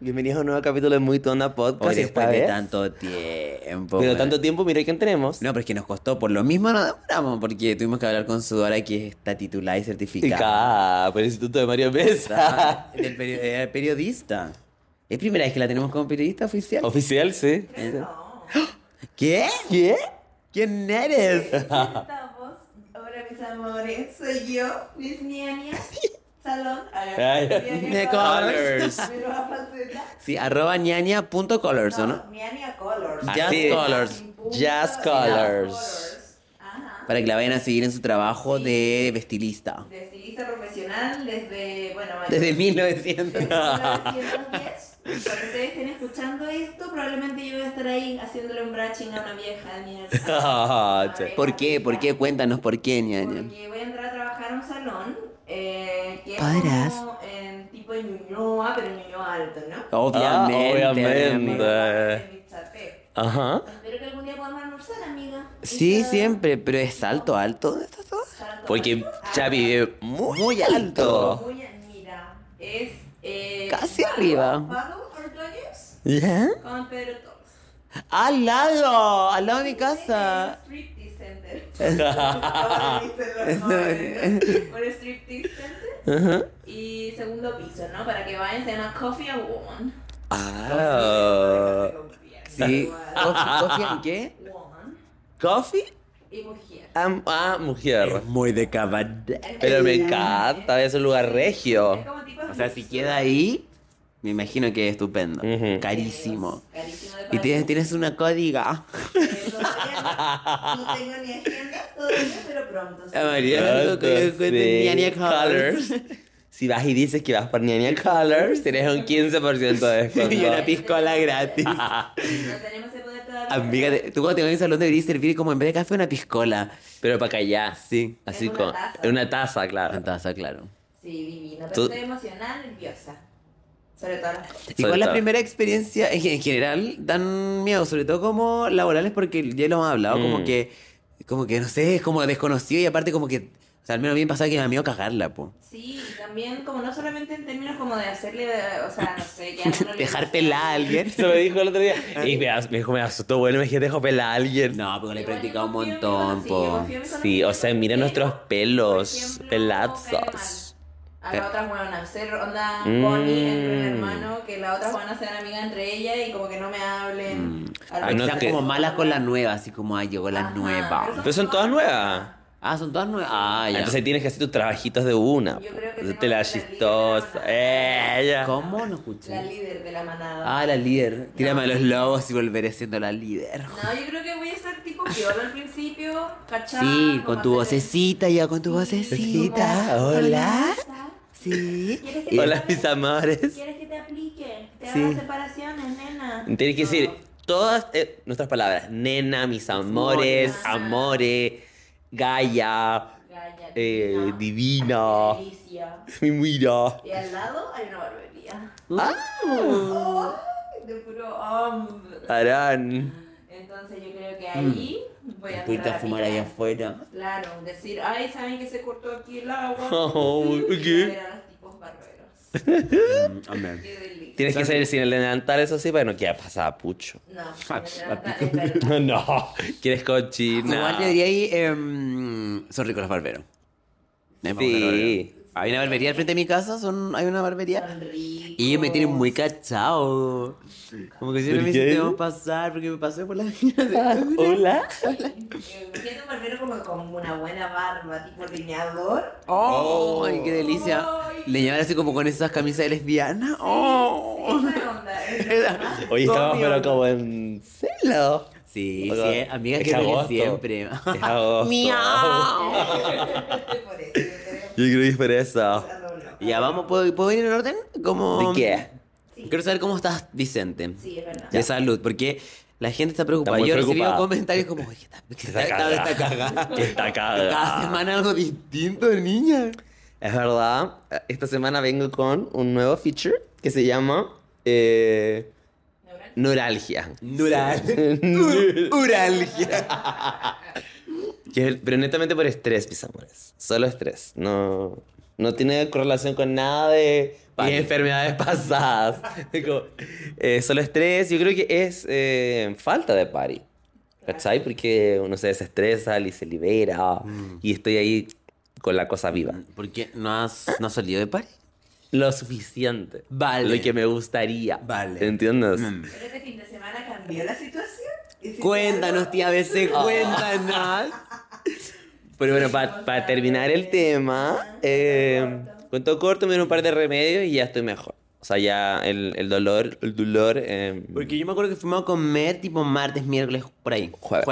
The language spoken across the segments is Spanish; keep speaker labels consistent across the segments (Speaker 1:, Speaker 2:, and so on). Speaker 1: Bienvenidos a un nuevo capítulo de Muy Tona Podcast.
Speaker 2: Hoy
Speaker 1: esta
Speaker 2: después de
Speaker 1: vez.
Speaker 2: tanto tiempo.
Speaker 1: Pero
Speaker 2: man.
Speaker 1: tanto tiempo, mira quién tenemos.
Speaker 2: No, pero es que nos costó. Por lo mismo nos demoramos, porque tuvimos que hablar con Sudora, que está titulada y
Speaker 1: Y
Speaker 2: certificada.
Speaker 1: acá, por el Instituto de Mario Mesa.
Speaker 2: Está Del peri- eh, periodista. Es primera vez que la tenemos como periodista oficial.
Speaker 1: Oficial, sí.
Speaker 2: ¿Qué?
Speaker 1: ¿Qué?
Speaker 2: ¿Quién eres?
Speaker 3: Estamos, hola mis amores, soy yo, Miss Niania, salón,
Speaker 1: Ay.
Speaker 2: De colors.
Speaker 3: nueva faceta.
Speaker 2: Sí, arroba ñaña.colors, ¿o no?
Speaker 3: Niania Colors.
Speaker 2: Jazz
Speaker 1: Así es.
Speaker 2: Colors.
Speaker 3: Sin punto,
Speaker 1: Jazz
Speaker 3: sin
Speaker 1: Colors.
Speaker 3: Ajá.
Speaker 2: Para que la vayan a seguir en su trabajo de vestilista.
Speaker 3: De estilista profesional desde, bueno,
Speaker 2: Desde
Speaker 3: desde
Speaker 2: 1900.
Speaker 3: 1910. Cuando ustedes estén escuchando esto, probablemente yo voy a estar ahí haciéndole un braching a una vieja de mierda.
Speaker 2: Ah, ¿Por qué? ¿Por qué? Cuéntanos por qué, ñaña.
Speaker 3: Porque voy a entrar a trabajar a un salón eh, que
Speaker 2: Podrás.
Speaker 3: es como en tipo de Ñuñoa, pero Ñuñoa alto, ¿no?
Speaker 2: Obviamente.
Speaker 1: Ah, obviamente.
Speaker 2: obviamente.
Speaker 3: De Mixaltec.
Speaker 1: Ajá.
Speaker 3: Espero que algún día podamos almorzar, amiga.
Speaker 2: Sí,
Speaker 3: Está-
Speaker 2: siempre, pero es alto, alto. ¿Dónde estás tú?
Speaker 3: está alto.
Speaker 1: Porque
Speaker 3: Ah,
Speaker 1: ya vive muy,
Speaker 2: Muy alto.
Speaker 3: muy a- mira, es... eh,
Speaker 2: Casi
Speaker 3: Vado-
Speaker 2: arriba.
Speaker 3: Vado Ordóñez
Speaker 2: ¿Ya?
Speaker 3: con Pedro Torres.
Speaker 2: Al lado, al lado de mi casa.
Speaker 3: Un striptease center. Ay, se lo joden. Un striptease center. Y segundo piso, ¿no? Para que vayan, se llama Coffee and Woman.
Speaker 1: Ah.
Speaker 2: Sí. ¿Coffee, coffee and qué?
Speaker 3: Woman
Speaker 1: Coffee
Speaker 3: y mujer.
Speaker 1: am- ah, mujer.
Speaker 2: muy de cabaret.
Speaker 1: Pero me encanta, es un lugar regio.
Speaker 3: Es como tipo
Speaker 2: O sea, si
Speaker 3: luxo.
Speaker 2: queda ahí, me imagino que es estupendo.
Speaker 1: Ujú.
Speaker 2: Carísimo.
Speaker 3: Carísimo de
Speaker 2: Y tienes, tienes una códiga.
Speaker 3: Eh, todavía No no tengo ni agenda todavía, pero pronto.
Speaker 1: Ah,
Speaker 3: sí.
Speaker 2: La Mariana
Speaker 1: Tanto,
Speaker 2: lo que- que-
Speaker 1: sí.
Speaker 2: Ñaña Colors.
Speaker 1: Si vas y dices que vas por Niania Colors, tienes un 15% de descuento.
Speaker 2: Y una piscola gratis.
Speaker 3: No tenemos ese poder todavía.
Speaker 2: Amiga, te- tú cuando te vas al salón deberías servir como en vez de café una piscola.
Speaker 1: Pero para callar.
Speaker 2: Sí.
Speaker 1: Así
Speaker 3: En una
Speaker 1: con.
Speaker 3: taza.
Speaker 1: En una taza, claro.
Speaker 2: En taza, claro.
Speaker 3: Sí, divino.
Speaker 1: Tú-
Speaker 3: Pero estoy emocional, nerviosa. Sobre todo las cosas.
Speaker 2: ¿Y
Speaker 1: Sobre
Speaker 2: cuál es la
Speaker 1: todo.
Speaker 2: primera experiencia? En, en general dan miedo, sobre todo como laborales, porque ya lo hemos hablado,
Speaker 1: Mm.
Speaker 2: como que, como que no sé, es como desconocido y aparte como que, o sea, al menos a mí me pasaba que me da miedo cagarla, po.
Speaker 3: Sí, y también como no solamente en términos como de hacerle, o sea, no sé, que a uno le-
Speaker 2: Dejar pelada a alguien.
Speaker 1: Eso me dijo el otro
Speaker 2: Ah.
Speaker 1: día. Y me, as- me dijo, me asustó, bueno, me dije, dejo pelar a alguien.
Speaker 2: No, porque le he
Speaker 3: Igual yo
Speaker 2: practicado un
Speaker 3: confío en mi
Speaker 2: montón,
Speaker 3: conocido,
Speaker 2: po.
Speaker 3: confío en mi
Speaker 1: Sí,
Speaker 3: conocido,
Speaker 1: o sea, mira
Speaker 3: pero,
Speaker 1: nuestros pelos
Speaker 3: por ejemplo, cae
Speaker 1: pelazos.
Speaker 3: mal. A la otra buena, ser onda
Speaker 1: Mm.
Speaker 3: Connie, el primer hermano, que la otra buena sea amiga entre ella y como que no me hablen. A la
Speaker 1: Ah,
Speaker 2: Mm. Ay,
Speaker 1: no,
Speaker 3: otra
Speaker 2: sean
Speaker 1: que-
Speaker 2: como
Speaker 3: buena-
Speaker 2: malas con la nueva, así como, ay, llegó la
Speaker 3: Ajá,
Speaker 2: nueva.
Speaker 1: Pero son todas nuevas.
Speaker 2: Ah, son todas nuevas. Ah, ya.
Speaker 1: Entonces tienes que hacer tus trabajitos de Eh, una.
Speaker 3: Yo creo que
Speaker 1: po.
Speaker 3: tengo
Speaker 1: Te la
Speaker 3: que salir
Speaker 1: chistosa.
Speaker 3: ahora.
Speaker 1: Ella.
Speaker 2: ¿Cómo no
Speaker 3: La
Speaker 2: escuché?
Speaker 3: líder de la manada.
Speaker 2: Ah, la líder. Tírame a los lobos y volveré siendo la líder.
Speaker 3: No, yo creo que voy a ser tipo piola al principio, cachada.
Speaker 2: Sí,
Speaker 3: como
Speaker 2: con tu
Speaker 3: hacer-
Speaker 2: vocecita, ya con tu
Speaker 3: Sí, como-
Speaker 2: vocecita. Hola.
Speaker 3: ¿Hola?
Speaker 2: Sí.
Speaker 3: ¿Quieres que te
Speaker 1: Hola,
Speaker 3: aplique?
Speaker 1: mis amores.
Speaker 3: ¿Quieres que te aplique? Te
Speaker 2: Sí.
Speaker 3: hagan separaciones, nena.
Speaker 1: Tienes que
Speaker 3: No.
Speaker 1: decir todas eh, nuestras palabras. Nena, mis amores,
Speaker 3: Monas.
Speaker 1: amore, Gaia,
Speaker 3: Gaya,
Speaker 1: eh,
Speaker 3: divina,
Speaker 1: divina,
Speaker 3: delicia.
Speaker 1: mi mira.
Speaker 3: Y al lado hay una barbería.
Speaker 2: Ah.
Speaker 3: Ay, De puro hombre.
Speaker 1: Arán.
Speaker 3: Entonces yo creo que ahí
Speaker 1: Mm.
Speaker 3: voy a
Speaker 2: Pudiste
Speaker 3: entrar a
Speaker 2: fumar
Speaker 3: picar.
Speaker 2: allá afuera.
Speaker 3: Claro, decir, ay, ¿saben que se cortó aquí el agua?
Speaker 1: Oh,
Speaker 3: Y
Speaker 1: ¿qué?
Speaker 3: ver a los tipos barberos.
Speaker 2: Mm, Amén.
Speaker 3: Qué delicia.
Speaker 1: Tienes que salir sin el delantal, eso sí, para que no quede pasada pucho.
Speaker 3: No,
Speaker 2: Ah, la
Speaker 3: es verdad.
Speaker 1: No, quieres cochina.
Speaker 2: Igual yo diría ahí, em, son ricos los barberos. Me
Speaker 1: Sí.
Speaker 2: gustan los barberos. Hay una barbería al frente de mi casa, son, hay una barbería.
Speaker 3: Son ricos.
Speaker 2: Y me tienen muy cachao. Como que siempre
Speaker 1: ¿Por
Speaker 2: me
Speaker 1: qué?
Speaker 2: dicen, te vamos a pasar, porque me pasé por la
Speaker 1: Hola.
Speaker 3: Eh, Siendo un barbero como con una buena barba, tipo leñador.
Speaker 2: ¡Oh! ¡Ay, qué delicia!
Speaker 3: Ay.
Speaker 2: Leñador así como con esas camisas de lesbiana. ¡Oh!
Speaker 3: Sí, esa onda. es verdad.
Speaker 1: Hoy estamos
Speaker 2: Obvio.
Speaker 1: pero como en celo.
Speaker 2: Sí,
Speaker 1: Hola.
Speaker 2: sí, amigas
Speaker 1: Es
Speaker 2: que creo que
Speaker 1: agosto.
Speaker 2: siempre.
Speaker 1: Es agosto.
Speaker 2: ¡Miau!
Speaker 3: Por eso, yo creo
Speaker 1: Yo creo que es por eso.
Speaker 3: que está doblado.
Speaker 2: Ya vamos, ¿puedo, ¿puedo ir en orden? Como...
Speaker 1: ¿De qué?
Speaker 3: Sí,
Speaker 2: Quiero saber cómo estás, Vicente.
Speaker 3: sí, es verdad.
Speaker 2: De salud, porque la gente está preocupada.
Speaker 1: Está muy
Speaker 2: Yo he recibido
Speaker 1: preocupada.
Speaker 2: comentarios como, oye, está, que está, está,
Speaker 1: cagada.
Speaker 2: está cagada.
Speaker 1: Que está cagada.
Speaker 2: Cada semana algo distinto de niña.
Speaker 1: Es verdad. Esta semana vengo con un nuevo feature que se llama eh,
Speaker 3: Neural.
Speaker 1: Neuralgia.
Speaker 2: Nural. Uralgia.
Speaker 1: Que- pero netamente por estrés, mis amores. Solo estrés. No. No tiene correlación con nada de mis
Speaker 2: Vale.
Speaker 1: enfermedades pasadas. Es como, eh, solo estrés, yo creo que es eh, falta de party. ¿Cachai? Porque uno se desestresa y se libera. Y estoy ahí con la cosa viva.
Speaker 2: ¿Por qué no has, no has salido de party?
Speaker 1: Lo suficiente.
Speaker 2: Vale. Mm.
Speaker 1: Lo que me gustaría.
Speaker 2: Vale.
Speaker 1: ¿Entiendes?
Speaker 3: Pero este fin de semana cambió la situación. Hiciste
Speaker 2: Cuéntanos,
Speaker 3: algo.
Speaker 2: tía BC, cuéntanos.
Speaker 1: Ah. Pero bueno, para terminar el tema, eh, cuento corto, me dieron un par de remedios y ya estoy mejor. O sea, ya el, el dolor, el dolor, eh,
Speaker 2: Porque yo me acuerdo que fuimos a comer tipo martes, miércoles, por ahí.
Speaker 1: Jueves.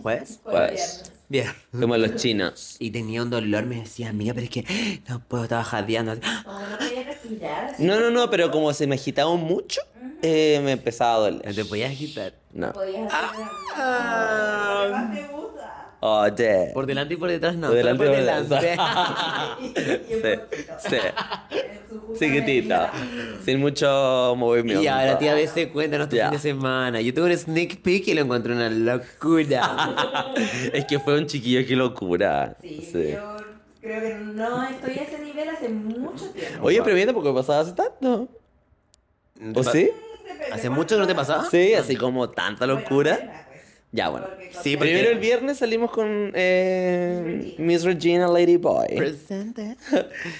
Speaker 2: Jueves. ¿Jueves?
Speaker 3: Fue el
Speaker 1: Pues.
Speaker 3: viernes.
Speaker 2: Bien.
Speaker 1: como los chinos.
Speaker 2: Y tenía un dolor, me decía, amiga, pero es que no puedo, estaba jadeando. así.
Speaker 3: Como no podía respirar.
Speaker 1: No, no, no, pero como se me agitaba mucho, eh, me empezaba a
Speaker 2: No
Speaker 1: doler.
Speaker 2: te podías agitar.
Speaker 1: No.
Speaker 3: Podías hacer
Speaker 2: Ah.
Speaker 3: una- Además, te gusta.
Speaker 1: Oh, yeah.
Speaker 2: Por delante y por detrás, no.
Speaker 1: Por
Speaker 2: solo
Speaker 1: delante y
Speaker 2: por
Speaker 1: por
Speaker 2: delante.
Speaker 3: Y un poquito.
Speaker 1: Sí,
Speaker 3: En su justa
Speaker 1: chiquitito.
Speaker 3: medida.
Speaker 1: Sin mucho movimiento.
Speaker 2: Y ahora, tía BC, cuéntanos tu
Speaker 1: Ya.
Speaker 2: fin de semana. Yo tuve un sneak peek y lo encontré una locura.
Speaker 1: Es que fue un chiquillo, qué locura.
Speaker 3: Sí,
Speaker 1: Sí.
Speaker 3: yo creo que no estoy a ese nivel hace mucho tiempo.
Speaker 1: Oye, pero viene porque pasaba hace tanto. ¿O ¿Oh, sí?
Speaker 3: Depende
Speaker 2: ¿Hace
Speaker 3: cuánto
Speaker 2: mucho que no te
Speaker 3: más.
Speaker 2: pasaba?
Speaker 1: Sí, así como tanta
Speaker 3: Bueno,
Speaker 1: locura.
Speaker 3: pena, pues,
Speaker 1: Ya, bueno.
Speaker 3: porque
Speaker 2: Sí,
Speaker 3: con-
Speaker 2: porque-
Speaker 1: Primero el viernes salimos con eh, Miss
Speaker 3: Miss Regina.
Speaker 1: Regina Lady Boy.
Speaker 2: Presente.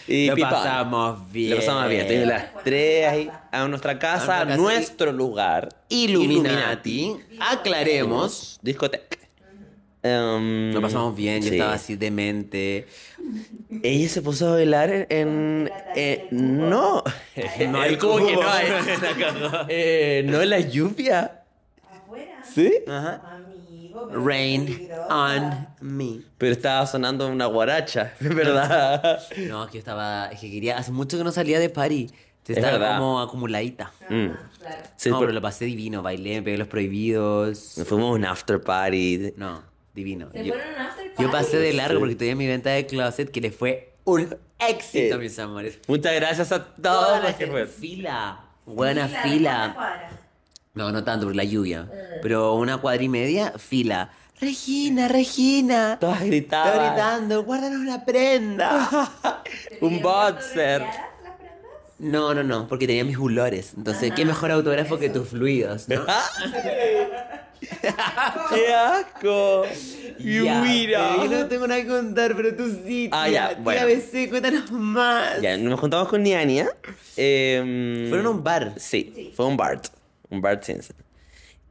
Speaker 1: Y
Speaker 2: Pues, Lo
Speaker 1: Pipa.
Speaker 2: pasamos bien.
Speaker 1: Lo pasamos bien. Estuvimos las tres ahí a nuestra casa,
Speaker 2: A
Speaker 1: a
Speaker 2: nuestra casa.
Speaker 1: nuestro lugar.
Speaker 2: Illuminati. Aclaremos.
Speaker 1: Discoteca. Em,
Speaker 2: Lo pasamos bien, yo
Speaker 1: sí.
Speaker 2: estaba así demente.
Speaker 1: Ella se puso a bailar en. en-
Speaker 3: La
Speaker 1: eh,
Speaker 3: taza
Speaker 1: no.
Speaker 3: del cubo. No
Speaker 2: hay
Speaker 1: El cubo que
Speaker 2: cubo.
Speaker 1: no hay. Eh, no en la lluvia.
Speaker 3: Afuera.
Speaker 1: ¿Sí?
Speaker 2: Ajá.
Speaker 3: Amigo, pero qué
Speaker 2: Rain
Speaker 3: peligrosa.
Speaker 2: on me.
Speaker 1: Pero estaba sonando una guaracha, de verdad.
Speaker 2: No, es que yo estaba. Es que quería. Hace mucho que no salía de party. Te
Speaker 1: Es
Speaker 2: estaba
Speaker 1: verdad.
Speaker 2: como acumuladita.
Speaker 3: Ajá,
Speaker 1: Mm.
Speaker 3: claro.
Speaker 1: Sí,
Speaker 2: no,
Speaker 1: por-
Speaker 2: pero lo pasé divino. Bailé, me pegué los prohibidos.
Speaker 1: Nos fuimos a un after party.
Speaker 2: No, divino.
Speaker 3: Se
Speaker 2: Yo,
Speaker 3: fueron a un after
Speaker 2: yo
Speaker 3: party.
Speaker 2: pasé de largo
Speaker 1: Sí.
Speaker 2: porque tenía mi venta de closet que le fue un éxito,
Speaker 1: Sí.
Speaker 2: mis amores.
Speaker 1: Muchas gracias a
Speaker 2: Toda
Speaker 1: todos pues. los que
Speaker 2: la
Speaker 1: fueron.
Speaker 2: fila. Buena
Speaker 3: Fila,
Speaker 2: fila.
Speaker 3: buena Eh. para.
Speaker 2: No, no tanto por la lluvia. Pero una cuadra y media, fila. Regina, Regina.
Speaker 1: Todas gritaban.
Speaker 2: Está gritando, guárdanos la prenda.
Speaker 3: ¿Te
Speaker 1: Un
Speaker 3: pidieron fotos
Speaker 1: boxer.
Speaker 3: desviadas las prendas?
Speaker 2: No, no, no, porque tenía mis olores. Entonces,
Speaker 1: Ah,
Speaker 2: qué mejor autógrafo que tus fluidos, ¿no?
Speaker 1: ¡Qué asco! eh, ¡Y
Speaker 2: Ya,
Speaker 1: mira!
Speaker 2: pero Yo no tengo nada que contar, pero tú sí.
Speaker 1: Ah,
Speaker 2: tía.
Speaker 1: ya,
Speaker 2: Tía
Speaker 1: bueno.
Speaker 2: BC, cuéntanos más.
Speaker 1: Ya, nos juntamos con Niania. em,
Speaker 2: Fueron a un bar.
Speaker 1: Sí,
Speaker 3: Sí.
Speaker 1: fue un Bart. Un Bart Simpson.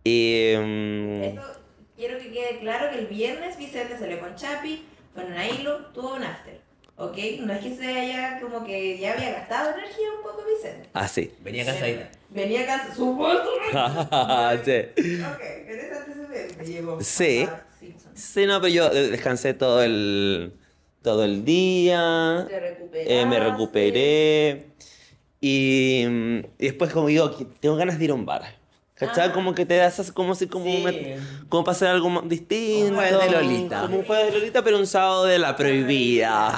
Speaker 2: Mm.
Speaker 1: Em,
Speaker 3: Esto quiero que quede claro que el viernes Vicente salió con Chapi, fueron a Hilo, tuvo un after. ¿Ok? No es que se haya como que ya había gastado energía un poco Vicente.
Speaker 1: ah, sí.
Speaker 2: Venía casadita.
Speaker 3: Venía acá, supuesto.
Speaker 1: sí.
Speaker 3: Ok, en ese antecedente llegó.
Speaker 1: Sí.
Speaker 3: a Simpson.
Speaker 1: Sí, no, pero yo eh, descansé todo el, todo el día.
Speaker 3: Te
Speaker 1: eh, me
Speaker 3: recuperaste.
Speaker 2: Ah,
Speaker 1: recuperé. Y, mm, y después como digo, que tengo ganas de ir a un bar. ¿Cachai?
Speaker 3: Ah.
Speaker 1: Como que te das así como así como,
Speaker 2: Sí.
Speaker 1: una- como para hacer algo más distinto.
Speaker 2: Un jueves de Lolita.
Speaker 1: Como un jueves de Lolita, pero un sábado de la prohibida.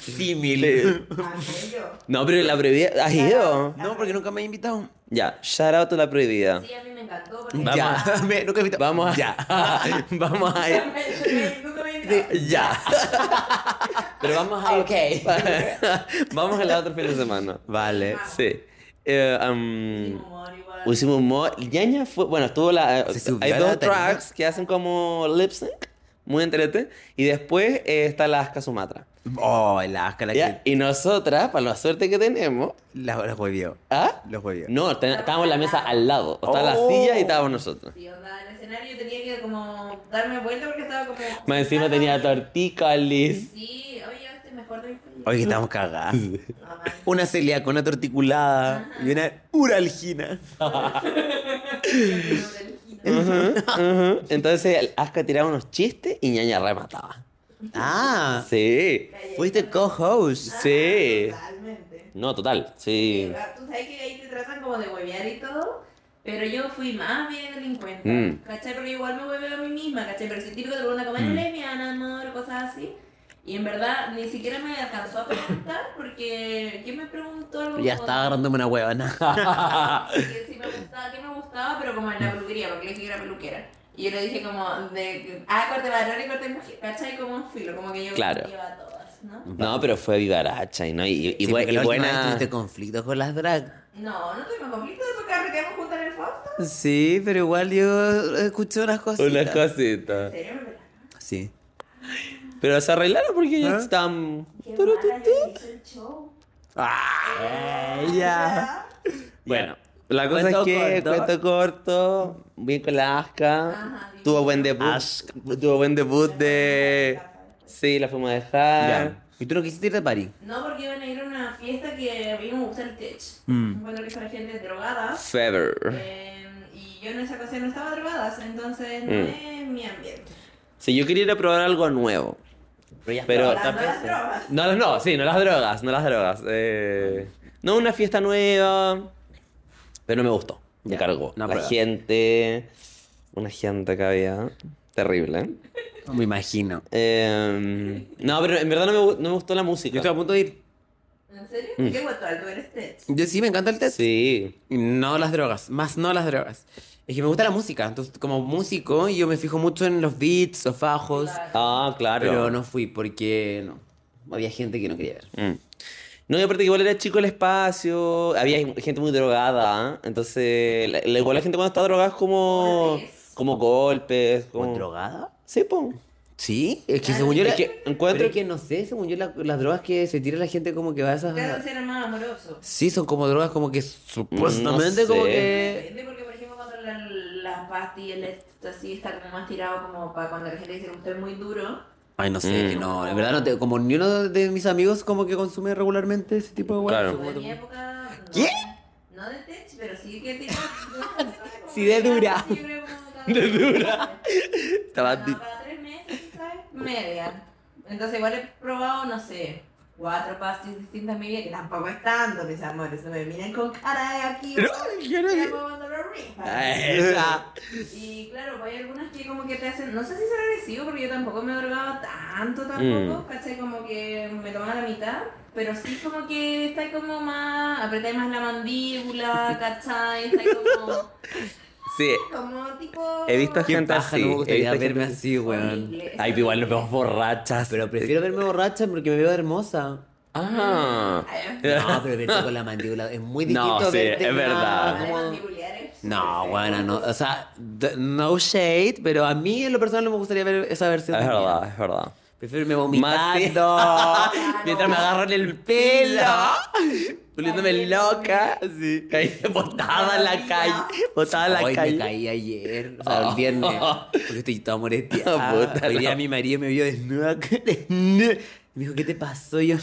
Speaker 1: Símil.
Speaker 3: Ah, soy yo.
Speaker 1: No, pero la prohibida... ¿Has ido?
Speaker 2: No, porque nunca me han invitado.
Speaker 1: Ya, shout out a la prohibida.
Speaker 3: Sí, a mí me encantó. porque-
Speaker 1: Vamos.
Speaker 2: Ya, me- nunca me invitado.
Speaker 1: Vamos a...
Speaker 2: Ya.
Speaker 1: vamos a ir...
Speaker 3: Nunca me invitaba.
Speaker 1: Ya. pero vamos a ir...
Speaker 2: Ok.
Speaker 1: vamos a la otra fin de semana.
Speaker 2: Vale.
Speaker 1: Sí. Eh, um,
Speaker 3: Humor igual.
Speaker 1: Hicimos humor. Yaña fue. Bueno, estuvo la.
Speaker 2: Se subió
Speaker 1: hay
Speaker 2: a la
Speaker 1: dos
Speaker 2: tarima.
Speaker 1: tracks que hacen como lip sync. Muy entrete. Y después eh, está la Asca Sumatra.
Speaker 2: Oh, la asca, la
Speaker 1: ¿ya?
Speaker 2: que.
Speaker 1: Y nosotras, para la suerte que tenemos.
Speaker 2: La, la huevió.
Speaker 1: ¿Ah?
Speaker 2: La huevió.
Speaker 1: No, ten- estábamos en la mesa al lado. O estaba
Speaker 2: Oh.
Speaker 1: la silla y estábamos nosotros.
Speaker 3: Sí, onda, en el escenario yo tenía que como darme vuelta porque estaba como...
Speaker 1: Más encima tenía tortícolis.
Speaker 3: Sí, oye, este es mejor de mi
Speaker 2: Oye, que estamos cagadas.
Speaker 3: Ah, vale.
Speaker 2: Una celíaca, una torticulada y una uralgina.
Speaker 1: Ujú, ujú. Entonces, el Asca tiraba unos chistes y ñaña remataba.
Speaker 2: Ah,
Speaker 1: Sí.
Speaker 2: fuiste co-host.
Speaker 1: Sí.
Speaker 3: Ah, Totalmente.
Speaker 1: No, total. Sí.
Speaker 3: Tú sabes que ahí te tratan como de huevear y todo, pero yo fui más bien delincuente.
Speaker 1: Mm.
Speaker 3: ¿Cachai? Porque igual me hueveo a mí misma, ¿cachai? Pero si típico te pregunta cómo eres lesbiana, amor, cosas así. Y en verdad ni siquiera me alcanzó a preguntar porque ¿quién me preguntó algo?
Speaker 2: Ya
Speaker 3: como-
Speaker 2: estaba agarrándome una huevana.
Speaker 3: que si me gustaba, que me gustaba, pero como en la peluquería, porque le dije que era peluquera. Y yo le dije como de, ah, corte varón y corte mujer, ¿cachai? Como un filo, como que yo
Speaker 1: Claro.
Speaker 3: lleva a todas. ¿no?
Speaker 1: No, pero fue vivaracha y no, y, y
Speaker 2: Sí,
Speaker 1: bu-
Speaker 2: porque
Speaker 1: y
Speaker 2: la última vez
Speaker 1: buena.
Speaker 2: tuviste conflictos con las drag.
Speaker 3: No, no tuvimos conflicto después carreteamos juntos en el Fausto.
Speaker 2: Sí, pero igual yo escuché unas cosas.
Speaker 1: Unas cositas.
Speaker 3: ¿En serio? ¿Verdad?
Speaker 2: Sí.
Speaker 1: Pero se arreglaron porque ya
Speaker 2: ¿Ah?
Speaker 1: están.
Speaker 3: Qué mala, yo hice el show.
Speaker 2: Ah,
Speaker 3: Eh,
Speaker 2: Ya.
Speaker 1: Bueno, la cosa
Speaker 2: Cuento
Speaker 1: es que
Speaker 2: corto.
Speaker 1: cuento corto, bien con la Asca,
Speaker 3: Ajá, bien.
Speaker 1: tuvo buen debut, tuvo buen debut de... Sí, la fuimos a dejar.
Speaker 2: Ya. ¿Y tú no quisiste ir de París?
Speaker 3: No, porque iban a ir a una fiesta que a mí no me gusta el tech.
Speaker 2: Mm.
Speaker 3: Bueno, que son gente drogada.
Speaker 1: Fever.
Speaker 3: eh, y yo en esa ocasión no estaba drogada, entonces no
Speaker 2: Mm.
Speaker 3: es mi ambiente.
Speaker 1: Sí, yo quería ir a probar algo nuevo. Pero
Speaker 3: Las nuevas drogas.
Speaker 1: No, no, no, sí, no las drogas, no las drogas. eh, no, una fiesta nueva. Pero no me gustó, me
Speaker 2: Ya,
Speaker 1: cargó.
Speaker 2: una
Speaker 1: la
Speaker 2: prueba.
Speaker 1: gente, una gente que había, terrible. ¿eh?
Speaker 2: No me imagino.
Speaker 1: Eh, no, pero en verdad no me, gu- no me gustó la música.
Speaker 2: Yo estoy a punto de ir.
Speaker 3: ¿En serio? Qué guatual, tú eres tech.
Speaker 2: Yo Mm. sí, me encanta el test.
Speaker 1: Sí,
Speaker 2: No las drogas, más no las drogas. Es que me gusta la música, entonces como músico yo me fijo mucho en los beats, los fajos,
Speaker 3: Claro.
Speaker 1: Ah, claro.
Speaker 2: pero no fui porque no, había gente que no quería ver.
Speaker 1: Mm. No, y aparte que igual era chico el espacio, había gente muy drogada, ¿eh? entonces la- la- igual la gente cuando está drogada es como,
Speaker 3: Golpes.
Speaker 1: como golpes, como...
Speaker 2: ¿Con drogada?
Speaker 1: Sí, po.
Speaker 2: Sí, es que
Speaker 3: Claro.
Speaker 2: según yo
Speaker 1: Es
Speaker 2: la-
Speaker 1: que encuentro-
Speaker 2: pero es que no sé, según yo la- las drogas que se tira la gente como que va a
Speaker 3: Te hace
Speaker 2: esas...
Speaker 3: ser más amoroso.
Speaker 2: Sí, son como drogas como que supuestamente
Speaker 1: Mm, No sé.
Speaker 2: como que...
Speaker 3: Depende, porque por ejemplo cuando la- las pastillas, el esto así está como más tirado como para cuando la gente dice que usted es muy duro.
Speaker 2: Ay, no sé,
Speaker 1: Mm.
Speaker 2: que no, en verdad no te- como ni uno de mis amigos como que consume regularmente ese tipo de huevos.
Speaker 1: Claro.
Speaker 2: como
Speaker 3: Como de mi
Speaker 2: te-
Speaker 3: época. no-
Speaker 2: ¿Qué?
Speaker 3: No de tech, pero sí que tiene.
Speaker 2: Sí, de dura.
Speaker 3: De dura.
Speaker 1: Estaba di-
Speaker 3: Cada tres meses, ¿sabes? Media. Entonces, igual he probado, no sé, cuatro pastillas distintas en mi vida, que tampoco es tanto, mis amores. No me miren con cara de aquí.
Speaker 2: yo Ah, no-
Speaker 3: Ya, pues, cuando lo rifan.
Speaker 1: Ay, Ah, esa.
Speaker 3: Y claro, pues hay algunas que como que te hacen, no sé si ser agresivo, porque yo tampoco me drogaba tanto tampoco,
Speaker 1: Mm.
Speaker 3: ¿cachai? Como que me tomaba la mitad, pero sí como que está como más, apreté más la mandíbula, ¿cachai? Está como,
Speaker 1: Sí,
Speaker 3: como tipo...
Speaker 1: he visto
Speaker 2: Qué
Speaker 1: gente
Speaker 2: paja,
Speaker 1: así,
Speaker 2: no me
Speaker 1: he
Speaker 2: gustaría
Speaker 1: visto
Speaker 2: verme
Speaker 1: gente-
Speaker 2: así, weón.
Speaker 3: Horrible.
Speaker 1: Ay, pero igual nos vemos borrachas.
Speaker 2: Pero prefiero verme borracha porque me veo hermosa.
Speaker 1: Ah,
Speaker 3: Ay,
Speaker 2: No, pero verte con la mandíbula es muy distinto
Speaker 1: No, sí,
Speaker 2: verte
Speaker 1: es
Speaker 2: una-
Speaker 1: verdad.
Speaker 3: Vale,
Speaker 2: como-
Speaker 3: mandibulear es
Speaker 2: No,
Speaker 3: súper
Speaker 2: bueno,
Speaker 3: feo.
Speaker 2: no,
Speaker 1: eh,
Speaker 2: o sea, d- no shade, pero a mí en lo personal no me gustaría ver esa versión.
Speaker 1: es
Speaker 2: de mí.
Speaker 1: verdad, es verdad.
Speaker 2: Prefiero irme
Speaker 1: Más si-
Speaker 2: vomitando.
Speaker 1: Mientras me agarran el pelo, volviéndome
Speaker 3: Cayendo.
Speaker 1: loca, sí. Caí botada en la calle, botada en la
Speaker 2: Hoy
Speaker 1: calle.
Speaker 2: me caí ayer, o sea, el viernes, porque estoy toda
Speaker 1: Ah,
Speaker 2: moreteada.
Speaker 1: puta,
Speaker 2: Hoy día
Speaker 1: no.
Speaker 2: mi marido me vio desnuda, desnuda. Y me dijo, ¿qué te pasó? Y Yo,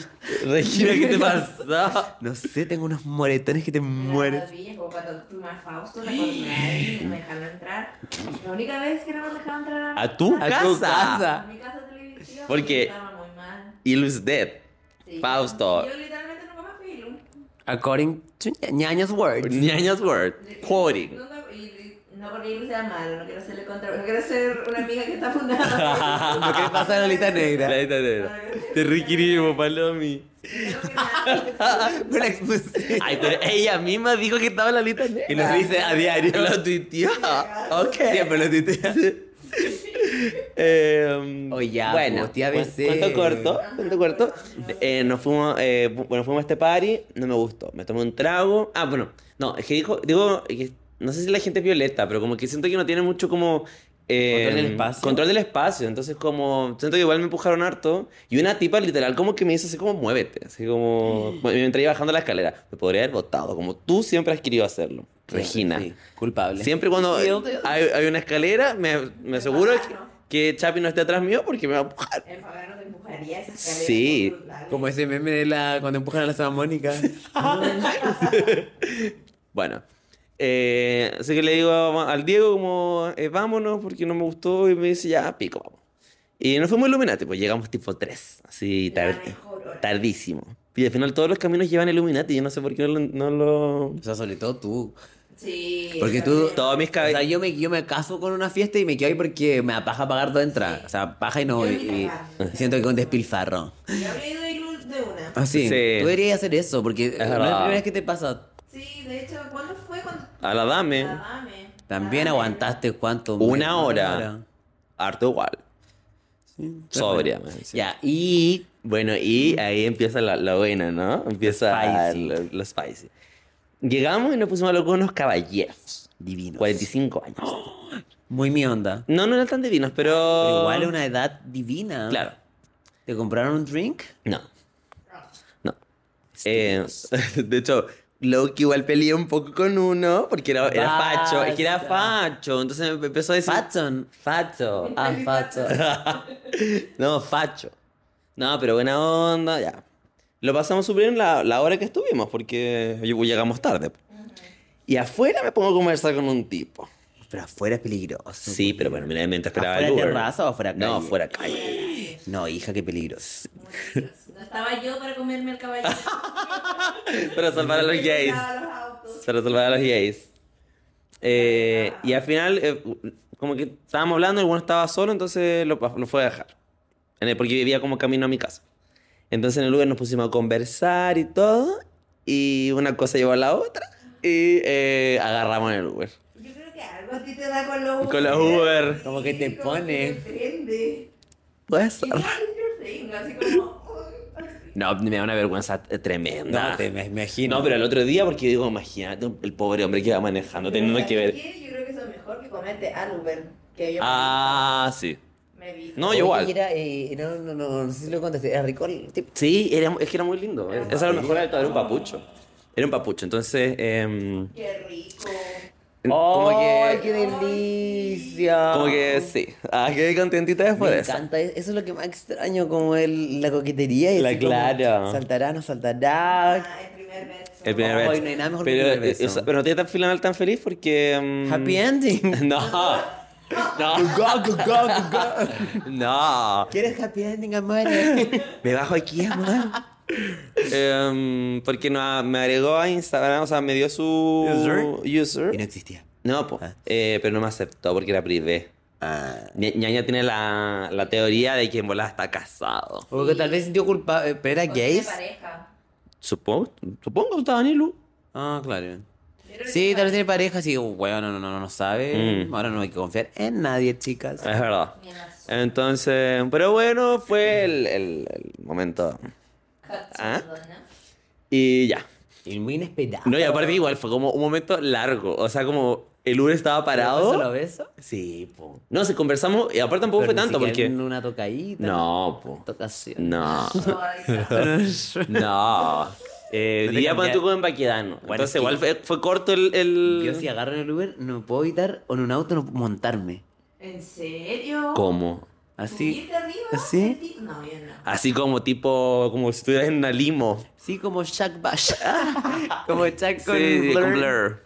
Speaker 1: Regina, ¿qué te pasó?
Speaker 2: no sé, tengo unos moretones que te
Speaker 3: Era
Speaker 2: mueres.
Speaker 3: maravilla, como cuando tu mamá Fausto la cornearon y no me dejaron entrar. La única vez que no me dejaron entrar
Speaker 1: A tu
Speaker 2: A
Speaker 1: casa.
Speaker 2: tu
Speaker 3: A
Speaker 2: casa.
Speaker 3: mi casa televisiva.
Speaker 1: ¿Por qué?
Speaker 3: Estaba muy mal.
Speaker 1: Ilus Dead.
Speaker 3: Sí.
Speaker 1: Fausto.
Speaker 3: Yo literalmente nunca más fui Lu.
Speaker 2: According to Ña- Ñaña's words.
Speaker 1: Ñañas Word. Quoting.
Speaker 3: Nunca, y, y- no porque Lu sea malo, no quiero serle contra, no quiero ser una amiga que está fundada.
Speaker 2: Lo que le pasa a Lolita
Speaker 1: La
Speaker 2: Negra.
Speaker 1: neta negra. Te requerimos, Palomi.
Speaker 3: Creo que nada.
Speaker 2: Fue una expulsión.
Speaker 1: Ay, pero ella misma dijo que estaba en la lista negra.
Speaker 2: Y nos dice a diario.
Speaker 1: Lo tuiteó. Ok.
Speaker 2: Siempre lo tuitea.
Speaker 1: Eh,
Speaker 2: O ya,
Speaker 1: bueno,
Speaker 2: pues, tía
Speaker 1: cuen-
Speaker 2: BC.
Speaker 1: cuento corto, cuento corto. Eh, nos fuimos, eh, bu- bueno, fuimos a este party, no me gustó, me tomé un trago. Ah, bueno, no, es que dijo, digo, que no sé si la gente es violeta, pero como que siento que no tiene mucho como... eh,
Speaker 2: Control del espacio.
Speaker 1: Control del espacio, entonces como siento que igual me empujaron harto y una tipa literal como que me hizo así como muévete, así como bueno, mientras iba bajando la escalera, me podría haber votado, como tú siempre has querido hacerlo, Regina.
Speaker 2: Sí, culpable.
Speaker 1: Siempre cuando
Speaker 2: Guilty.
Speaker 1: hay, hay una escalera, me, me aseguro que, que Chapi no esté atrás mío porque me va a empujar.
Speaker 3: El pagano te empujaría esa
Speaker 1: Sí.
Speaker 2: Como ese meme de la. cuando empujan a la Santa Mónica.
Speaker 1: Bueno, eh, así que le digo a- al Diego como, eh, vámonos porque no me gustó y me dice, ya, pico, vamos. Y nos fuimos a Illuminati, pues llegamos tipo 3, así
Speaker 3: La
Speaker 1: tar-
Speaker 3: mejor hora.
Speaker 1: tardísimo. Y al final todos los caminos llevan Illuminati, yo no sé por qué no lo... no lo-
Speaker 2: O sea, sobre todo tú.
Speaker 3: Sí.
Speaker 2: Porque tú-
Speaker 3: también.
Speaker 1: Todos mis
Speaker 2: O sea,
Speaker 1: cabezas...
Speaker 2: yo me, yo me caso con una fiesta y me quedo ahí porque me apaja pagar toda entrada. O sea, paja y no.
Speaker 3: Yo
Speaker 2: Y,
Speaker 3: ni cagar.
Speaker 2: y siento que con despilfarro.
Speaker 3: Yo habría ido a Ilul de una.
Speaker 1: Ah.
Speaker 2: Así.
Speaker 1: Sí.
Speaker 2: Tú deberías hacer eso porque no es la
Speaker 1: verdad.
Speaker 2: primera vez que te pasa.
Speaker 3: Sí, de hecho, ¿cuándo fue? Cuando...
Speaker 1: A la dame,
Speaker 2: Ah.
Speaker 3: La dame.
Speaker 2: También
Speaker 3: La dame.
Speaker 2: aguantaste cuánto.
Speaker 1: una hora, harto igual,
Speaker 2: Sí.
Speaker 1: sobria. me dice.
Speaker 2: Ya, y
Speaker 1: Bueno, y ahí empieza la, la buena, ¿no? Empieza
Speaker 2: Mm. Spicy.
Speaker 1: lo, lo spicy. Llegamos y nos pusimos a hablar con unos caballeros.
Speaker 2: Divinos.
Speaker 1: 45 años.
Speaker 2: Muy mi onda.
Speaker 1: No, no eran tan divinos, pero...
Speaker 2: Pero igual es una edad divina.
Speaker 1: Claro.
Speaker 2: ¿Te compraron un drink?
Speaker 1: No. No. Eh, de hecho, Loki igual peleé un poco con uno porque era, era facho. Es que era
Speaker 2: Basta.
Speaker 1: facho. Entonces me empezó a decir.
Speaker 2: Patson.
Speaker 1: Facho.
Speaker 2: Ah, facho.
Speaker 1: No, facho. No, pero buena onda, ya. Lo pasamos súper bien la, la hora que estuvimos porque yo- pues, llegamos tarde. Y afuera me pongo a conversar con un tipo.
Speaker 2: Pero afuera es peligroso.
Speaker 1: Sí, pero bueno, mira, mientras esperaba
Speaker 2: ¿Afuera
Speaker 1: el Uber.
Speaker 2: terraza o afuera
Speaker 1: No,
Speaker 2: calle?
Speaker 1: afuera calle.
Speaker 2: No, hija, qué peligroso.
Speaker 3: No estaba yo para comerme el caballero.
Speaker 1: Para salvar a los gays.
Speaker 3: Estaba los autos.
Speaker 1: Para salvar a los gays. Eh, y al final, eh, como que estábamos hablando, el bueno estaba solo, entonces lo, lo fue a dejar. En el- porque vivía como camino a mi casa. Entonces en el lugar nos pusimos a conversar y todo. Y una cosa llevó a la otra. Y eh, agarramos en el Uber.
Speaker 3: Pues Yo creo que algo a ti te da con los
Speaker 1: Con la Uber.
Speaker 2: Como que te
Speaker 3: Sí,
Speaker 2: pone.
Speaker 3: Como que te prende.
Speaker 1: Puede ser.
Speaker 3: Quizás yo tengo, así como. ay, así.
Speaker 1: Pues, No, me da una vergüenza eh, tremenda.
Speaker 2: No, te me imagino.
Speaker 1: No, pero el otro día, porque digo, imagínate el pobre hombre que va manejando, teniendo
Speaker 3: ¿Sabes
Speaker 1: que ver.
Speaker 3: qué? Yo creo que eso es mejor que comerte al Uber. Que yo
Speaker 1: Ah, sí.
Speaker 3: me vi.
Speaker 1: No,
Speaker 2: Oye,
Speaker 1: yo igual.
Speaker 2: y Era, eh, no, no, no, no sé si lo contesté. Era rico el tipo.
Speaker 1: Sí, era- es que era muy lindo.
Speaker 3: Era un
Speaker 1: Esa era la mejor de todo, era un papucho. Era un papucho, entonces. em,
Speaker 3: Qué rico.
Speaker 1: como
Speaker 2: ¡Ay,
Speaker 1: que.
Speaker 2: qué delicia!
Speaker 1: Como que sí. Ah, quedé contentita después
Speaker 2: Me
Speaker 1: de eso.
Speaker 2: encanta, e- eso es lo que más extraño, como el, la coquetería. Y
Speaker 1: La
Speaker 2: así como,
Speaker 1: clara.
Speaker 2: saltará, no saltará.
Speaker 3: Ah, el primer beso.
Speaker 1: El primer
Speaker 2: Ay,
Speaker 1: beso.
Speaker 2: no hay nada mejor que
Speaker 1: pero,
Speaker 2: el primer beso.
Speaker 1: eh, o sea, pero no tiene tan final tan feliz porque. em,
Speaker 2: Happy ending.
Speaker 1: No. No.
Speaker 2: Go, go, go, go, go.
Speaker 1: No.
Speaker 2: ¿Quieres happy ending, amores?
Speaker 1: Me bajo aquí, amor. Em, porque no, me agregó a Instagram, o sea, me dio su. User.
Speaker 2: y no existía.
Speaker 1: No, pues.
Speaker 2: Ah.
Speaker 1: pero no me aceptó porque era privé.
Speaker 2: Ah.
Speaker 1: Ña- Ñaña tiene la, la teoría de que en volada está casado.
Speaker 2: O que tal vez sintió culpa, eh, pero era
Speaker 3: O
Speaker 2: gays.
Speaker 3: tiene pareja.
Speaker 1: Supongo, supongo que está Danilo.
Speaker 2: Ah, claro.
Speaker 3: Yo creo que
Speaker 2: Sí,
Speaker 3: tiene
Speaker 2: tal vez tiene pareja, sí, bueno, no, no, no, no sabe.
Speaker 1: Mm.
Speaker 2: Ahora no hay que confiar en nadie, chicas.
Speaker 1: Es verdad.
Speaker 3: pareja. Ni en las
Speaker 2: Ah.
Speaker 1: Entonces, pero bueno, fue el, el- el momento. Ah.
Speaker 3: cachondonas.
Speaker 1: Y ya.
Speaker 2: Y muy inesperado.
Speaker 1: No, y aparte igual fue como un momento largo. O sea, como el Uber estaba
Speaker 2: ¿Pero ¿Solo
Speaker 1: parado.
Speaker 2: beso?
Speaker 1: Sí, po. No, se conversamos y aparte tampoco fue
Speaker 2: Pero ni
Speaker 1: tanto
Speaker 2: siquiera
Speaker 1: porque...
Speaker 2: en una tocadita.
Speaker 1: No, po.
Speaker 2: Tocación.
Speaker 1: No.
Speaker 3: Ay, está.
Speaker 1: No. Eh,
Speaker 2: No te
Speaker 1: día cuando
Speaker 2: cambié.
Speaker 1: tú con Baquedano.
Speaker 2: Bueno,
Speaker 1: Entonces
Speaker 2: es que-
Speaker 1: igual fue, fue corto el... el-
Speaker 2: Yo si agarro en el Uber, no me puedo evitar, o en un auto, no puedo montarme.
Speaker 3: ¿En serio?
Speaker 1: ¿Cómo?
Speaker 2: Así,
Speaker 3: ¿Subirte arriba?
Speaker 2: ¿Así?
Speaker 3: ¿Sentí? No, yo no.
Speaker 1: Así como tipo, como si estuvieras en una limo.
Speaker 2: sí, como Jack Bash. como Jack con,
Speaker 1: Sí, sí,
Speaker 2: blur.
Speaker 1: con Blur.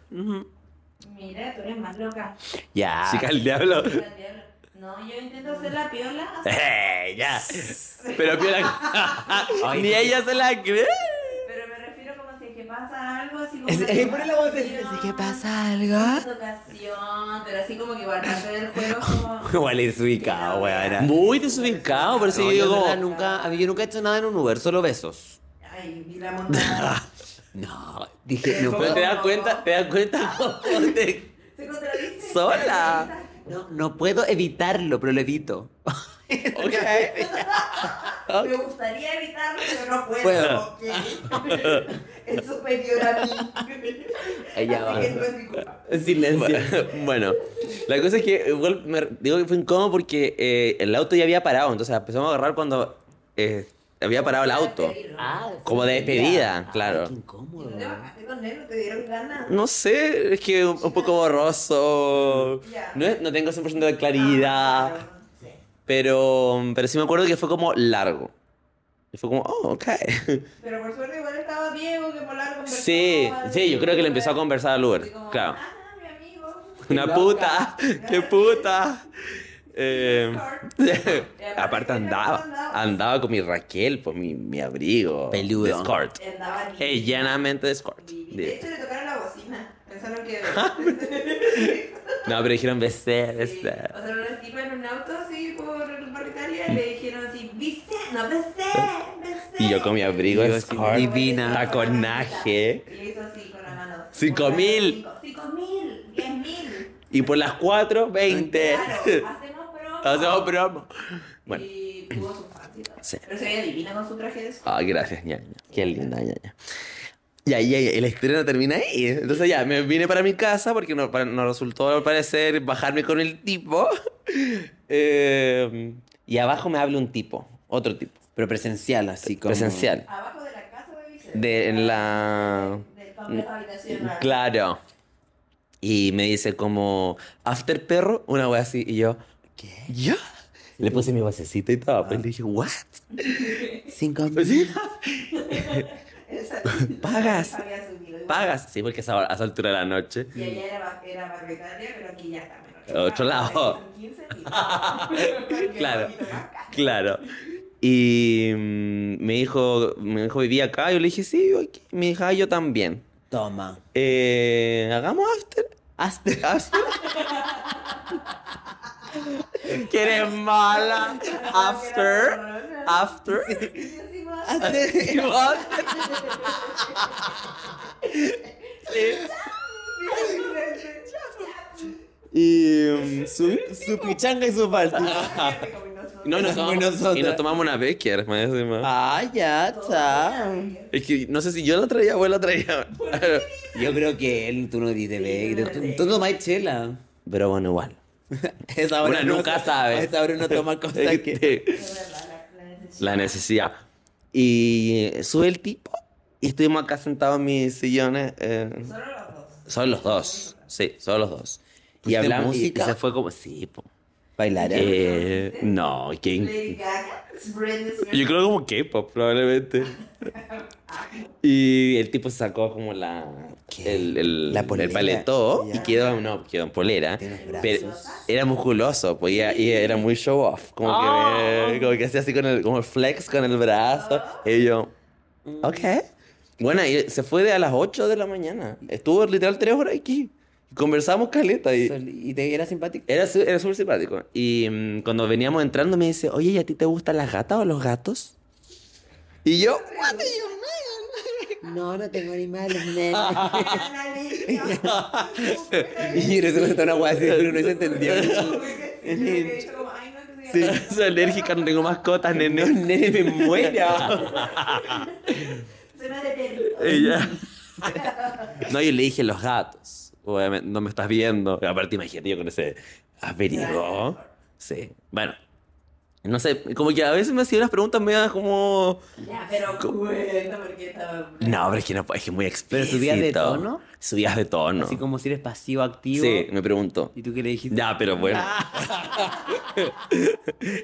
Speaker 3: Mira, tú eres más loca.
Speaker 2: Ya.
Speaker 1: Chica del diablo.
Speaker 3: No, yo intento hacer la piola.
Speaker 1: Eh, ya. Pero piola.
Speaker 2: Ay,
Speaker 1: Ni
Speaker 2: no.
Speaker 1: ella se la cree.
Speaker 3: Pero me refiero como si es que pasa algo, así como.
Speaker 2: Es-
Speaker 3: una
Speaker 2: eh, ponle la voz de-
Speaker 3: tocación,
Speaker 2: ¿sí que pasa algo?
Speaker 3: una tocación, pero así como que igual parte del juego es como.
Speaker 2: Igual es ubicado, weón.
Speaker 1: Muy desubicado, pero sí
Speaker 2: Ah, No, yo, en
Speaker 1: digo.
Speaker 2: verdad nunca, a mí yo nunca he hecho nada en un Uber, solo besos.
Speaker 3: Ay, vi la montada.
Speaker 2: No, dije, no
Speaker 1: Pero
Speaker 3: Pero
Speaker 2: puedo,
Speaker 1: te das cuenta, te das cuenta. cómo te-
Speaker 3: Se contradice.
Speaker 1: Sola.
Speaker 2: no, no puedo evitarlo, pero lo evito.
Speaker 1: Ok.
Speaker 3: Me gustaría evitarlo, pero no puedo.
Speaker 2: Puedo.
Speaker 3: porque es superior a mí.
Speaker 2: Allá
Speaker 3: Así
Speaker 2: va.
Speaker 3: que no es mi culpa.
Speaker 1: Silencio. Bueno, la cosa es que igual me- digo que fue incómodo porque eh, el auto ya había parado. Entonces empezamos a agarrar cuando eh, había parado el auto. Ah, Como de despedida, claro.
Speaker 2: Ay, qué
Speaker 3: Y no
Speaker 2: incómodo.
Speaker 3: te bajaste con él, no te dieron ganas.
Speaker 1: No sé, es que un, un poco borroso.
Speaker 3: Ya.
Speaker 1: No, es- no tengo 100% de claridad.
Speaker 3: Ah, sí.
Speaker 1: Pero, pero sí me acuerdo que fue como largo. Y fue como, oh, ok.
Speaker 3: Pero por suerte igual estaba Diego que por largo conversó,
Speaker 1: Sí,
Speaker 3: algo,
Speaker 1: sí, yo creo que le empezó a
Speaker 3: algo.
Speaker 1: conversar al
Speaker 3: Así
Speaker 1: Uber.
Speaker 3: como,
Speaker 1: Claro.
Speaker 3: Ah, mi amigo.
Speaker 1: Una
Speaker 2: loca.
Speaker 1: puta, qué puta. Eh, aparte andaba, andaba con mi Raquel, pues mi, mi abrigo.
Speaker 2: Peludo.
Speaker 1: De escort.
Speaker 3: Andaba aquí.
Speaker 1: Eh, llanamente de Ah, escort.
Speaker 3: De hecho le tocaron la bocina. Pensaron que.
Speaker 1: No, pero dijeron besé,
Speaker 3: Sí,
Speaker 1: besé.
Speaker 3: O sea, una tipa en un auto así por, por Italia le dijeron así, besé, no besé, besé.
Speaker 1: Mm. Y yo con mi abrigo
Speaker 2: Y yo así,
Speaker 1: escort.
Speaker 2: divina.
Speaker 1: Taconaje.
Speaker 3: Y le hizo así con la mano.
Speaker 1: Cinco mil.
Speaker 3: Cinco, cinco mil, diez mil.
Speaker 1: Y por las 4, 20.
Speaker 3: Claro, hacemos promo.
Speaker 1: Hacemos promo. Bueno,
Speaker 3: Y tuvo sus fans. y todo.
Speaker 1: Sí.
Speaker 3: Pero se veía divina con su traje de eso.
Speaker 1: Ay, gracias, ñaña. Qué linda, ñaña. Ya, ya, ya. Y la historia no termina ahí. Entonces ya, me vine para mi casa porque no, para- no resultó, al parecer, bajarme con el tipo. Eh, y abajo me habla un tipo, otro tipo,
Speaker 2: Pero presencial, así como.
Speaker 1: presencial.
Speaker 3: Abajo de la casa de Vicente.
Speaker 1: De, en la... Mm,
Speaker 3: Del complejo habitacional.
Speaker 1: Claro. Y me dice como, after perro, una wea así. Y yo, ¿qué? ¿Yo? Le puse mi basecita y todo. Pues le dije, ¿what?
Speaker 2: Cinco
Speaker 1: ¿Sí?
Speaker 3: Esa-
Speaker 1: Pagas.
Speaker 3: Había subido igual.
Speaker 1: ¿Pagas? Sí, porque es ahora- a esa altura de la noche.
Speaker 3: Y allá era, ba- era barricaria, pero aquí ya está menos.
Speaker 1: Otro lado.
Speaker 3: Son 15 minutos.
Speaker 1: Claro.
Speaker 3: Porque no, acá.
Speaker 1: Claro. Y mm, me dijo, me dijo, vivía acá. Yo le dije, sí, yo aquí. Me dijo, "Ah, yo también.
Speaker 2: Toma.
Speaker 1: Eh, hagamos after. After. after. que eres mala. After. After.
Speaker 3: Y yo así, bueno,
Speaker 1: Sí, vos. Sí. Y mm, su,
Speaker 2: um, Su pichanga y su falta.
Speaker 1: no, y nos
Speaker 2: Somos
Speaker 1: tomamos,
Speaker 2: nosotras.
Speaker 1: y nos tomamos una Becker, más encima.
Speaker 2: Ah, ya está.
Speaker 1: Es que no sé si yo la traía o él la traía.
Speaker 2: Yo creo que él, tú no dices,
Speaker 3: Sí, yo no
Speaker 2: ve.
Speaker 3: sé.
Speaker 2: Tú tomas chela.
Speaker 1: Pero bueno, igual.
Speaker 2: Esa
Speaker 1: Una nunca sabe.
Speaker 2: A esa hora uno toma cosas que.
Speaker 1: Este, La necesidad. Y eh, sube el tipo y estuvimos acá sentados en mis sillones. eh,
Speaker 3: Solo los dos.
Speaker 1: son los dos. Sí, son los dos. Y
Speaker 2: ¿Pusiste
Speaker 1: hablamos y, y
Speaker 2: música?
Speaker 1: se fue como... Sí, po.
Speaker 2: Bailar. ¿eh?
Speaker 1: Eh, no, que...
Speaker 3: Lady Gaga, Britney Spears.
Speaker 1: Yo creo como K-pop, probablemente. Y el tipo sacó como la...
Speaker 2: ¿Qué?
Speaker 1: El, el,
Speaker 2: La
Speaker 1: el
Speaker 2: polera,
Speaker 1: paletó
Speaker 2: ya.
Speaker 1: y quedó, no, quedó en polera.
Speaker 2: Tiene los brazos.
Speaker 1: Pero era musculoso, pues, y, y era muy show off. Como que, como que hacía así con el, como el flex con el brazo. Y yo, ok. Bueno, y se fue de a las 8 de la mañana. Estuvo literal 3 horas aquí. Conversamos caleta y
Speaker 2: Sol- ¿Y te era simpático?
Speaker 1: era, su- era súper simpático. Y mm, cuando veníamos entrando me dice, oye, ¿y a ti te gustan las gatas o los gatos? Y yo, what the-
Speaker 2: No, no tengo ni malos, nena.
Speaker 3: Y
Speaker 2: Y resulta una hueá así, pero no se entendió.
Speaker 1: sí, soy alérgica, no tengo mascotas, nene. nene me muera.
Speaker 3: Suena de perrito.
Speaker 1: Ella. No, yo le dije los gatos. Obviamente, no me estás viendo. Aparte, imagínate yo con ese averiguó. Sí. Bueno. No sé, como que a veces me hacía unas preguntas medio como...
Speaker 3: Ya, pero cuenta porque estaba.
Speaker 1: No, pero es que no, es que es muy explícito.
Speaker 2: subías de tono?
Speaker 1: Subías de tono.
Speaker 2: Así como si eres pasivo, activo.
Speaker 1: Sí, me pregunto.
Speaker 2: ¿Y tú qué le dijiste?
Speaker 1: Ya, pero bueno.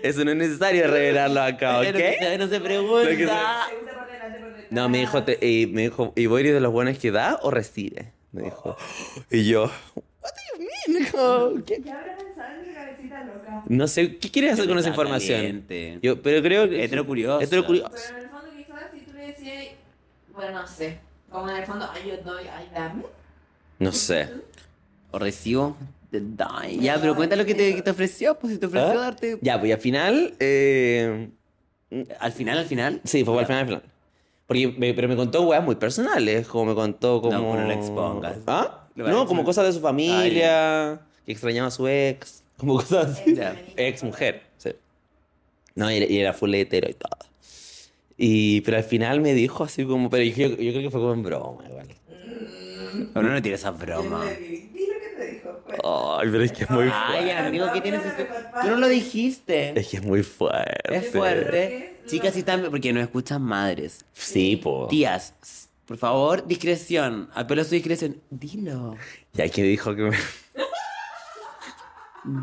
Speaker 1: Eso no es necesario revelarlo acá,
Speaker 2: Pero que
Speaker 1: ¿ok?
Speaker 2: se- No se
Speaker 1: Lo que
Speaker 2: pregunta.
Speaker 1: se-
Speaker 3: Segunda por delante, por detrás.
Speaker 1: No, me dijo, te- y me dijo, ¿y voy a ir de los buenos que da o recibe? Me dijo. Y yo, "Oh, what do you mean? Como, ¿qué?
Speaker 3: ¿Qué habrá pensado en mi cabecita loca?
Speaker 1: No sé, ¿qué quieres hacer con esa
Speaker 2: Está Eh,
Speaker 1: información?
Speaker 2: caliente.
Speaker 1: Yo, pero creo que...
Speaker 2: Hetero curioso.
Speaker 1: Hetero curioso.
Speaker 3: Pero en el fondo, quizás si tú le decías. Bueno, no sé. Como en el fondo, ay, yo doy, ay, dame. Mm.
Speaker 1: No sé.
Speaker 2: O recibo. de- Ay, Ah, Ya, pero cuenta lo que te, que te ofreció, pues si te ofreció
Speaker 1: ¿Ah?
Speaker 2: darte.
Speaker 1: Ya, pues y al final... eh,
Speaker 2: Al final, al final.
Speaker 1: Sí, fue al final, al final. Porque me- pero me contó weas muy personales, como me contó como...
Speaker 2: pues no lo expongas.
Speaker 1: ¿Ah?
Speaker 2: Lo
Speaker 1: no,
Speaker 2: vas a
Speaker 1: como
Speaker 2: exponer.
Speaker 1: cosas de su familia, que extrañaba a su ex, como cosas así.
Speaker 2: Ya.
Speaker 1: Ex mujer, sí. No, y era, y era full hetero y todo. Y, pero al final me dijo así como, pero yo, yo creo que fue como en broma igual.
Speaker 2: Uno no tiene esa broma.
Speaker 3: Di lo que te dijo. pues.
Speaker 1: Ay, pero es que es muy
Speaker 2: Ay,
Speaker 1: fuerte.
Speaker 2: amigo, ¿qué tienes? en tu- Tú no lo dijiste.
Speaker 1: Es que es muy fuerte.
Speaker 2: Es fuerte. Chicas, si están. Porque no escuchan madres.
Speaker 1: Sí, po.
Speaker 2: Tías, s- por favor, discreción. Ah, Apelo a su discreción. Dilo.
Speaker 1: Y aquí dijo que me...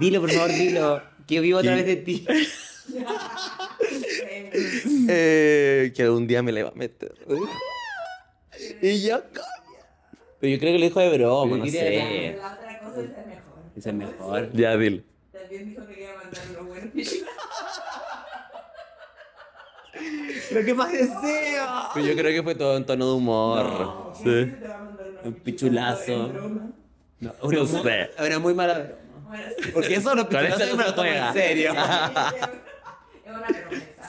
Speaker 2: Dilo, por favor, dilo. Que vivo otra
Speaker 1: Y-
Speaker 2: vez de ti.
Speaker 1: Eh, que algún día me le va a meter. y yo, ¿cómo? Pero yo creo que le dijo de broma,
Speaker 2: Pero
Speaker 1: no
Speaker 2: yo
Speaker 1: sé.
Speaker 2: quería-
Speaker 3: La otra cosa es el mejor.
Speaker 2: Esa es mejor.
Speaker 1: Ya, dile.
Speaker 3: También dijo que iba a mandar unos buenos pichitos.
Speaker 2: Lo que más deseo.
Speaker 1: Pero yo creo que fue todo en tono de humor. Sí.
Speaker 3: Te va a mandar unos
Speaker 2: Un
Speaker 3: pichitos
Speaker 2: pichulazo.
Speaker 3: en broma.
Speaker 2: No, una,
Speaker 1: No
Speaker 2: mu-
Speaker 1: sé.
Speaker 2: una muy mala broma.
Speaker 3: Bueno, sí.
Speaker 2: Porque eso no
Speaker 1: Con eso
Speaker 2: yo me
Speaker 1: no
Speaker 2: lo tomo
Speaker 1: juega.
Speaker 2: en serio.
Speaker 3: Es una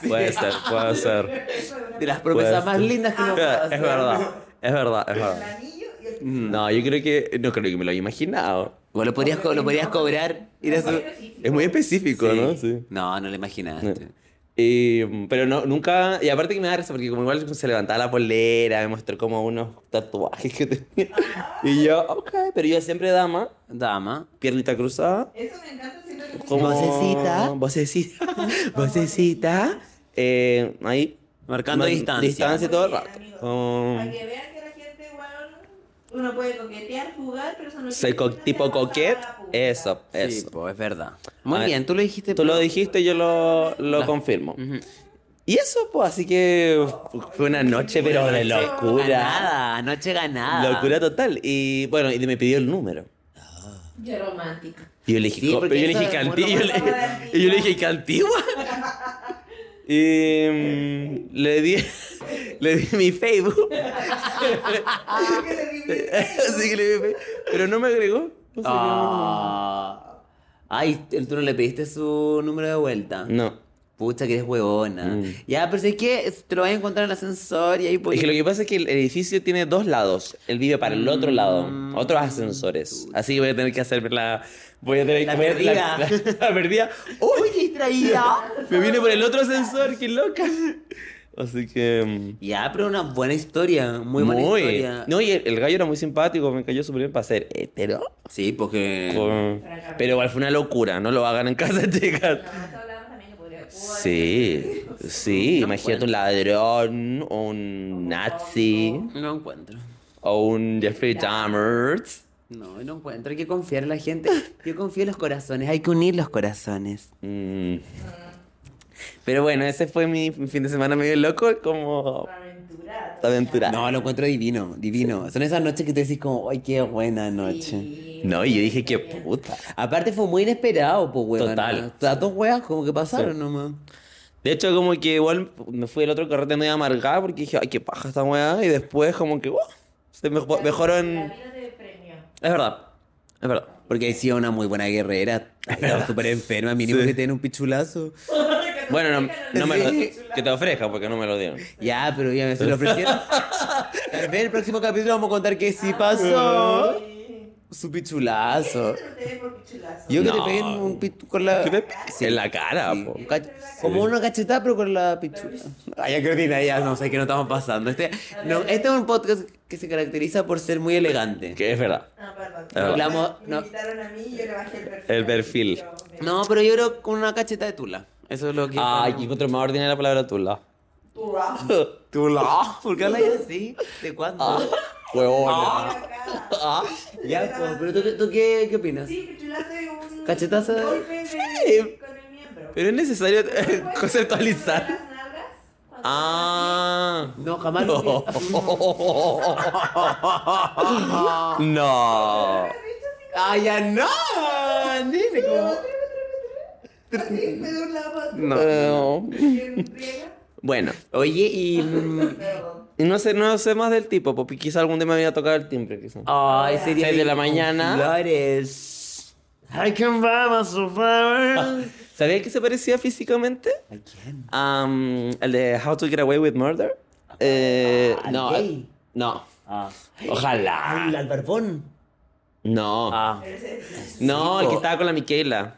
Speaker 3: promesa.
Speaker 1: Puede ser, puede ser.
Speaker 3: Eso es una
Speaker 2: De las
Speaker 3: promesa.
Speaker 2: promesas
Speaker 1: Pues-
Speaker 2: más lindas que uno puede
Speaker 1: Es
Speaker 2: hacer.
Speaker 1: verdad, es verdad, es
Speaker 3: El
Speaker 1: verdad.
Speaker 3: anillo y el
Speaker 1: Mm, No, yo creo que. No creo que me lo haya imaginado.
Speaker 2: Igual lo podrías, co- lo podrías cobrar. Ir a su-
Speaker 1: Es muy específico, ¿no? Sí.
Speaker 2: No, no lo imaginaste.
Speaker 1: Y, pero no, nunca. Y aparte que me da risa, porque como igual se levantaba la polera, me mostró como unos tatuajes que tenía. Y yo, ok, pero yo siempre dama,
Speaker 2: Dama.
Speaker 1: piernita cruzada.
Speaker 3: Eso me encanta, siento que
Speaker 1: como-
Speaker 2: Vocecita.
Speaker 1: Vocecita. Vocecita. eh, ahí.
Speaker 2: Marcando
Speaker 1: ma-
Speaker 2: distancia.
Speaker 1: Distancia todo el rato.
Speaker 3: Amigos,
Speaker 1: Como-
Speaker 3: Para que vean que la gente, weón, uno puede coquetear, jugar, pero eso no
Speaker 1: soy co-
Speaker 3: significa
Speaker 1: tipo
Speaker 3: ser pasada
Speaker 1: coquet.
Speaker 3: la puta.
Speaker 1: Eso,
Speaker 2: Sí,
Speaker 1: eso.
Speaker 2: pues es verdad. Muy
Speaker 1: A ver,
Speaker 2: bien, tú lo dijiste.
Speaker 1: Tú lo
Speaker 2: pero-
Speaker 1: dijiste, yo lo, lo
Speaker 2: La-
Speaker 1: confirmo.
Speaker 2: Ujú.
Speaker 1: Y eso, pues, así que fue una noche, pero de locura.
Speaker 2: Ganada, noche ganada.
Speaker 1: Locura total. Y bueno, y me pidió el número.
Speaker 3: Yo romántica.
Speaker 1: Y yo le dije,
Speaker 2: Sí,
Speaker 1: "Co-
Speaker 2: porque
Speaker 1: pero yo le
Speaker 2: eso
Speaker 1: dije
Speaker 2: es muy
Speaker 1: cantigua. Y yo le- y yo le dije cantigua. Y mm, le di le di mi Facebook.
Speaker 3: Ah,
Speaker 1: Así que le di mi Facebook. Pero no me agregó. No sé,
Speaker 2: Ah. Ay, tú no le pediste su número de vuelta.
Speaker 1: no. No.
Speaker 2: Pucha, que eres huevona.
Speaker 1: Mm.
Speaker 2: Ya, pero es que te lo vas a encontrar en el ascensor y ahí
Speaker 1: Es
Speaker 2: puedes.
Speaker 1: que lo que pasa es que el edificio tiene dos lados. Él vive para el otro lado. Otros ascensores. Así que voy a tener que hacer la. Voy a tener
Speaker 2: La
Speaker 1: que ver
Speaker 2: perdida.
Speaker 1: La, la perdida.
Speaker 2: ¡Uy, qué distraída!
Speaker 1: Me viene por el otro ascensor, qué loca. Así que. mm,
Speaker 2: ya, pero una buena historia. Muy buena historia.
Speaker 1: No, y el, el gallo era muy simpático, me cayó súper bien para ser hetero.
Speaker 2: Sí, porque.
Speaker 1: Con- Pero igual fue una locura, no lo hagan en casa, chicas.
Speaker 3: No, eso hablábamos también que podría jugar.
Speaker 1: Sí, sí,
Speaker 2: No
Speaker 1: imagínate
Speaker 2: puedo.
Speaker 1: un ladrón, o un nazi,
Speaker 2: No encuentro.
Speaker 1: o un Jeffrey Dahmer.
Speaker 2: No, no encuentro. Hay que confiar en la gente. Yo confío en los corazones. Hay que unir los corazones.
Speaker 1: Mm. Pero bueno, ese fue mi fin de semana medio loco, como
Speaker 3: Aventurado.
Speaker 1: aventura.
Speaker 2: No, lo encuentro divino, divino. Son esas noches que te decís como, ay, qué buena noche.
Speaker 3: Sí.
Speaker 1: No, y yo dije, qué puta.
Speaker 2: Aparte fue muy inesperado, pues, weón.
Speaker 1: Total.
Speaker 2: Las dos weas como que pasaron nomás.
Speaker 1: De hecho, como que igual me fui del otro carrete medio amargada porque dije, ay, qué paja esta weá. Y después, como que, wow, se mejo- mejoró
Speaker 3: La
Speaker 1: en.
Speaker 3: vida te premió.
Speaker 1: Es verdad, es verdad.
Speaker 2: Porque ahí sí una muy buena guerrera. Estaba súper enferma, mínimo
Speaker 1: Sí.
Speaker 2: que tiene un pichulazo.
Speaker 1: Bueno, no, no me lo.
Speaker 2: Sí.
Speaker 1: Que te ofrezca porque no me lo dieron.
Speaker 2: Ya, pero ya me se lo ofrecieron. Tal vez en el próximo capítulo vamos a contar que sí pasó
Speaker 3: Sí.
Speaker 2: su pichulazo.
Speaker 3: Pero te ve por pichulazo.
Speaker 2: Yo que te
Speaker 1: No.
Speaker 2: peguen un pit con la.
Speaker 1: Que te pe- en la cara, po.
Speaker 2: un cach- Como una cachetada, pero con la pichula. Ay, ya, qué ordinaria, ya no sé qué nos estamos pasando. Este, no, este es un podcast que se caracteriza por ser muy elegante.
Speaker 1: Que es verdad.
Speaker 3: Ah, perdón.
Speaker 1: Ah.
Speaker 2: Hablamos-
Speaker 3: Me
Speaker 2: no.
Speaker 3: invitaron a mí y yo le bajé el perfil.
Speaker 1: El perfil.
Speaker 3: Yo, me-
Speaker 2: No, pero yo creo con una cacheta de tula. Eso es lo que.
Speaker 1: Ay, encontré más ordinaria la palabra tula.
Speaker 3: Tú, ah.
Speaker 2: ¿Tula? ¿Por qué hablas así? ¿De cuándo?
Speaker 1: Ah. Huevón.
Speaker 3: Acá.
Speaker 2: Ah. Ya, po, pero tú, tú qué, qué opinas?
Speaker 3: Sí, pichulazo es un
Speaker 2: Cachetazo de-
Speaker 3: golpe de-
Speaker 1: Sí.
Speaker 3: con el miembro.
Speaker 1: Pero es necesario eh,
Speaker 3: ¿No puedes
Speaker 1: conceptualizar.
Speaker 3: poner las nalgas cuando-
Speaker 1: Ah.
Speaker 2: No, jamás lo
Speaker 1: No. No.
Speaker 2: ¡Ay, Ah, ya no! Dime cómo.
Speaker 3: Así, me de un lado para otro.
Speaker 1: No.
Speaker 3: En riega.
Speaker 1: Bueno.
Speaker 2: Oye, y. mm,
Speaker 3: Perdón.
Speaker 1: Y no sé, no sé más del tipo, porque quizá algún día me vaya a tocar el timbre, quizá.
Speaker 2: Ay,
Speaker 3: Hola.
Speaker 2: sería.
Speaker 1: Ah, Seis de la mañana.
Speaker 2: Flores. I can buy my survivor.
Speaker 1: ¿Sabías que se parecía físicamente?
Speaker 2: ¿A quién?
Speaker 1: Am, el de How to Get Away with Murder. Eh,
Speaker 2: Ah,
Speaker 1: no,
Speaker 2: gay.
Speaker 1: no,
Speaker 2: Ah.
Speaker 1: ojalá.
Speaker 2: Ay, al barbón.
Speaker 1: No,
Speaker 2: Ah.
Speaker 3: Pero ese es-
Speaker 1: no, el
Speaker 2: Sí, po.
Speaker 1: que estaba con la Michaela.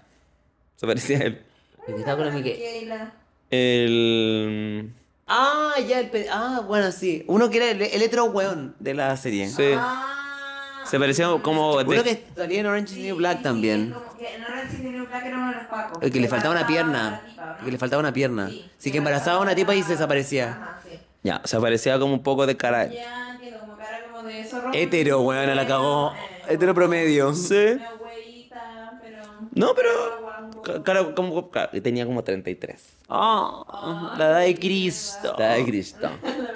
Speaker 1: Se parecía a él.
Speaker 2: El que estaba con la Mique.
Speaker 3: Keila.
Speaker 1: El.
Speaker 2: Ah, ya, el. pe- Ah, bueno, sí. Uno que era el, el hetero weón de la serie.
Speaker 1: Sí.
Speaker 3: Ah.
Speaker 1: Se parecía como.
Speaker 2: Uno
Speaker 1: de-
Speaker 2: que salía en Orange is the New
Speaker 3: Sí,
Speaker 2: Black
Speaker 3: sí,
Speaker 2: también.
Speaker 3: como que en Orange is the New Black era uno de los pacos.
Speaker 2: El que le faltaba una pierna.
Speaker 3: la tipa,
Speaker 2: El
Speaker 3: ¿no?
Speaker 2: que le faltaba una pierna.
Speaker 3: Sí,
Speaker 2: Sí, que embarazaba a una tipa y se desaparecía.
Speaker 3: Ajá, sí.
Speaker 1: Ya, se parecía como un poco de cara.
Speaker 3: Ya, entiendo, como cara como de zorro.
Speaker 2: Hetero, weón, la cagó.
Speaker 3: Eh,
Speaker 2: Hetero promedio.
Speaker 1: Sí.
Speaker 3: Una güeyita, pero.
Speaker 1: No, pero. ca- Cara, como. ca- y tenía como 33.
Speaker 2: Ah, la edad de Cristo.
Speaker 1: Está de Cristo.
Speaker 3: La mejor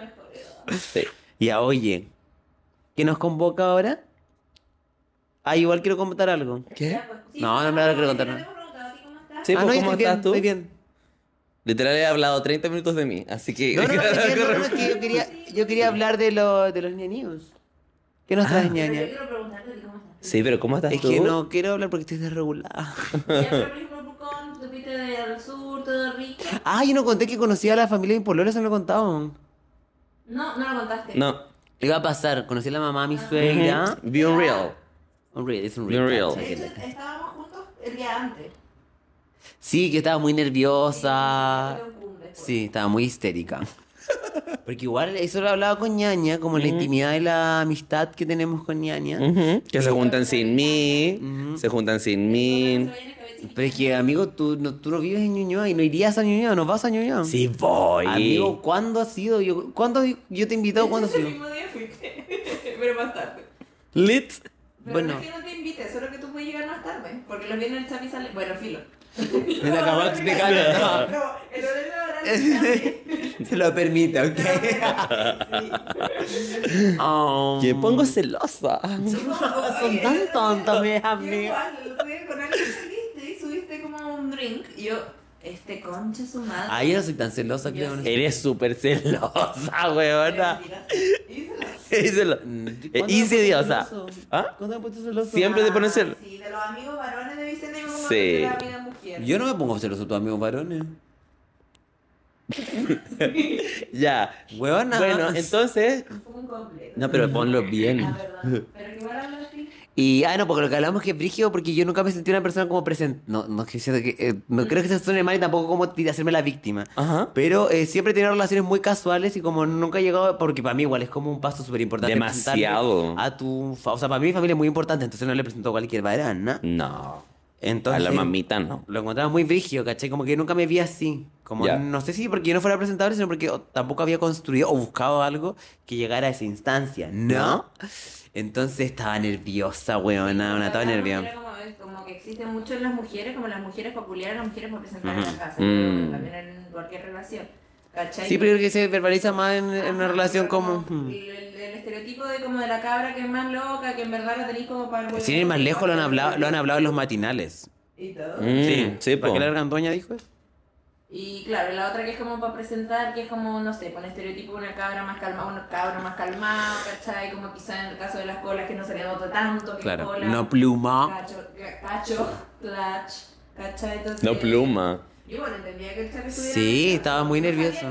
Speaker 3: edad.
Speaker 1: Sí.
Speaker 2: Ya, oye. ¿Qué nos convoca ahora? Ah, igual quiero contar algo.
Speaker 1: ¿Qué?
Speaker 3: Ya, pues, sí,
Speaker 2: No, no me la quiero
Speaker 3: porque
Speaker 2: contar,
Speaker 3: te hemos preguntado a ti cómo estás.
Speaker 1: Sí,
Speaker 2: ah,
Speaker 1: pues,
Speaker 2: no, ya
Speaker 1: ¿cómo
Speaker 2: estoy bien,
Speaker 1: estás tú?
Speaker 2: estoy bien.
Speaker 1: Literal he hablado 30 minutos de mí, así que.
Speaker 2: No, no, no, estoy bien, no, no, es que yo quería, yo quería habña de, lo- de los ñañidos. ¿Qué nos traes,
Speaker 3: Pero
Speaker 2: ñaña?
Speaker 3: yo quiero preguntarte a ti cómo estás.
Speaker 1: Sí, pero ¿cómo estás
Speaker 2: Es
Speaker 1: Ah. tú?
Speaker 2: que no quiero hablar porque estoy desregulada.
Speaker 3: Ya, pero, por ejemplo, con- te fuiste del sur, todo rico.
Speaker 2: Ah, yo no conté que conocía a la familia de mi pololo, eso no lo contaban.
Speaker 3: No, no lo contaste.
Speaker 1: No.
Speaker 2: ¿Qué iba a pasar? Conocí a la mamá, a
Speaker 1: Ah.
Speaker 2: mi suegra.
Speaker 1: Be unreal.
Speaker 2: Un real, es un
Speaker 1: Bien real.
Speaker 2: real.
Speaker 3: De hecho,
Speaker 2: tranquila.
Speaker 3: estábamos juntos el día antes.
Speaker 2: Sí, que estaba muy nerviosa.
Speaker 3: Fue un cumple. después.
Speaker 2: Sí, estaba muy histérica. Porque igual eso lo hablaba con ñaña, como la intimidad y la amistad que tenemos con ñaña.
Speaker 1: Ujú, Que se juntan sin mí, se juntan sin mí.
Speaker 2: Pero es que, amigo, tú no, tú no vives en Ñuñoa y no irías a Ñuñoa, no vas a Ñuñoa.
Speaker 1: Sí, voy.
Speaker 2: Amigo, ¿cuándo has sido? Yo, ¿Cuándo yo te he invitado? ¿Cuándo has
Speaker 3: El
Speaker 2: sido?
Speaker 3: mismo día fuiste, pero más tarde.
Speaker 1: Lit.
Speaker 3: Pero
Speaker 2: Bueno.
Speaker 3: no es que no te invite, solo que tú puedes llegar más tarde. Porque los viernes el Chavi sale. Bueno, filo.
Speaker 2: Me la acabo de explicar, no.
Speaker 3: No, el horario laboral del Chavi.
Speaker 2: Se lo permite, ¿ok? Oh.
Speaker 1: Que pongo celosa.
Speaker 2: Son tan tontos, mis amigos.
Speaker 3: Con alguien saliste y subiste como un drink. Y yo, este concha su madre.
Speaker 2: Ay, Ah, yo no soy tan celosa, creo. no sé.
Speaker 1: Eres súper celosa,
Speaker 3: Me
Speaker 1: weona.
Speaker 3: tiraste. Y se lo-
Speaker 1: Eres celo-
Speaker 2: Mm, ¿Cuándo
Speaker 1: Eh,
Speaker 2: me
Speaker 1: Y
Speaker 2: he puesto
Speaker 1: celosa.
Speaker 2: celoso?
Speaker 1: ¿Ah?
Speaker 2: ¿Cuándo me he puesto celoso?
Speaker 1: Siempre te pones cel-
Speaker 3: Ah, Sí, de los amigos varones de Vicente, yo me
Speaker 1: Sí.
Speaker 3: pongo de la amiga mujer.
Speaker 2: Yo no me pongo celoso a tus amigos varones.
Speaker 1: Ya.
Speaker 2: Huevona.
Speaker 1: Bueno, entonces.
Speaker 3: Como un completo.
Speaker 1: No, pero ponlo
Speaker 3: La
Speaker 1: bien.
Speaker 3: verdad. Pero que igual hablo así.
Speaker 2: Y, ah, no, porque lo que hablamos que es brígido, porque yo nunca me sentí una persona como presente. No, no, es que sea que- eh, no creo que se suene mal y tampoco como t- hacerme la víctima.
Speaker 1: Ajá.
Speaker 2: Pero eh, siempre he tenido relaciones muy casuales y como nunca he llegado, porque para mí igual es como un paso súper importante. presentarle
Speaker 1: Demasiado.
Speaker 2: A tu, fa- o sea, para mí mi familia es muy importante, entonces no le presento a cualquier varana.
Speaker 1: No. A
Speaker 2: Entonces,
Speaker 1: la mamita no.
Speaker 2: lo encontraba muy brígido, ¿cachai? Como que nunca me vi así. Como,
Speaker 1: Ya.
Speaker 2: no sé si porque yo no fuera presentable, sino porque o- tampoco había construido o buscado algo que llegara a esa instancia, ¿no? Entonces estaba nerviosa, weona, una, estaba
Speaker 3: Pero la
Speaker 2: nerviosa.
Speaker 3: mujer Como, es como que existe mucho en las mujeres, como las mujeres populares, las mujeres por presentar en la casa,
Speaker 1: Mm.
Speaker 3: también en cualquier relación. ¿Cachai?
Speaker 2: Sí, pero creo que se verbaliza más en, en una
Speaker 3: Ajá,
Speaker 2: relación
Speaker 3: pero
Speaker 2: como... mm.
Speaker 3: El, el- el estereotipo de como de la cabra que es más loca, que en verdad la tenéis como para.
Speaker 2: Sin ir más lejos, lo han hablado, lo han hablado en los matinales.
Speaker 3: Y todo.
Speaker 1: Mm, sí,
Speaker 2: ¿Para
Speaker 1: po.
Speaker 2: qué la argandoña dijo eso?
Speaker 3: Y claro, la otra que es como para presentar, que es como, no sé, con estereotipo de una cabra más calmada, un cabro más calmado, ¿cachai? Como quizá en el caso de las colas que no se le nota tanto, que
Speaker 2: Claro,
Speaker 3: cola,
Speaker 2: no pluma.
Speaker 3: cacho, cacho, clutch, ¿cachai? Entonces,
Speaker 1: No pluma.
Speaker 3: Yo bueno, entendía que el Chavi estuviera...
Speaker 2: Sí, estaba muy nervioso.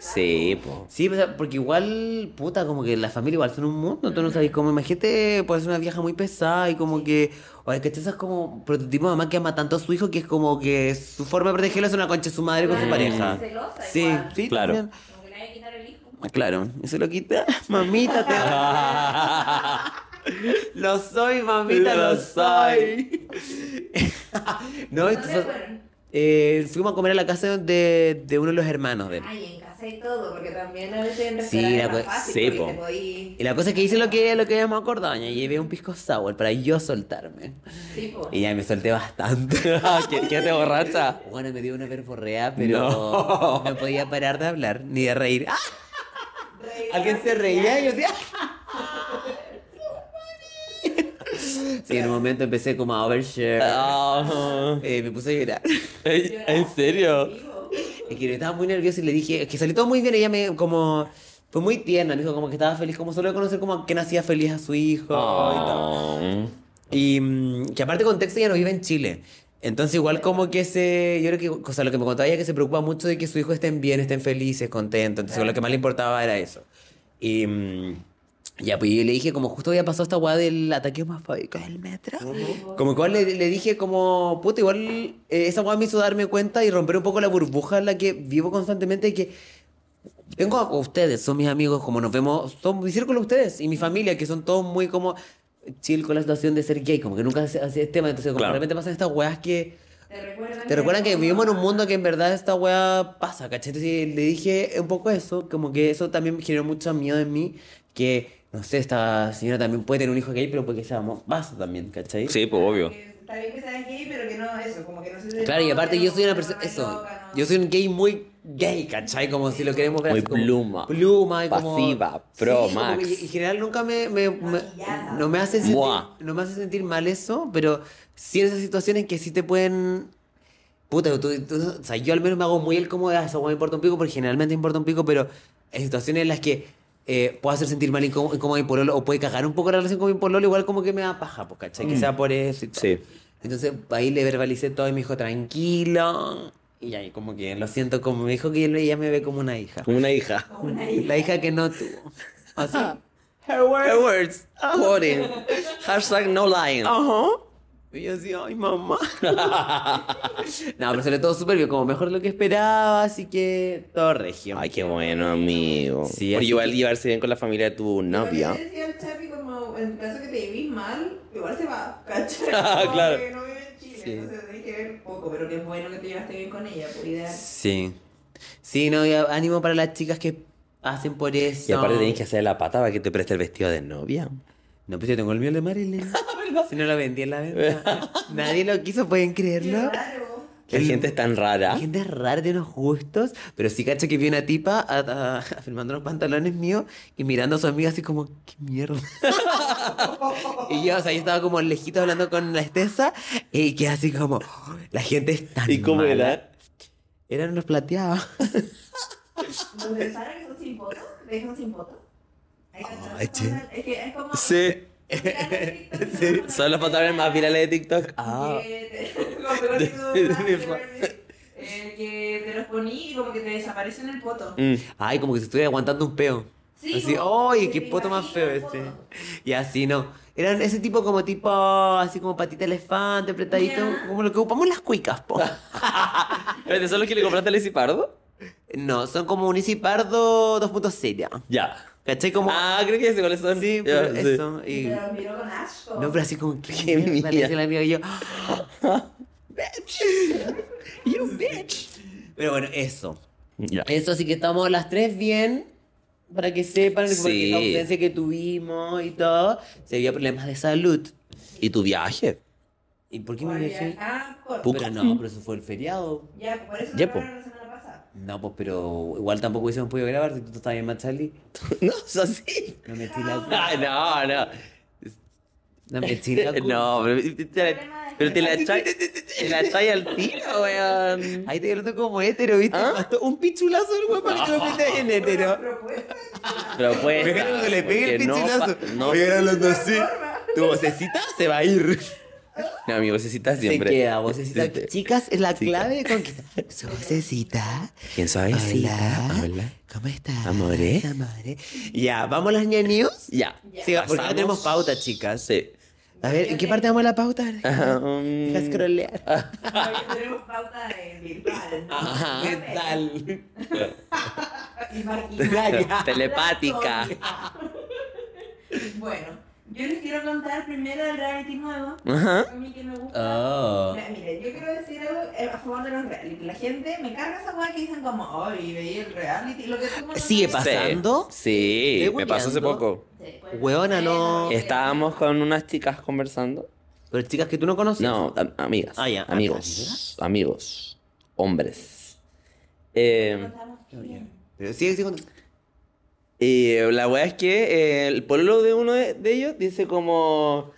Speaker 1: Sí, po.
Speaker 2: Sí, o sea, porque igual, puta, como que la familia igual son un mundo, tú no sabes, como imagínate, puede ser una vieja muy pesada y como que, oye, que esas como prototipo de mamá que ama tanto a su hijo que es como que su forma de protegerlo es una concha de su madre con su
Speaker 3: Claro,
Speaker 2: pareja.
Speaker 3: celosa
Speaker 2: Sí,
Speaker 3: igual.
Speaker 2: sí,
Speaker 1: Claro.
Speaker 2: también.
Speaker 3: Como que le hay que quitar el hijo.
Speaker 2: Ah, Claro, y se lo quita, mamita, te Lo soy, mamita, lo soy. No,
Speaker 3: ¿Dónde
Speaker 2: entonces,
Speaker 3: fueron?
Speaker 2: eh, fuimos a comer a la casa de, de uno de los hermanos de él.
Speaker 3: Ay, en casa y todo, porque también a veces en
Speaker 2: Sí,
Speaker 3: restaurantes
Speaker 2: la
Speaker 3: más
Speaker 2: co-
Speaker 3: fácil,
Speaker 1: sí,
Speaker 3: porque
Speaker 1: po.
Speaker 3: te podí-
Speaker 2: Y la cosa es que hice lo que, lo que habíamos acordado, y llevé un pisco sour para yo soltarme.
Speaker 3: Sí, po.
Speaker 2: Y ya me solté bastante. Ah,
Speaker 1: ¿Qué, qué te borracha?
Speaker 2: Bueno, me dio una verborrea, pero no. podía parar de hablar ni de reír. ¡Ah!
Speaker 3: Reír,
Speaker 2: Alguien se reía y yo decía. "Ah". Sí, en un momento empecé como a overshare.
Speaker 1: Ah.
Speaker 2: Eh, me puse a llorar.
Speaker 1: Ey, ¿En serio?
Speaker 3: vivo.
Speaker 2: Es que estaba muy nervioso y le dije, es que salió todo muy bien. Ella me, como, fue muy tierna. Me dijo, como que estaba feliz, como solo de conocer, como que nacía feliz a su hijo y todo.
Speaker 1: Ah.
Speaker 2: Y mm, que aparte contexto ella no vive en Chile. Entonces igual como que se, yo creo que, o sea, lo que me contaba ella que se preocupa mucho de que su hijo estén bien, estén felices, contentos. Entonces lo que más le importaba era eso. Y mm, ya, pues yo le dije como justo había pasado esta guada del ataque homofóbico del metro. Como que igual le, le dije como, puta, igual eh, esa guada me hizo darme cuenta y romper un poco la burbuja en la que vivo constantemente y que tengo a ustedes, son mis amigos, como nos vemos, son mi círculo ustedes y mi familia, que son todos muy como chill con la situación de ser gay, como que nunca se hace tema, entonces como
Speaker 1: Claro.
Speaker 2: de repente pasan estas weas que
Speaker 3: Te recuerdan,
Speaker 2: te recuerdan que vivimos en un mundo que en verdad esta wea pasa, ¿cachai? Entonces le dije un poco eso, como que eso también generó mucho miedo en mí, que no sé, esta señora también puede tener un hijo gay, pero porque sea pasa también, ¿cachai?
Speaker 1: Sí, pues obvio.
Speaker 3: que Está bien que seas gay, pero que no eso, como que no se
Speaker 2: Claro, y aparte yo soy una persona, eso, yo soy un gay muy gay, ¿cachai? Como si lo queremos ver
Speaker 1: Muy
Speaker 2: así como
Speaker 1: pluma.
Speaker 2: Pluma y como...
Speaker 1: Pasiva, pro,
Speaker 2: como
Speaker 1: max.
Speaker 2: que en general nunca me... me- me-
Speaker 3: Maquillada.
Speaker 2: no, me hace sentir,
Speaker 1: Buah.
Speaker 2: no me hace sentir mal eso, pero sí en esas situaciones que sí te pueden... Puta, tú- tú- o sea, yo al menos me hago muy el cómodo, ah, esa weá me importa un pico, porque generalmente me importa un pico, pero en situaciones en las que eh, puedo hacer sentir mal incó- incómodo a mi pololo, o puede cagar un poco la relación con mi pololo, igual como que me da paja, pues, ¿cachai? Que sea por eso y todo.
Speaker 1: Mm. Sí.
Speaker 2: Entonces ahí le verbalicé todo y me dijo, tranquilo. Y ahí como que lo siento, como me dijo que él- ella me ve como una hija.
Speaker 1: Como una hija.
Speaker 2: La hija que no tuvo. Así.
Speaker 1: Her words. Quoting. Hashtag no lying.
Speaker 2: Ajá. Y yo así, ay, mamá. no, pero salió todo súper bien, como mejor de lo que esperaba, así que todo regio.
Speaker 1: Ay, qué bueno, amigo.
Speaker 2: Sí,
Speaker 1: Por
Speaker 2: así
Speaker 1: igual
Speaker 2: que-
Speaker 1: llevarse bien con la familia de tu novia.
Speaker 3: Yo le decía al Chapi como, en caso que te llevéis mal, igual se va, ¿cachai?
Speaker 1: Ah,
Speaker 3: Como
Speaker 1: claro.
Speaker 3: que no vive en Chile,
Speaker 2: Sí.
Speaker 3: entonces tenés que ver poco, pero qué bueno que te llevaste bien con ella, por ideal.
Speaker 2: Sí. Sí, no, y ánimo para las chicas que hacen por eso.
Speaker 1: Y aparte tenés que hacer la pata para que te preste el vestido de novia.
Speaker 2: No, pues yo tengo el mío el de Marilyn. si no lo vendí en la venta. Nadie lo quiso, pueden creerlo.
Speaker 3: Claro.
Speaker 1: La
Speaker 2: El-
Speaker 1: gente es tan rara.
Speaker 2: La gente es rara, tiene unos gustos, pero sí cacho que vi una tipa a- a- firmando unos pantalones míos y mirando a su amiga así como, qué mierda. y yo, o sea, yo estaba como lejito hablando con la estesa y que así como, "Oh, la gente es tan
Speaker 1: ¿Y cómo
Speaker 2: mala".
Speaker 1: era?
Speaker 2: Eran unos plateados.
Speaker 3: Entonces, ¿sabes que son sin voto? ¿Le dejan sin voto? Hay
Speaker 2: Ay,
Speaker 3: cachazos,
Speaker 2: che.
Speaker 3: Es que es como...
Speaker 1: Sí.
Speaker 3: Sí.
Speaker 1: Son los pantalones más virales de TikTok.
Speaker 2: Ah.
Speaker 3: Que te- como que no te
Speaker 1: De- de-
Speaker 3: dura, eh, que te los poní y como que te desaparecen el poto.
Speaker 1: Mm.
Speaker 2: Ay, como que se estuviera aguantando un peo.
Speaker 3: Sí,
Speaker 2: así,
Speaker 3: como
Speaker 2: ¡ay,
Speaker 3: que
Speaker 2: qué
Speaker 3: te
Speaker 2: poto más feo
Speaker 3: imaginas
Speaker 2: este!
Speaker 3: poto.
Speaker 2: Y así, no. Eran ese tipo como tipo, así como patita elefante, apretadito,
Speaker 3: Ya.
Speaker 2: como lo que ocupamos las cuicas, po.
Speaker 1: Espérate, ¿Son los que le compraste a Lizzy Pardo?
Speaker 2: No, son como un Easy Pardo 2.0.
Speaker 1: Ya.
Speaker 2: ¿Cachai? Como.
Speaker 1: Ah, creo que ese cuáles son.
Speaker 2: sí,
Speaker 1: Ya,
Speaker 2: pero
Speaker 1: sí.
Speaker 2: eso.
Speaker 3: Y
Speaker 2: Y...
Speaker 3: te los miró con asco.
Speaker 2: No, pero así como. ¡Qué,
Speaker 1: Qué
Speaker 2: mierda! Le
Speaker 1: mía.
Speaker 2: dice la amiga y yo. ¡Bitch! ¡You bitch! Pero bueno, eso.
Speaker 1: Ya.
Speaker 2: Eso, así que estamos las tres bien. Para que sepan, porque
Speaker 1: Sí.
Speaker 2: la ausencia que tuvimos y todo, se vio problemas de salud.
Speaker 1: ¿Y tu viaje?
Speaker 2: ¿Y por qué
Speaker 3: Por
Speaker 2: me viajé?
Speaker 3: viajar, por-
Speaker 1: Puca.
Speaker 2: Pero no, pero eso fue el feriado.
Speaker 3: Ya, por eso
Speaker 1: Ya,
Speaker 3: no
Speaker 1: po.
Speaker 3: grabaron la semana pasada.
Speaker 2: No, pues, pero igual tampoco hubiésemos podido grabar si tú estabas en Machalí.
Speaker 1: No, es así.
Speaker 2: No metí la,
Speaker 1: Ah, no, no.
Speaker 2: no metí la culpa.
Speaker 1: No, pero te la, pero te la echai- te la echai al tiro, weón.
Speaker 2: Ahí te noto como hétero, ¿viste?
Speaker 1: ¿Ah?
Speaker 2: Bastó Un pichulazo el weón para que lo metas en hétero.
Speaker 3: Propuesta.
Speaker 1: Pero pues.
Speaker 2: Déjalo que le pegue el
Speaker 1: porque no
Speaker 2: pichulazo.
Speaker 1: pa- No,
Speaker 2: Oye, eran los dos sí.
Speaker 1: tu vocecita se va a ir. No, mi vocecita siempre. Este,
Speaker 2: Se queda, vocecita. Chicas, es la
Speaker 1: Sí.
Speaker 2: clave de conquistar. Su vocecita.
Speaker 1: ¿Quién suavecita?
Speaker 2: Hola.
Speaker 1: Hola.
Speaker 2: ¿Cómo estás?
Speaker 1: Amore.
Speaker 2: Amore. Ya, ¿vamos a las ña news?
Speaker 1: Ya.
Speaker 3: Ya.
Speaker 2: Sí, porque no
Speaker 1: Pasamos.
Speaker 2: tenemos pauta, chicas.
Speaker 1: Sí.
Speaker 2: A ver, ¿en qué parte vamos a la pauta?
Speaker 1: Ah, um,
Speaker 2: Deja scrollear.
Speaker 3: Porque tenemos pauta de virtual. ¿no?
Speaker 1: Ajá.
Speaker 2: ¿Qué tal?
Speaker 3: Imaginaria.
Speaker 1: Telepática.
Speaker 3: bueno, yo les quiero contar primero del reality nuevo.
Speaker 1: Ajá.
Speaker 3: A mí que me gusta.
Speaker 2: Oh.
Speaker 3: Mira, Miren, yo quiero decir algo eh, a favor de los reality. La gente me carga esa weá que dicen como, ay, veía el reality. Lo que tú me
Speaker 2: Sigue
Speaker 3: contaste".
Speaker 2: pasando?
Speaker 1: Sí,
Speaker 2: Estoy
Speaker 1: me pasó hace
Speaker 2: hueveando.
Speaker 1: poco.
Speaker 3: Sí, pues,
Speaker 2: Hueona, no.
Speaker 3: bueno,
Speaker 1: Estábamos con unas chicas conversando.
Speaker 2: Pero chicas que tú no conoces.
Speaker 1: No, am- amigas.
Speaker 2: Ah, ya.
Speaker 1: Amigos. Amigos. Hombres. Eh,
Speaker 3: Contamos bien.
Speaker 2: Pero sigue, sigue. con-
Speaker 1: y la weá es que eh, el pololo de uno de, de ellos dice como...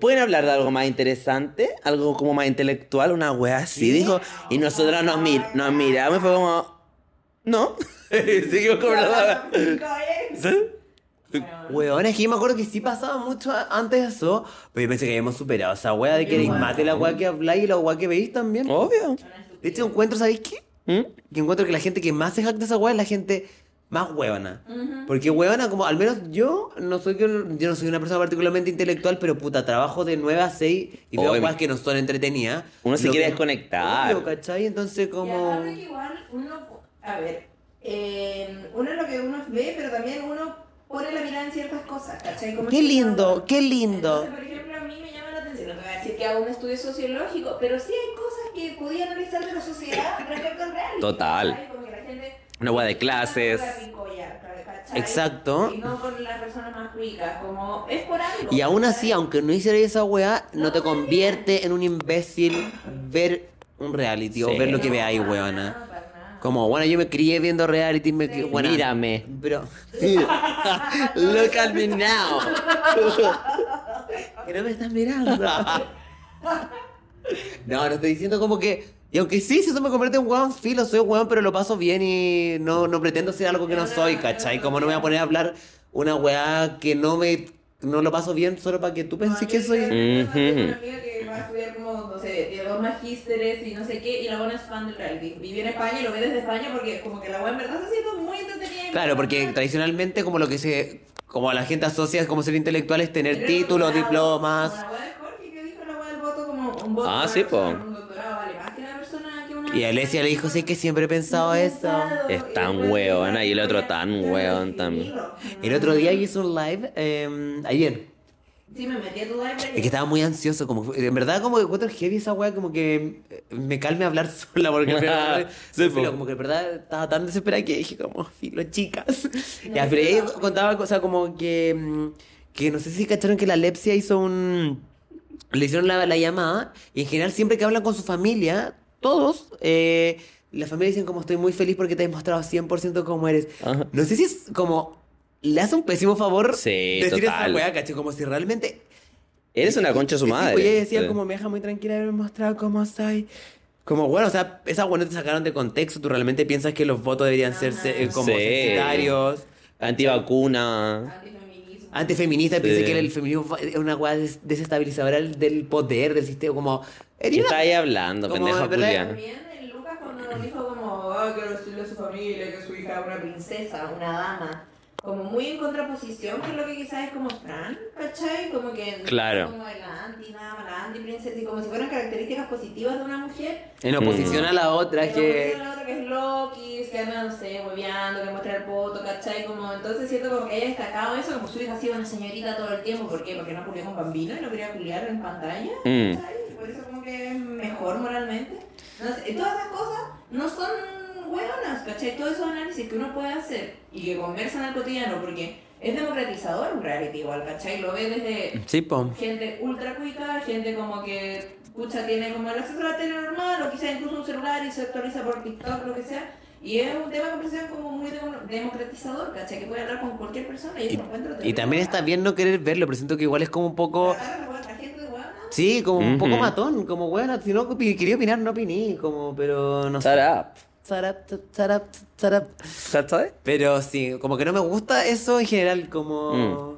Speaker 1: ¿Pueden hablar de algo más interesante? Algo como más intelectual, una weá así, dijo. Y nosotros nos, mir- nos miramos y fue como... No. Seguimos conversando. ¿Sí?
Speaker 3: Bueno,
Speaker 2: Hueones, que yo me acuerdo que sí pasaba mucho a- antes eso, pero yo pensé que habíamos superado esa hueá de que eres
Speaker 3: Igual.
Speaker 2: mate la hueá que habláis y la hueá que veis también.
Speaker 1: Obvio.
Speaker 3: una estupidez.
Speaker 2: De hecho, encuentro, ¿sabéis qué?
Speaker 1: ¿Mm?
Speaker 2: Que encuentro que la gente que más se jacta de esa hueá es la gente más hueona.
Speaker 3: Ujú.
Speaker 2: Porque hueona, como al menos yo no soy que- yo no soy una persona particularmente intelectual, pero puta, trabajo de 9 a 6 y veo
Speaker 1: Obvio.
Speaker 2: hueás que no son entretenidas.
Speaker 1: Uno se
Speaker 2: Lo
Speaker 1: quiere
Speaker 2: que-
Speaker 1: desconectar.
Speaker 2: Obvio, ¿cachai? Entonces
Speaker 3: Y
Speaker 2: como...
Speaker 3: aparte que igual uno, a ver, eh, uno es lo que uno ve, pero también uno pone la mirada en ciertas cosas, ¿cachai? Como
Speaker 2: ¡Qué
Speaker 3: que-
Speaker 2: lindo! ¡Qué lindo!
Speaker 3: Entonces, por ejemplo, a mí me llama la atención, no te voy a decir que hago un estudio sociológico, pero sí hay cosas que podía analizar de la sociedad respecto al reality.
Speaker 1: Total.
Speaker 3: ¿cachai? Como que la gente...
Speaker 1: Una hueá de clases.
Speaker 3: La picoya, ¿cachai?
Speaker 2: Exacto.
Speaker 3: Y no con las personas más ricas, como es por algo.
Speaker 2: Y aún así,
Speaker 3: ¿cachai?
Speaker 2: aunque no hicieras esa weá, no te convierte en un imbécil ver un reality o
Speaker 1: Sí.
Speaker 2: ver lo que
Speaker 3: No,
Speaker 2: veáis,
Speaker 3: para
Speaker 2: weona.
Speaker 3: nada, para nada.
Speaker 2: Como, bueno, yo me crié viendo reality, me
Speaker 3: Sí.
Speaker 2: bueno,
Speaker 1: Mírame.
Speaker 2: Bro,
Speaker 1: Look at me now.
Speaker 2: que no me estás mirando. no, no estoy diciendo como que. Y aunque sí, si eso me convierte en weón, filo, soy weón, pero lo paso bien y no, no pretendo ser algo que no soy, ¿cachai? Como no me voy a poner a hablar una weá que no me. No lo paso bien solo para que tú penses que soy.
Speaker 3: Tengo
Speaker 1: Ujú.
Speaker 3: Una amiga que va a estudiar como, no sé, de dos magísteres y no sé qué, y la buena es fan del reality. Vive en España y lo ve desde España porque como que la buena en verdad está siendo muy entretenida. y
Speaker 2: Claro, porque
Speaker 3: muy-
Speaker 2: tradicionalmente como lo que se como la gente asocia como ser intelectual es tener
Speaker 3: Tener
Speaker 2: títulos,
Speaker 3: doctorado.
Speaker 2: diplomas.
Speaker 3: La buena de Jorge que dijo la buena del voto un voto
Speaker 1: Ah,
Speaker 3: para una
Speaker 1: sí, po.
Speaker 3: persona, Un doctorado vale más que la persona que una.
Speaker 2: Y Alesia le dijo, sí, que siempre he pensado eso.
Speaker 1: Es tan hueona, y el otro tan hueón
Speaker 3: hueón
Speaker 1: también.
Speaker 2: El otro día hizo un live, eh, ayer.
Speaker 3: Sí, me metí a tu live.
Speaker 2: Es que estaba muy ansioso, como que- en verdad como que encuentro heavy esa weá, como que eh, me calme hablar sola, porque en verdad,
Speaker 1: Sí,
Speaker 2: filo,
Speaker 1: po.
Speaker 2: como que en verdad estaba tan desesperada que dije como, filo, chicas. y
Speaker 3: No,
Speaker 2: al final
Speaker 3: sí,
Speaker 2: ella
Speaker 3: no.
Speaker 2: contaba cosas como que, mm, que no sé si cacharon que la Lepsia hizo un... Le hicieron la, la llamada y en general siempre que hablan con su familia, todos, eh, la familia dicen como estoy muy feliz porque te has mostrado 100% como eres.
Speaker 1: Ajá.
Speaker 2: No sé si es como... Le hace un pésimo favor
Speaker 1: Sí,
Speaker 2: decir
Speaker 1: total.
Speaker 2: esa weá, caché, como si realmente
Speaker 1: Eres una concha de su
Speaker 2: Sí,
Speaker 1: madre.
Speaker 2: pues, ella decía
Speaker 1: Sí.
Speaker 2: como me deja muy tranquila haberme mostrado cómo soy. Como bueno, o sea, esas buenas te sacaron de contexto. Tú realmente piensas que los votos deberían ser se- eh, como
Speaker 1: Sí.
Speaker 2: secundarios.
Speaker 1: Antivacuna.
Speaker 3: Antifeminismo.
Speaker 2: Antifeminista,
Speaker 1: Sí.
Speaker 2: piensa que el feminismo fa- es una weá des- desestabilizadora del, del poder, del sistema. Como,
Speaker 1: ¿Qué
Speaker 2: eres
Speaker 1: está
Speaker 2: una-
Speaker 1: ahí hablando,
Speaker 2: como,
Speaker 1: pendeja
Speaker 2: ¿verdad?
Speaker 1: Julia?
Speaker 3: También el Lucas cuando nos dijo como, ah, que lo estilo su familia, que su hija es una princesa, una dama, como muy en contraposición con lo que quizás es como Fran, ¿cachai? Como que
Speaker 1: Claro.
Speaker 3: como la anti-dama, la anti-princesa, y como si fueran características positivas de una mujer.
Speaker 2: en oposición
Speaker 1: Mm.
Speaker 2: a la otra
Speaker 3: Pero
Speaker 2: que.
Speaker 3: como dice la otra que es Loki, que anda, no sé, hueveando, que muestra el poto, ¿cachai? Como, entonces siento como que ella destacado eso, como su hija ha sido una señorita todo el tiempo, ¿por qué? Porque no culió con Bambino y no quería culiar en pantalla.
Speaker 1: Mm.
Speaker 3: ¿cachai? Por eso como que es mejor moralmente. No sé, todas esas cosas no son hueonas, ¿cachai? Todos esos análisis que uno puede hacer y que conversan al cotidiano, porque es democratizador un reality igual, ¿cachai? Lo ve desde
Speaker 2: Sí, po.
Speaker 3: gente ultra cuica, gente como que pucha tiene como el acceso a la tele normal o quizás incluso un celular y se actualiza por TikTok, lo que sea. Y es un tema de conversación como muy demo- democratizador, ¿cachai? Que puede hablar con cualquier persona y, yo
Speaker 2: Y,
Speaker 3: lo encuentro
Speaker 2: y también está bien no querer verlo, pero siento que igual es como un poco.
Speaker 3: La gente de hueona.
Speaker 2: Sí, como un poco
Speaker 1: Ujú.
Speaker 2: matón, como bueno, si no opi- quería opinar, no opiné, como, pero no sé.
Speaker 1: Shut up.
Speaker 2: Sarap, ta- sarap, ta- sarap.
Speaker 1: ¿Cachai?
Speaker 2: Pero sí, como que no me gusta eso en general, como...
Speaker 1: Mm.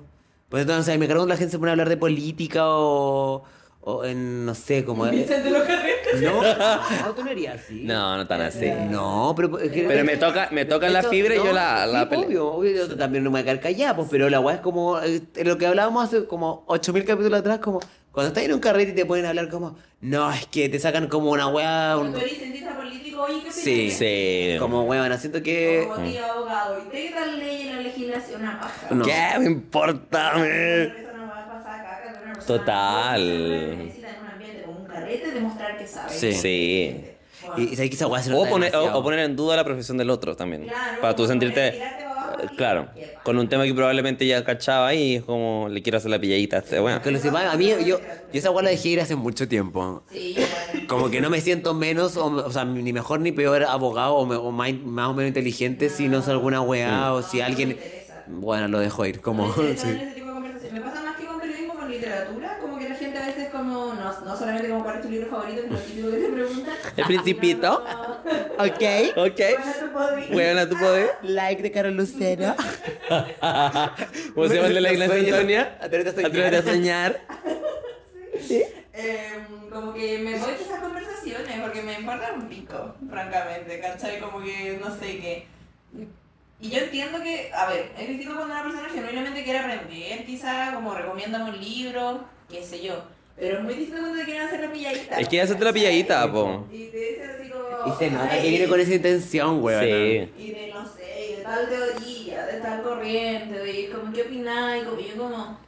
Speaker 2: Pues entonces, ahí me cargo cuando la gente se pone a hablar de política o... o en, no sé, como...
Speaker 3: Vicente los carretes.
Speaker 2: No, no, tú no harías así.
Speaker 1: No, no tan así.
Speaker 2: No, pero... eh,
Speaker 1: Pero me toca, me toca la fibra y yo la, la peleo.
Speaker 2: obvio, obvio, yo también no me voy a quedar callada, pues, pero la weá es como eh, lo que hablábamos hace como 8000 capítulos atrás, como cuando estás en un carrete y te ponen a hablar como, no, es que te sacan como una weá, un-
Speaker 3: Tú eres cientista político, oye, ¿qué
Speaker 2: Sí.
Speaker 3: opinas?
Speaker 1: Sí.
Speaker 2: como weá, siento que...
Speaker 3: Como tío abogado, ¿y qué tal ley en la legislación? Una paja.
Speaker 2: No.
Speaker 1: ¿Qué me importa?
Speaker 3: Una
Speaker 1: me?
Speaker 3: persona va a pasar caca de una persona
Speaker 1: Total.
Speaker 3: que necesita en un ambiente como un carrete demostrar que sabe.
Speaker 2: Sí.
Speaker 1: Sí.
Speaker 2: Y, y sabes que esa weá se
Speaker 1: O
Speaker 2: nota
Speaker 1: poner, o-
Speaker 2: demasiado.
Speaker 1: o poner en duda la profesión del otro también.
Speaker 3: Claro,
Speaker 1: para tú
Speaker 3: como
Speaker 1: sentirte.
Speaker 3: para tirarte para abajo
Speaker 1: eh,
Speaker 3: y-
Speaker 1: Claro.
Speaker 3: Epa.
Speaker 1: Con un tema que probablemente ya cachaba y es como le quiero hacer la pilladita. a este weón.
Speaker 2: Que lo sepa, a mí, yo, yo esa weá la dejé ir hace mucho tiempo.
Speaker 3: Sí, igual.
Speaker 2: Como que no me siento menos, o, o sea, ni mejor ni peor abogado o, me- o mai- más, o menos inteligente si no es alguna weá o si
Speaker 3: No, no me
Speaker 2: alguien...
Speaker 3: interesa.
Speaker 2: Bueno, lo dejo ir,
Speaker 3: No me
Speaker 2: como...
Speaker 3: interesa
Speaker 2: sí.
Speaker 3: ver ese tipo de conversación. Me pasa más que con periodismo, con literatura, como que la gente a veces como, no, no solamente como cuál es tu libro favorito, que es lo típico que te preguntan.
Speaker 1: El Principito.
Speaker 2: Ok.
Speaker 1: Ok. Weón, a tu poder.
Speaker 2: Like de Carol Lucero.
Speaker 1: ¿Cómo se llama el de la
Speaker 2: Los
Speaker 1: Iglesia
Speaker 2: sueños.
Speaker 1: Antonia?
Speaker 2: Atrévete a soñar.
Speaker 1: Atrévete a soñar.
Speaker 3: Eh, como que me voy de esas conversaciones porque me importan un pico, francamente, ¿cachai? Como que no sé qué. Y yo entiendo que, a ver, es distinto cuando una persona genuinamente quiere aprender, quizá, como recomienda un libro, qué sé yo. Pero es muy distinto cuando te quieren hacer la pilladita.
Speaker 1: Es que ya hacerte la
Speaker 3: ¿cachai?
Speaker 1: pilladita, po.
Speaker 3: Y te dicen así como.
Speaker 2: Y se nota que
Speaker 3: "Ay,
Speaker 2: viene con esa intención, weón.
Speaker 1: Sí.
Speaker 3: y de no sé, y de tal teoría, de tal corriente, de como qué opináis, como yo como,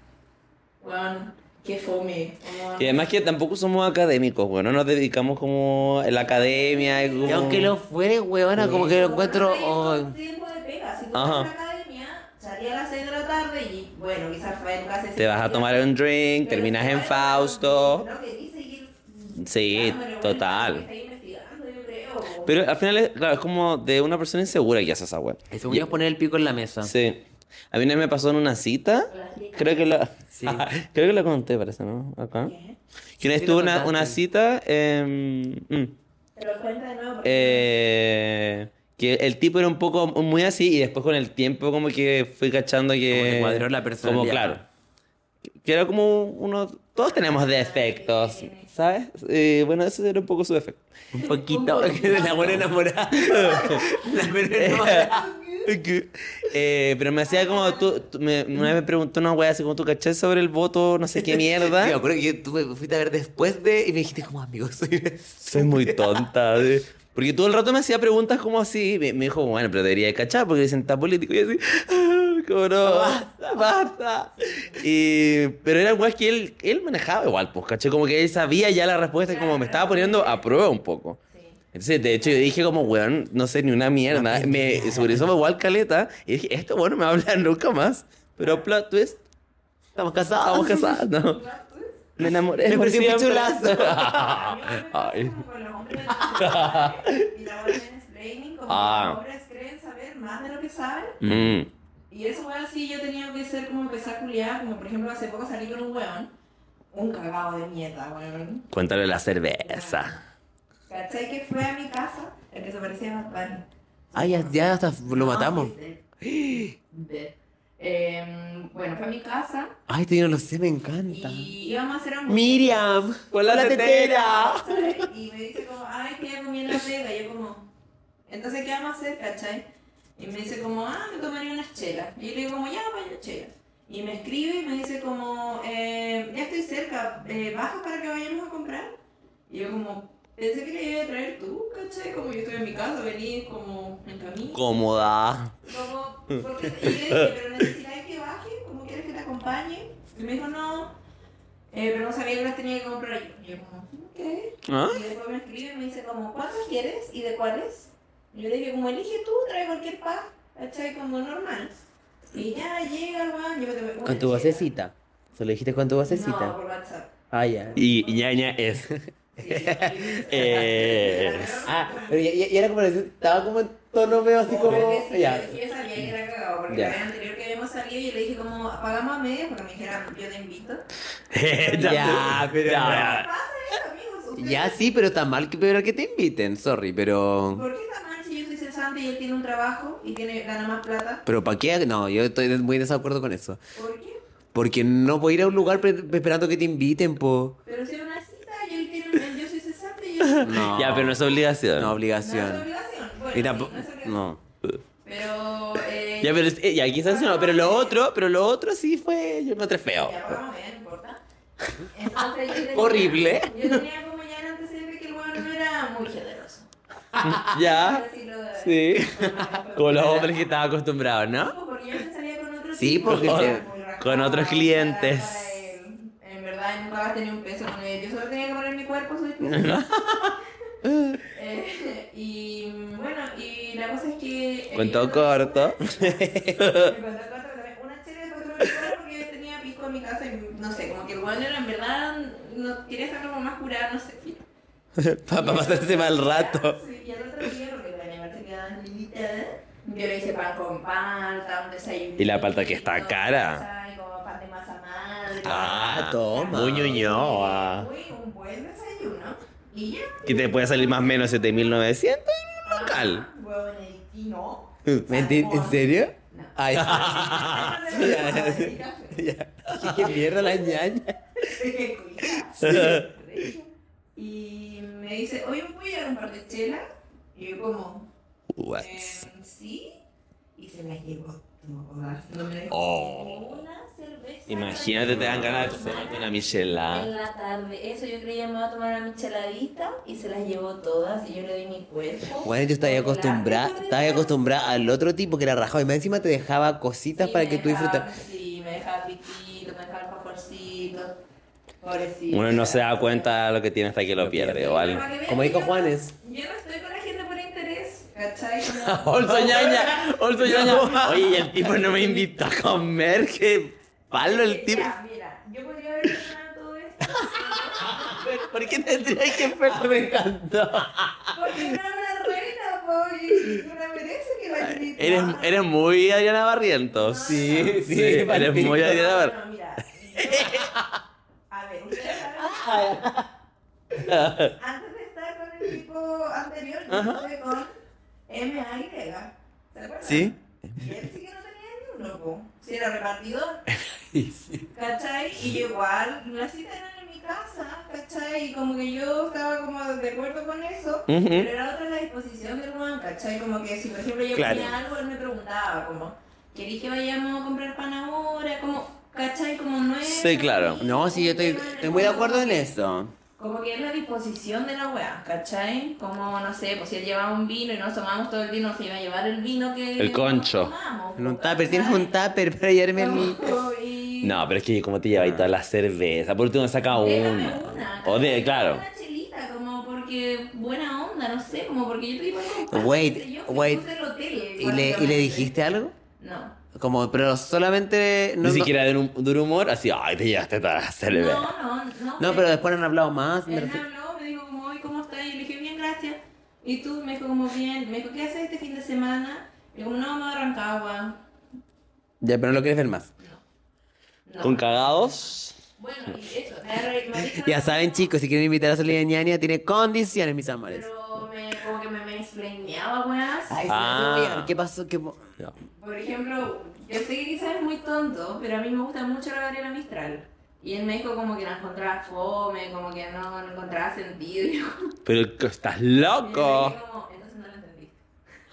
Speaker 3: bueno, qué fome. como-
Speaker 1: Y además que tampoco somos académicos, weón. No nos dedicamos como en la academia. y como-
Speaker 2: Y aunque lo fuere, weona, como que lo encuentro...
Speaker 3: Como
Speaker 2: oh,
Speaker 3: un tiempo de pega, si tú
Speaker 1: Ajá.
Speaker 3: vas a la academia, salí a las 6 de la tarde y bueno, quizás fue en clase.
Speaker 1: Te vas a tomar un drink,
Speaker 3: Pero
Speaker 1: terminas
Speaker 3: si
Speaker 1: en
Speaker 3: vas a-
Speaker 1: Fausto.
Speaker 3: Lo que mm, dice y-
Speaker 1: Sí,
Speaker 3: dándole vuelta,
Speaker 1: total.
Speaker 3: porque está investigando, yo creo.
Speaker 1: Pero al final, es, claro, es como de una persona insegura que hace esa weón.
Speaker 2: Eso voy a poner el pico en la mesa.
Speaker 1: Sí. A mí una vez me pasó en una cita. Creo que la.
Speaker 2: Sí.
Speaker 1: creo que la conté, parece, ¿no? Acá.
Speaker 3: ¿Qué?
Speaker 1: Que una vez
Speaker 2: Sí, lo
Speaker 1: tuve una,
Speaker 2: contaste.
Speaker 1: una cita. em, mm,
Speaker 3: Te lo cuenta de nuevo. porque-
Speaker 1: eh, que el tipo era un poco muy así y después con el tiempo como que fui cachando que.
Speaker 2: Como te cuadró la
Speaker 1: Como
Speaker 2: personalidad.
Speaker 1: claro. Que era como uno Todos tenemos defectos, ¿sabes? Eh, bueno, ese era un poco su defecto.
Speaker 2: Un poquito. de la buena enamorada. la buena enamorada.
Speaker 1: Eh, pero me hacía como tú, tú- me, una vez me preguntó una wea así como tú caché sobre el voto, no sé qué
Speaker 2: Sí, me
Speaker 1: mierda.
Speaker 2: acuerdo que yo- tú me fuiste a ver después de. Y me dijiste, como amigo, soy.
Speaker 1: Soy muy tonta. eh. Porque todo el rato me hacía preguntas como así. y Me, me dijo, bueno, pero debería de cachar porque dicen está político. Y yo así, "Ah, como no, basta, basta. Y, pero era weas que él, él manejaba igual, pues caché. Como que él sabía ya la respuesta y como me estaba poniendo a prueba un poco.
Speaker 3: Sí.
Speaker 1: Entonces, de hecho, yo dije como, weón, no sé ni una mierda. me sobre eso me igual caleta. Y dije, esto, bueno, me va a hablar nunca más. Pero plot twist,
Speaker 2: Estamos casados.
Speaker 1: estábamos casados, ¿no? Me enamoré.
Speaker 2: Me
Speaker 1: por
Speaker 2: pareció un
Speaker 1: siempre.
Speaker 2: pichulazo.
Speaker 1: Ay.
Speaker 3: Ay. Y la buena es blaming, como
Speaker 1: Ah.
Speaker 3: que los hombres creen saber más de lo que saben.
Speaker 1: Mm.
Speaker 3: Y eso fue así, yo tenía que ser como pesar culiada, como por ejemplo hace poco salí con un weón, un cagado de mierda, weón.
Speaker 1: Cuéntale la cerveza.
Speaker 3: ¿Cachai que fue a mi casa? El que se parecía a Bad Bunny.
Speaker 2: Ah, ya, ya hasta lo matamos.
Speaker 3: No, sí, sí. Dead. Em, bueno, fue a mi casa
Speaker 2: Ay, este yo no lo sé, me encanta.
Speaker 3: y íbamos a hacer un...
Speaker 2: Miriam.
Speaker 1: Con la tetera.
Speaker 3: ¿cachai? Y me dice como, ay, que ya comí en la pega. Y yo como, entonces, ¿qué vamos a hacer, cachai? Y me dice como, ah, me tomaría unas chelas. Y yo le digo como, ya, vaya chela. Y me escribe y me dice como, eh, ya estoy cerca, eh, ¿bajas para que vayamos a comprar? Y yo como, pensé que le iba a traer tú, cachai, como yo estoy en mi casa, vení como en camino.
Speaker 1: Cómoda.
Speaker 3: Como, porque, y yo dije, pero necesitáis que baje, ¿cómo quieres que te acompañe? Y me dijo, no, eh, pero no sabía que las tenía que comprar yo. Y yo como, ok.
Speaker 1: ¿Ah?
Speaker 3: Y después me escribe y me dice como, ¿cuántas quieres y de cuáles? Y yo le dije, como, elige tú, trae cualquier pack, ¿cachai? Como normal. Y ya llega, weón, llévate una
Speaker 2: Con tu
Speaker 3: chela.
Speaker 2: vocecita. Se lo dijiste con tu
Speaker 3: No,
Speaker 2: vocecita.
Speaker 3: por WhatsApp.
Speaker 2: Ah, ya.
Speaker 1: Y ñaña es.
Speaker 3: Sí, y-
Speaker 1: Es.
Speaker 2: Ah, pero ya, ya- ya era como decir, estaba como en tono medio así como.
Speaker 3: Obvio que sí,
Speaker 2: Ya.
Speaker 3: Yo sabía que era cagado, porque
Speaker 2: Ya.
Speaker 3: la vez anterior que habíamos salido yo le dije como, apagamos a media, porque me dijeron, yo te invito.
Speaker 2: Ya, pero-
Speaker 1: Ya.
Speaker 3: pasa eso, amigos? Ustedes-
Speaker 2: Ya sí, pero está mal que, pero que te inviten, sorry, pero.
Speaker 3: ¿Por qué está mal si yo soy cesante y él tiene un trabajo y tiene, gana más plata?
Speaker 2: Pero ¿para qué? No, yo estoy de- muy desacuerdo con eso.
Speaker 3: ¿Por qué?
Speaker 2: Porque no voy a ir a un lugar pre- esperando que te inviten, po.
Speaker 3: Pero si era una cita y él tiene un- yo soy cesante y él...
Speaker 2: No.
Speaker 3: No,
Speaker 1: Ya, pero no es obligación.
Speaker 2: No,
Speaker 3: es
Speaker 2: obligación.
Speaker 3: obligación. Bueno,
Speaker 2: Y
Speaker 3: sí,
Speaker 2: tampoco.
Speaker 3: no es obligación.
Speaker 2: No.
Speaker 3: Pero... Eh,
Speaker 1: Ya, pero, eh, ya, quizás no, pero lo otro, pero lo otro sí fue, yo encontré
Speaker 2: Oh.
Speaker 1: feo.
Speaker 3: Ya, vamos a ver, no importa. Entonces, yo tenía-
Speaker 2: Horrible.
Speaker 3: Yo tenía como ya el antecedente que el bueno no era muy generoso.
Speaker 2: Ah,
Speaker 1: Ya,
Speaker 3: Así lo de-
Speaker 1: sí. Como los
Speaker 3: Era-
Speaker 1: hombres que estaba acostumbrado, ¿no?
Speaker 3: No, porque yo antes salía con otros
Speaker 2: Sí,
Speaker 3: tipos,
Speaker 2: porque
Speaker 3: era
Speaker 2: te-
Speaker 3: muy rajada,
Speaker 1: con otros
Speaker 3: muy
Speaker 1: clientes.
Speaker 3: rajada, En eh, en verdad, nunca vas a tener un peso con él. Yo solo tenía que poner mi cuerpo, soy eh, Y bueno, y la cosa es que. eh,
Speaker 1: Cuento
Speaker 3: yo-
Speaker 1: corto.
Speaker 3: Me contó corto, tomé una chela y después tomé mi cuerpo porque yo tenía pisco en mi casa y no sé, como que el bueno era en verdad, no, quería estar como más curado, no sé.
Speaker 1: Para pasarse mal rato.
Speaker 3: Sí, y al otro día, porque la Neymar se quedaba limitada, yo le hice pan con palta, un desayuno.
Speaker 1: Y la palta que está cara.
Speaker 3: Como pan de masa madre.
Speaker 1: Ah,
Speaker 2: toma.
Speaker 1: Muy ñoñoa.
Speaker 3: Muy un buen desayuno. Y ya.
Speaker 1: Que te puede salir más o menos 7900 en un local.
Speaker 3: Ah, Huevo benedictino.
Speaker 2: Menti- ¿Eh, ¿En serio?
Speaker 3: No.
Speaker 2: Ay.
Speaker 3: Sí, ya.
Speaker 2: ya. ¿Qué mierda la ñaña?
Speaker 3: Qué culiao. Rico. Y me dice, oye, ¿me puedes llevar un par de chelas? Y yo como,
Speaker 1: What?
Speaker 3: Em, sí, y se las llevó todas. No me dejó
Speaker 1: Oh.
Speaker 3: ninguna cerveza.
Speaker 1: Imagínate, te dan ganas de tomarte una michelada.
Speaker 3: En la tarde, eso yo creía me iba a tomar una micheladita y se las llevó todas y yo le di mi cuerpo.
Speaker 2: Bueno, yo estaba acostumbrada, estaba acostumbrada al otro tipo que era rajado y más encima te dejaba cositas para que tú disfrutaras.
Speaker 3: Sí, me dejaba piquito, me dejaba alfajorcito. Pobrecito.
Speaker 1: Uno no se da cuenta de lo que tiene hasta que lo pierde, igual.
Speaker 3: Para que vean
Speaker 2: Como
Speaker 3: que
Speaker 2: dijo
Speaker 3: yo no-
Speaker 2: Juanes.
Speaker 3: Yo no estoy con la gente por interés, ¿cachai? Como-
Speaker 1: Olso ñaña, olso ñaña. Oye, y el tipo no me invitó a comer, qué palo el tipo.
Speaker 3: Mira, mira, yo podría haber terminado todo esto.
Speaker 1: ¿Por qué tendría que perder? Me encantó.
Speaker 3: Porque no era una reina, pobre. No merece que la invite.
Speaker 1: Eres, eres muy Adriana Barrientos.
Speaker 2: Sí, sí,
Speaker 1: eres
Speaker 2: palpico.
Speaker 1: muy Adriana
Speaker 3: No,
Speaker 1: Barrientos.
Speaker 3: no, mira. A ver, ustedes saben, antes de estar con el tipo anterior, yo estuve con M.A.Y. ¿Se acuerdan?
Speaker 1: Sí.
Speaker 3: Y él sí que no tenía ni uno, po. Si era repartidor. ¿Cachai? Y yo igual, las citas eran en mi casa, ¿cachai? Y como que yo estaba como de acuerdo con eso,
Speaker 1: Ujú.
Speaker 3: pero era otra la disposición del Juan, ¿cachai? Como que si por ejemplo yo
Speaker 2: Claro.
Speaker 3: ponía algo, él me preguntaba, como, ¿querís que vayamos a comprar pan ahora? Como, ¿cachai? Como no es.
Speaker 1: Sí, claro.
Speaker 2: No, sí, yo estoy,
Speaker 3: Tema del
Speaker 2: estoy muy de
Speaker 3: Juan,
Speaker 2: acuerdo
Speaker 3: como
Speaker 2: en
Speaker 3: que-
Speaker 2: eso.
Speaker 3: Como que es la disposición de la weá, ¿cachai? Como, no sé, pues si él llevaba un vino y nos tomamos todo el vino, se iba a llevar el vino que.
Speaker 1: El concho.
Speaker 3: tomamos, pues,
Speaker 2: En un
Speaker 3: ¿cachai?
Speaker 2: tupper, tienes un tupper para llevarme el...
Speaker 3: Como, y-
Speaker 1: No, pero es que como te lleváis toda la cerveza, por último saca
Speaker 3: Déjame
Speaker 1: una.
Speaker 3: una,
Speaker 1: O de,
Speaker 3: ¿cachai?
Speaker 1: claro.
Speaker 3: Una chelita, como porque buena onda, no sé, como porque yo te iba a comprar,
Speaker 2: Wait,
Speaker 3: qué sé yo,
Speaker 2: wait.
Speaker 3: fuimos al hotel,
Speaker 2: ¿Y le, ¿Y le dijiste algo?
Speaker 3: No.
Speaker 2: Como, pero solamente... No,
Speaker 1: Ni
Speaker 2: no-
Speaker 1: siquiera de un, de un humor, así, ay, te llevaste toda la cerveza.
Speaker 3: No, no, no.
Speaker 2: No, pero después no han hablado más. me
Speaker 3: Él me
Speaker 2: refiero-
Speaker 3: habló, me dijo como, hoy ¿cómo estás? Y yo le dije, bien, gracias. Y tú, me dijo como, bien. Me dijo, ¿qué haces este fin de semana? Y yo como, no, me voy a Rancagua.
Speaker 2: Ya, pero no lo quieres ver más.
Speaker 3: No.
Speaker 1: Con cagados.
Speaker 3: Bueno, y eso. me arre- me dijo-
Speaker 2: Ya saben, chicos, si quieren invitar a salir de ñaña, tiene condiciones, mis amores.
Speaker 3: Pero me, como que me explañaba, weas.
Speaker 2: Ay, sí,
Speaker 1: Ah.
Speaker 2: me olvidaron. ¿Qué pasó? ¿Qué... mo-
Speaker 3: Por ejemplo, yo sé que quizás es muy tonto, pero a mí me gusta mucho la Gabriela Mistral. Y él me dijo como que no encontraba fome, como que no, no encontraba sentido. Y yo,
Speaker 1: Pero que estás
Speaker 3: y yo
Speaker 1: loco.
Speaker 3: me quedé como, entonces no lo entendiste.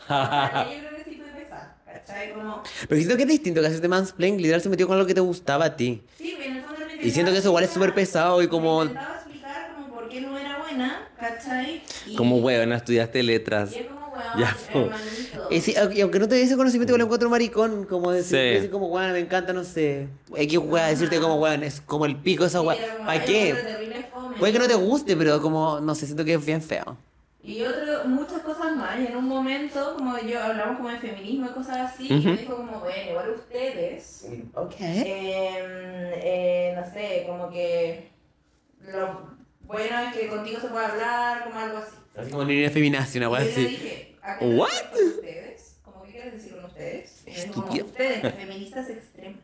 Speaker 3: O sea, yo creo que sí puede empezar, ¿cachai? Como,
Speaker 2: Pero siento que es distinto que hacerte mansplain, literal se metió con lo que te gustaba a ti.
Speaker 3: sí, en el fondo me
Speaker 2: Y siento que eso igual es súper pesado y como...
Speaker 3: Me intentaba explicar como por qué no era buena, ¿cachai? Y,
Speaker 1: Como huevona, estudiaste
Speaker 3: y
Speaker 1: letras.
Speaker 3: es como, weón,
Speaker 1: Ya, po.
Speaker 3: hermanito.
Speaker 2: Y sí, y aunque no te dé ese conocimiento, igual lo encuentro maricón, como decir,
Speaker 1: Sí.
Speaker 2: decir como, weón, me encanta, no sé. X weá, decirte como, weón, es como el pico esa weá.
Speaker 3: Y era como,
Speaker 2: ¿Para
Speaker 3: ay, pero
Speaker 2: qué?
Speaker 3: terrible fome.
Speaker 2: Puede que no te guste, pero como, no sé, siento que es bien feo.
Speaker 3: Y otro, muchas cosas más. Y en un momento, como yo hablamos como de feminismo y cosas así, y
Speaker 1: Ujú.
Speaker 3: me dijo como, bueno, igual ustedes,
Speaker 2: Ok.
Speaker 3: eh, eh, no sé, como que lo bueno es que contigo se puede hablar, como algo así.
Speaker 2: Así como niña feminación, una weá
Speaker 3: y yo le
Speaker 2: así.
Speaker 3: dije, ¿a qué te
Speaker 1: What?
Speaker 3: refieres con ustedes? Como, ¿qué quieres decir con ustedes? Y me dijo como,
Speaker 2: Estúpido.
Speaker 3: ustedes, las feministas extremas.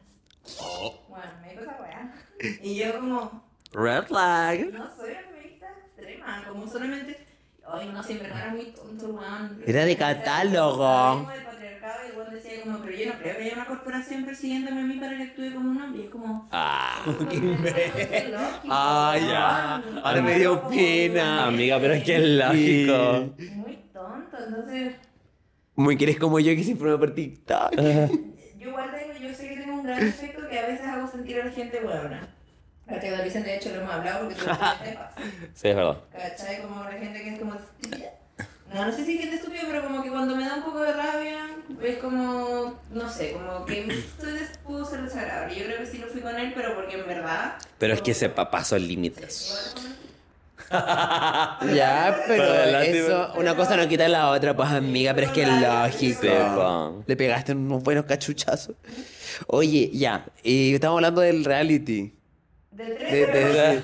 Speaker 2: Oh.
Speaker 3: Bueno, me dijo esa weá. Y yo como...
Speaker 1: Red flag.
Speaker 3: No, soy una feminista extrema, como solamente. Ay, no, siempre era muy tonto, weón.
Speaker 2: Era de catálogo.
Speaker 3: Hablamos de patriarcado y el weón decía como, pero yo no creo que haya una corporación persiguiéndome a mí para que actúe como un hombre. Y es como.
Speaker 1: Ah.
Speaker 3: no, es lógico,
Speaker 2: Ay,
Speaker 3: weón.
Speaker 2: Ah, ya. Ahora
Speaker 1: me
Speaker 2: dio
Speaker 3: Como,
Speaker 2: pena.
Speaker 1: Amiga, pero es que es lógico.
Speaker 3: Muy tonto, entonces.
Speaker 2: Muy que eres como yo que siempre me por TikTok.
Speaker 3: Yo igual tengo, yo sé que tengo un gran efecto que a veces hago sentir a la gente huevona. La que dicen, de hecho, lo hemos hablado porque tú pasa.
Speaker 1: Sí, es verdad.
Speaker 3: ¿Cachai? Como la gente que es como estúpida. No, no sé si gente estúpida, pero como que cuando me da un poco de rabia, es como, no sé, como que entonces pudo ser desagradable. Yo creo que sí lo fui con él, pero porque en verdad...
Speaker 1: Pero es que
Speaker 3: como-
Speaker 1: se pa- pasó límites.
Speaker 2: Ah. Ya, pero
Speaker 1: Pero la
Speaker 2: eso,
Speaker 1: tipa-
Speaker 2: una cosa no quita la otra, pues amiga, pero es que es
Speaker 1: Sí, pues.
Speaker 2: lógico.
Speaker 1: po.
Speaker 2: Le pegaste unos buenos cachuchazos. Oye, ya, y estamos hablando del reality.
Speaker 3: De tres,
Speaker 2: De-
Speaker 3: pero-
Speaker 2: de-
Speaker 3: Bueno,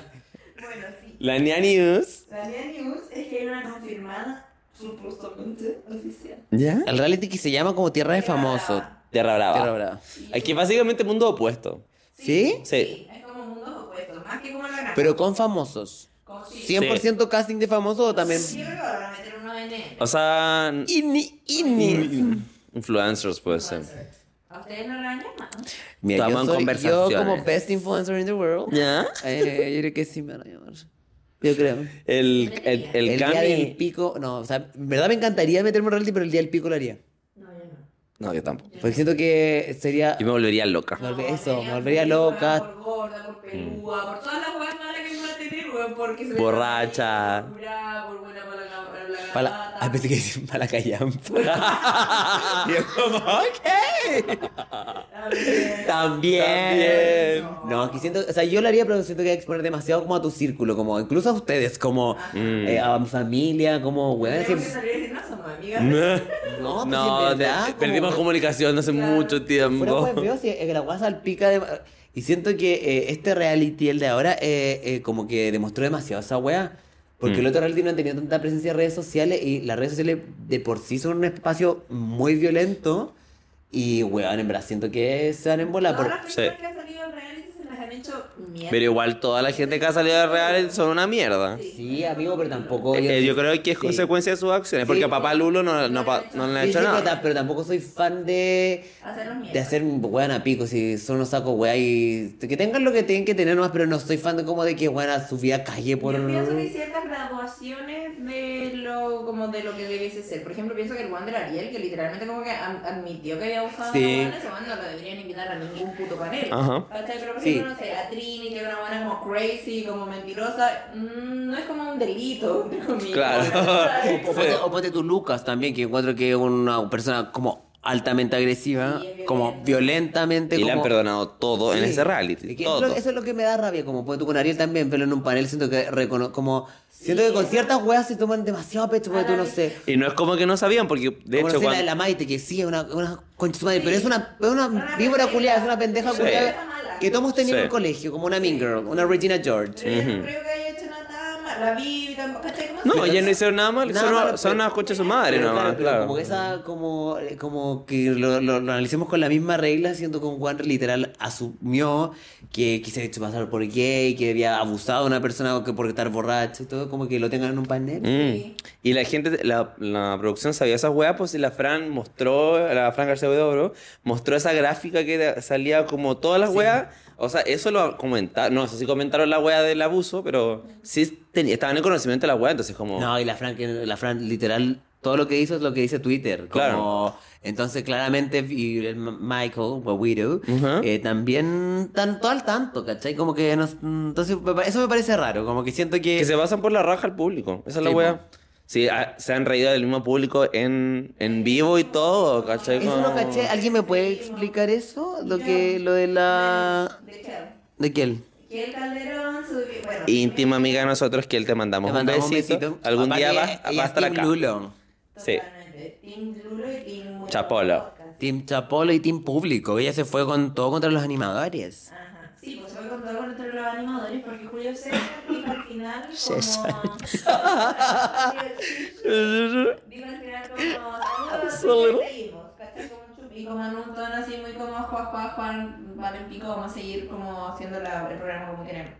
Speaker 3: sí.
Speaker 1: La Nia News.
Speaker 3: La mía news es que hay una confirmada, supuestamente, oficial.
Speaker 1: ¿Ya?
Speaker 2: El reality que se llama como Tierra de Famosos.
Speaker 1: Tierra Brava.
Speaker 2: Tierra Brava.
Speaker 1: Es que básicamente mundo opuesto.
Speaker 2: ¿Sí?
Speaker 3: Sí.
Speaker 1: Sí.
Speaker 3: Es como mundo opuesto, más que como la granja.
Speaker 2: Pero con famosos.
Speaker 3: Como si-
Speaker 2: 100% casting de famosos o también...
Speaker 3: Yo creo que van a meter uno en él.
Speaker 1: O sea, n-
Speaker 2: Ini, ini.
Speaker 1: influencers puede ser.
Speaker 3: ¿A ustedes no la llaman?
Speaker 2: Mira,
Speaker 1: Estamos en
Speaker 2: yo, soy- yo
Speaker 1: conversaciones.
Speaker 2: como best influencer in the world.
Speaker 1: ¿Ya?
Speaker 2: eh, yo creo que sí me van a llamar. Yo creo.
Speaker 1: El, el, el,
Speaker 2: El, día
Speaker 1: Cami-
Speaker 2: del pico, no, o sea, en verdad me encantaría meterme en reality, pero el día del pico lo haría.
Speaker 3: No, yo no.
Speaker 1: No, yo tampoco.
Speaker 2: Porque Pues siento que sería.
Speaker 1: Yo me volvería loca.
Speaker 2: Me volvería- eso, me
Speaker 3: por
Speaker 2: volvería
Speaker 3: pelúa,
Speaker 2: loca.
Speaker 3: Por gorda,
Speaker 1: Mm.
Speaker 3: por pelúa, por todas las weas malas que me van a tener, weón, porque se me-
Speaker 1: Borracha.
Speaker 3: Por cura, por buena para la, para la
Speaker 2: Para
Speaker 3: gata.
Speaker 2: Ay, ah, pensé que decían para la callampa.
Speaker 1: Ah.
Speaker 2: Y yo como, ok.
Speaker 3: También.
Speaker 2: Ah, También. No, que siento, o sea, yo lo haría, pero siento que hay que exponer demasiado como a tu círculo, como incluso a ustedes, como
Speaker 1: Mm.
Speaker 2: eh, a mi familia, como, weón.
Speaker 3: Tenemos que
Speaker 2: siempre-
Speaker 3: salir y decir, no somos amigas.
Speaker 2: No, pues,
Speaker 1: No,
Speaker 2: en verdad,
Speaker 1: te-
Speaker 2: como-
Speaker 1: perdimos comunicación hace
Speaker 3: Claro.
Speaker 1: mucho
Speaker 2: Fuera
Speaker 1: tiempo.
Speaker 2: hueón, veo si eh, la guasa salpica de... Y siento que eh, este reality, el de ahora, eh, eh, como que demostró demasiado esa wea. Porque
Speaker 1: Mm.
Speaker 2: el otro reality no han tenido tanta presencia en redes sociales y las redes sociales de por sí son un espacio muy violento. Y weón, en verdad siento que se han embolado.
Speaker 3: Todas
Speaker 2: Por...
Speaker 3: las personas que han salido en reality se las han han hecho mierda.
Speaker 1: Pero igual toda la gente que ha salido de real son una mierda.
Speaker 2: Sí, amigo, pero tampoco.
Speaker 1: Eh, yo creo que es
Speaker 2: Sí.
Speaker 1: consecuencia de sus acciones, porque a papá Lulo no, no, pa- no le ha
Speaker 2: Sí,
Speaker 1: hecho
Speaker 2: sí, pero,
Speaker 1: nada.
Speaker 2: ta- pero tampoco soy fan de.
Speaker 3: Hacerlos mierda.
Speaker 2: De hacer weón a pico, si son unos sacos weón y que tengan lo que tienen que tener nomás, pero no soy fan de como de que weón a su vida calle por.
Speaker 3: Yo pienso que hay ciertas graduaciones de lo, como de lo que debiese ser. Por ejemplo, pienso que el Juan del Ariel, que literalmente como que am- admitió que había abusado
Speaker 2: Sí.
Speaker 3: de una buena, ese weón no lo deberían invitar a ningún puto panel.
Speaker 1: Ajá.
Speaker 3: ¿Cachai? Pero por
Speaker 2: Sí.
Speaker 3: ejemplo, no sé, la Trini, que es una buena como crazy, como mentirosa, mm, no es como un delito, entre comillas.
Speaker 1: Claro.
Speaker 3: ¿Cachai?
Speaker 2: O, o ponte, o ponte tu Lucas también, que encuentro que es una persona como altamente agresiva,
Speaker 3: Sí, es
Speaker 2: como
Speaker 3: violento.
Speaker 2: violentamente.
Speaker 1: Y le han
Speaker 2: como-
Speaker 1: perdonado todo en
Speaker 2: Sí.
Speaker 1: ese
Speaker 2: Es
Speaker 1: reality.
Speaker 2: que es lo-
Speaker 1: Todo.
Speaker 2: eso es lo que me da rabia, como pues, tú con Ariel también, pero en un panel siento que recono- como siento
Speaker 3: Sí.
Speaker 2: que con ciertas weas se toman demasiado pecho, porque tú no sé.
Speaker 1: Y no es como que no sabían, porque de hecho,
Speaker 2: como no sé, la de
Speaker 1: cuando-
Speaker 2: la Maite, que sí, es una, una concha de su madre,
Speaker 3: Sí.
Speaker 2: pero es una, es una
Speaker 3: Una
Speaker 2: víbora
Speaker 3: pendeja.
Speaker 2: culiada, es una pendeja
Speaker 3: Sí.
Speaker 2: culiada que todos teníamos
Speaker 1: Sí.
Speaker 2: en el colegio, como una Mean Girl, una Regina George.
Speaker 3: Pero yo no creo que haya hecho nada tan mal. La vi, tampoco, ¿cachai? ¿Cómo
Speaker 1: No,
Speaker 3: se-
Speaker 1: ellas no hicieron nada mal,
Speaker 2: Nada
Speaker 1: son,
Speaker 2: malo,
Speaker 1: una- son
Speaker 2: pero-
Speaker 1: unas conchas de su madre
Speaker 2: Pero
Speaker 1: nomás,
Speaker 2: claro, pero
Speaker 1: claro.
Speaker 2: Como que esa, como, eh, como que lo, lo, lo analicemos con la misma regla, siendo que Juan literal asumió que, que se había hecho pasar por gay, que había abusado de una persona que por estar borracho y todo, como que lo tengan en un panel.
Speaker 1: Mm.
Speaker 3: Sí.
Speaker 1: Y la gente, la, la producción sabía esas weas, pues y la Fran mostró, la Fran García Huidobro, mostró esa gráfica que da- salía como todas las weas. O sea, eso lo comentaron, no sé si comentaron la wea del abuso, pero sí ten- estaban en conocimiento de la wea, entonces como...
Speaker 2: No, y la Fran, que- la Fran literal, todo lo que hizo es lo que dice Twitter.
Speaker 1: Claro.
Speaker 2: Como, entonces, claramente, y el M- Michael, o Widow,
Speaker 1: Ujú.
Speaker 2: eh, también tanto al tanto, ¿cachai? Como que, nos- mm, entonces, me pa- eso me parece raro, como que siento que...
Speaker 1: Que se basan por la raja al público, esa es la
Speaker 2: Sí,
Speaker 1: wea. Sí, ah, se han reído del mismo público en, en vivo y todo, ¿cachai?
Speaker 2: Eso no
Speaker 1: Como-
Speaker 2: caché. ¿Alguien me puede explicar eso? Lo que, lo de la...
Speaker 3: De hecho.
Speaker 2: ¿De quién?
Speaker 3: Que el Calderón subió. Bueno,
Speaker 1: Íntima amiga de nosotros, que él te mandamos,
Speaker 2: Le mandamos
Speaker 1: un
Speaker 2: un
Speaker 1: besito.
Speaker 2: besito.
Speaker 1: Algún
Speaker 2: Aparte,
Speaker 1: día
Speaker 2: ella
Speaker 1: vas,
Speaker 2: es
Speaker 1: vas a estar
Speaker 2: Team
Speaker 1: acá.
Speaker 2: Lulo.
Speaker 1: Sí.
Speaker 3: totalmente. Team Lulo y Team Mundo
Speaker 1: Chapolo.
Speaker 3: Podcast.
Speaker 2: Team Chapolo y Team Público. Ella se fue con todo contra los animadores.
Speaker 3: Ajá. Sí, pues se fue con todo con todos los animadores porque Julio César dijo al final
Speaker 2: César.
Speaker 3: como... digo al final como... "Saludos,
Speaker 1: Solo.
Speaker 3: seguimos", ¿cachai? Como chup, Y como en un tono así muy como Juan, Juan, Juan, vale el pico, vamos a seguir como haciendo la- el programa como queremos.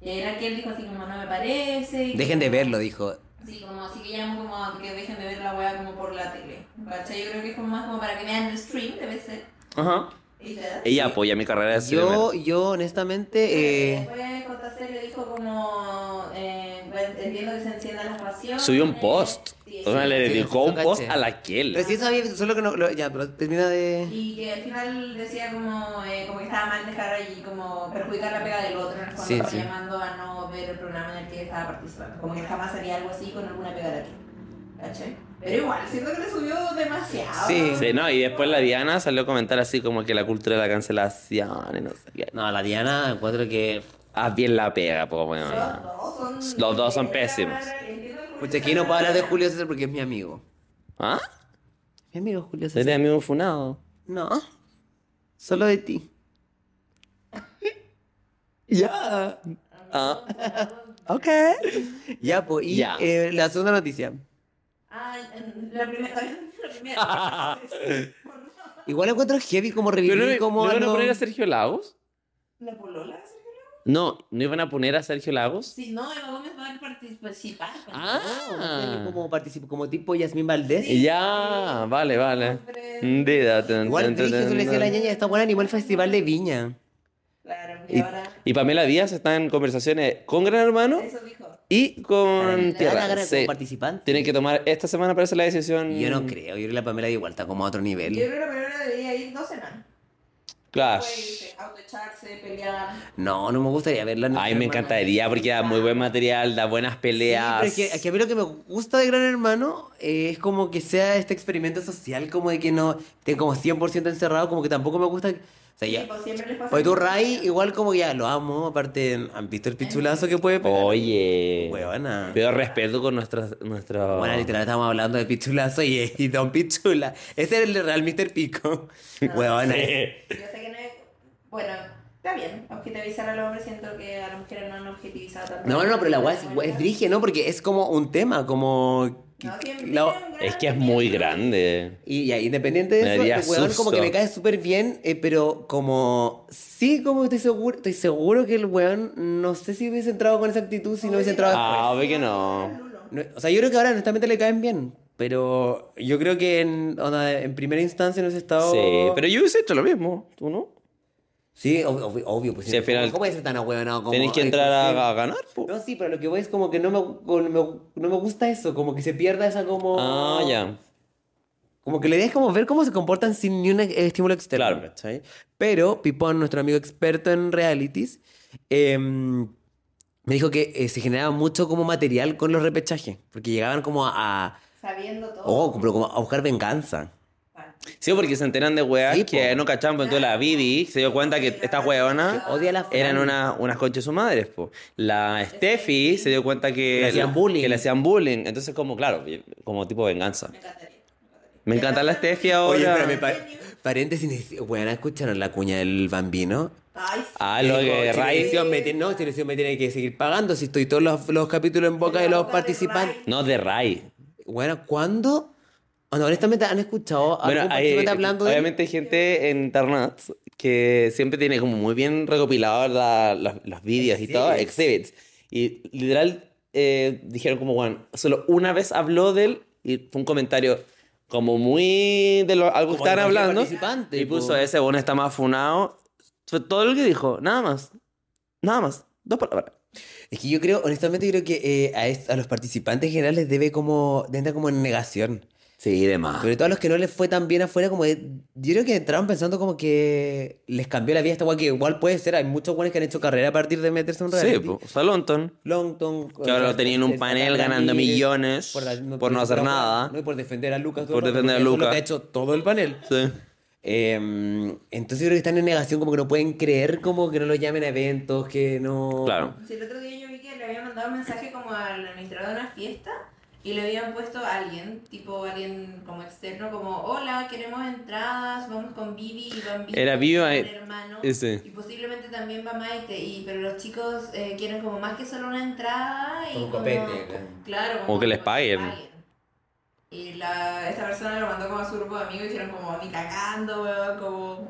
Speaker 3: Y ahí Raquel dijo así como no me parece. y
Speaker 2: Dejen de
Speaker 3: como-
Speaker 2: verlo, dijo.
Speaker 3: Sí, como así que llamo como a que dejen de ver la weá como por la tele. ¿Cachai? Yo creo que es como más como para que vean el stream, debe ser.
Speaker 1: Ajá.
Speaker 3: Y ya.
Speaker 1: Ella apoya mi carrera de
Speaker 2: Yo,
Speaker 1: streamer.
Speaker 2: yo honestamente... eh,
Speaker 3: Después JC le dijo como, eh, bueno, entiendo que se enciendan las pasiones.
Speaker 1: Subió un post.
Speaker 3: Sí,
Speaker 1: O sea, le
Speaker 2: sí,
Speaker 1: dedicó
Speaker 2: sí,
Speaker 1: un
Speaker 2: caché.
Speaker 1: post a la Kiel.
Speaker 2: Pero sí sabía, solo que no... lo- ya, pero termina de...
Speaker 3: Y que al final decía como, eh, como que estaba mal dejar allí, como perjudicar la pega del otro, en el fondo
Speaker 2: Sí,
Speaker 3: estaba
Speaker 2: sí.
Speaker 3: llamando a no ver el programa en el que estaba participando. Como que jamás haría algo así con alguna pega de aquí. ¿Cachai? Pero igual, siento que le subió demasiado.
Speaker 2: Sí.
Speaker 1: Sí, no, y después la Diana salió a comentar así como que la cultura de la cancelación y no sé qué.
Speaker 2: No, la Diana encuentro que...
Speaker 1: Ah, bien la pega, po, weón.
Speaker 3: Los dos son,
Speaker 1: Los dos son pésimos.
Speaker 3: Entiendo que
Speaker 2: Pucha, aquí no puedo hablar de Julio César porque es mi amigo.
Speaker 1: ¿Ah?
Speaker 2: Mi amigo Julio César.
Speaker 1: Eres amigo funado.
Speaker 2: No. Solo de ti. Ya.
Speaker 1: Ah,
Speaker 2: Ok. Ya, pues. Y
Speaker 1: Ya.
Speaker 2: eh, la segunda noticia.
Speaker 3: Ah, en- la primera. La primera.
Speaker 2: Igual encuentro heavy como revivir
Speaker 1: ¿Pero no,
Speaker 2: como
Speaker 1: ¿no iban a
Speaker 2: algo-
Speaker 1: poner a Sergio Lagos?
Speaker 3: ¿La polola? Sergio?
Speaker 1: No, ¿no iban a poner a Sergio Lagos?
Speaker 3: Sí, no, Eva Gómez va a partic- participar.
Speaker 1: Ah.
Speaker 2: No, no sé, como participo, como tipo Yasmín Valdés.
Speaker 1: Y Ya, vale, vale.
Speaker 3: Hombre.
Speaker 2: Igual
Speaker 1: Igual
Speaker 2: dije, eso le decía a la ñaña, está buena animal el Festival de Viña.
Speaker 3: Claro, y
Speaker 1: Y,
Speaker 3: ahora.
Speaker 1: y Pamela Díaz está en conversaciones con Gran Hermano
Speaker 3: Eso dijo.
Speaker 1: y
Speaker 2: Le
Speaker 1: con
Speaker 2: da la
Speaker 1: Mm, Tierra.
Speaker 2: gana
Speaker 1: Sí.
Speaker 2: como participante.
Speaker 1: Tienen que tomar esta semana parece la decisión.
Speaker 2: Yo no creo, yo creo que la Pamela de igual está como a otro
Speaker 3: Yo
Speaker 2: nivel.
Speaker 3: creo que la primera debería ir dos semanas.
Speaker 1: Claro.
Speaker 3: Puede irse, autoecharse, pelear.
Speaker 2: No, no me gustaría verla. en
Speaker 1: Ay,
Speaker 2: Gran
Speaker 1: me
Speaker 2: Hermano.
Speaker 1: encantaría porque da muy buen material, da buenas
Speaker 2: Sí, pero
Speaker 1: peleas.
Speaker 2: es que, es que a mí lo que me gusta de Gran Hermano eh, es como que sea este experimento social, como de que no esté como 100% encerrado, como que tampoco me gusta. que- O sea,
Speaker 3: Sí,
Speaker 2: ya.
Speaker 3: pues, siempre les pasa.
Speaker 2: Oye, tú, Ray, igual como que ya lo amo, aparte, ¿han visto el pichulazo que puede pegar?
Speaker 1: Oye.
Speaker 2: Huevona.
Speaker 1: Pero respeto con nuestras nuestro...
Speaker 2: Bueno, literal, estamos hablando de pichulazo y, y Don Pichula. Ese es el real Mr. Pico.
Speaker 3: Ah,
Speaker 2: Huevona.
Speaker 3: Yo sé que no es. Bueno, está bien. Objetivizar al hombre, siento que a las mujeres no han objetivizado tanto.
Speaker 2: No, no, pero la weá es, es brige, ¿no? Porque es como un tema, como
Speaker 3: No, sí, en
Speaker 2: No,
Speaker 3: Viña un gran
Speaker 1: Es que es muy
Speaker 3: evento.
Speaker 1: grande.
Speaker 2: Y ya, independiente de
Speaker 1: Me
Speaker 2: eso,
Speaker 1: daría
Speaker 2: el weón como que
Speaker 1: susto.
Speaker 2: me cae súper bien, eh, pero como sí, como estoy seguro, estoy seguro que el weón, no sé si hubiese entrado con esa actitud, si no hubiese entrado después.
Speaker 1: Ah, ve que no.
Speaker 3: Lulo.
Speaker 2: No, o sea, yo creo que ahora honestamente le caen bien, pero yo creo que en, onda, en primera instancia no hubiese estado...
Speaker 1: Sí, pero yo hubiese hecho lo mismo. ¿Tú no?
Speaker 2: Sí, ob- ob- obvio, pues
Speaker 1: Sí, al final-
Speaker 2: ¿cómo es tan ahueonado como...
Speaker 1: Tenés que
Speaker 2: ay,
Speaker 1: entrar
Speaker 2: sí.
Speaker 1: a, a ganar, po.
Speaker 2: No, sí, pero lo que voy es como que no me, con- me- no me gusta eso, como que se pierda esa como...
Speaker 1: Ah, ya.
Speaker 2: Como que la idea es como ver cómo se comportan sin ni un eh, estímulo externo.
Speaker 1: Claro.
Speaker 2: ¿cachai? Pero Pipón, nuestro amigo experto en realities, em, me dijo que eh, se generaba mucho como material con los repechajes, porque llegaban como a... a-
Speaker 3: Sabiendo todo.
Speaker 2: oh, pero como a buscar venganza.
Speaker 3: Vale.
Speaker 1: Sí, porque se enteran de weas
Speaker 2: Sí,
Speaker 1: que
Speaker 2: po.
Speaker 1: no cachaban, pues entonces la Bibi se dio cuenta que estas weonas
Speaker 2: Que odia a la Fran.
Speaker 1: eran una- unas conchas de su madre, po. La Steffi se dio cuenta que
Speaker 2: le hacían bullying.
Speaker 1: que le hacían bullying. Entonces, como, claro, como tipo venganza.
Speaker 3: Me encantaría. me encantaría.
Speaker 1: Me encanta la Steffi
Speaker 2: Oye,
Speaker 1: ahora.
Speaker 2: espérame, pa- paréntesis, weón, ¿escucharon la cuña del bambino?
Speaker 3: Ay, sí.
Speaker 1: Ah, lo
Speaker 2: Dijo,
Speaker 1: que Ray.
Speaker 2: Chilevisión me tiene- no, Chilevisión me tiene que seguir pagando si estoy todos los, los capítulos en boca de los participantes.
Speaker 1: No, de Ray.
Speaker 2: Bueno, ¿cuándo? Oh, no, honestamente, ¿han escuchado a
Speaker 1: Bueno,
Speaker 2: algún
Speaker 1: hay,
Speaker 2: participante hablando de él?
Speaker 1: obviamente hay gente en internet que siempre tiene como muy bien recopilado la- los, los vídeos y todo, exhibits. Y literal eh, dijeron como, bueno, solo una vez habló de él y fue un comentario como muy de lo, algo que
Speaker 2: Como de
Speaker 1: estaban
Speaker 2: cualquier
Speaker 1: hablando.
Speaker 2: participante,
Speaker 1: Y
Speaker 2: po.
Speaker 1: puso ese, bueno, está más funado. Fue todo lo que dijo, nada más. Nada más. Dos palabras.
Speaker 2: Es que yo creo, honestamente, creo que eh, a, est- a los participantes en general les debe como, les entra como en negación.
Speaker 1: Sí, demás.
Speaker 2: Sobre todo a los que no les fue tan bien afuera, como de- yo creo que entraron pensando como que les cambió la vida esta guay, que igual puede ser, hay muchos guanes que han hecho carrera a partir de meterse en un
Speaker 1: Sí,
Speaker 2: reality.
Speaker 1: po. o sea, Longton.
Speaker 2: Longton.
Speaker 1: Que ahora lo tenían en un panel ganando millones por no hacer nada.
Speaker 2: No, y por defender a Lucas. todo
Speaker 1: Por
Speaker 2: el rato,
Speaker 1: defender a
Speaker 2: porque eso es lo
Speaker 1: Lucas.
Speaker 2: que ha hecho todo el panel.
Speaker 1: Sí.
Speaker 2: Eh, entonces yo creo que están en negación, como que no pueden creer, como que no lo llamen a eventos, que no...
Speaker 1: Claro.
Speaker 3: Sí, el otro día yo vi que le habían mandado un mensaje como al administrador de una fiesta y le habían puesto a alguien, tipo alguien como externo, como hola, queremos entradas, vamos con Vivi y Bambino,
Speaker 1: Era Vivi,
Speaker 3: con
Speaker 1: eh,
Speaker 3: el hermano,
Speaker 1: ese.
Speaker 3: y posiblemente también va Maite, y, pero los chicos eh, quieren como más que solo una entrada y
Speaker 2: Como un
Speaker 3: como-
Speaker 2: copete, como-
Speaker 3: claro,
Speaker 1: Como que les paguen.
Speaker 3: Y la, esta persona lo mandó como a su grupo de amigos y dijeron como ni cagando, weón, como...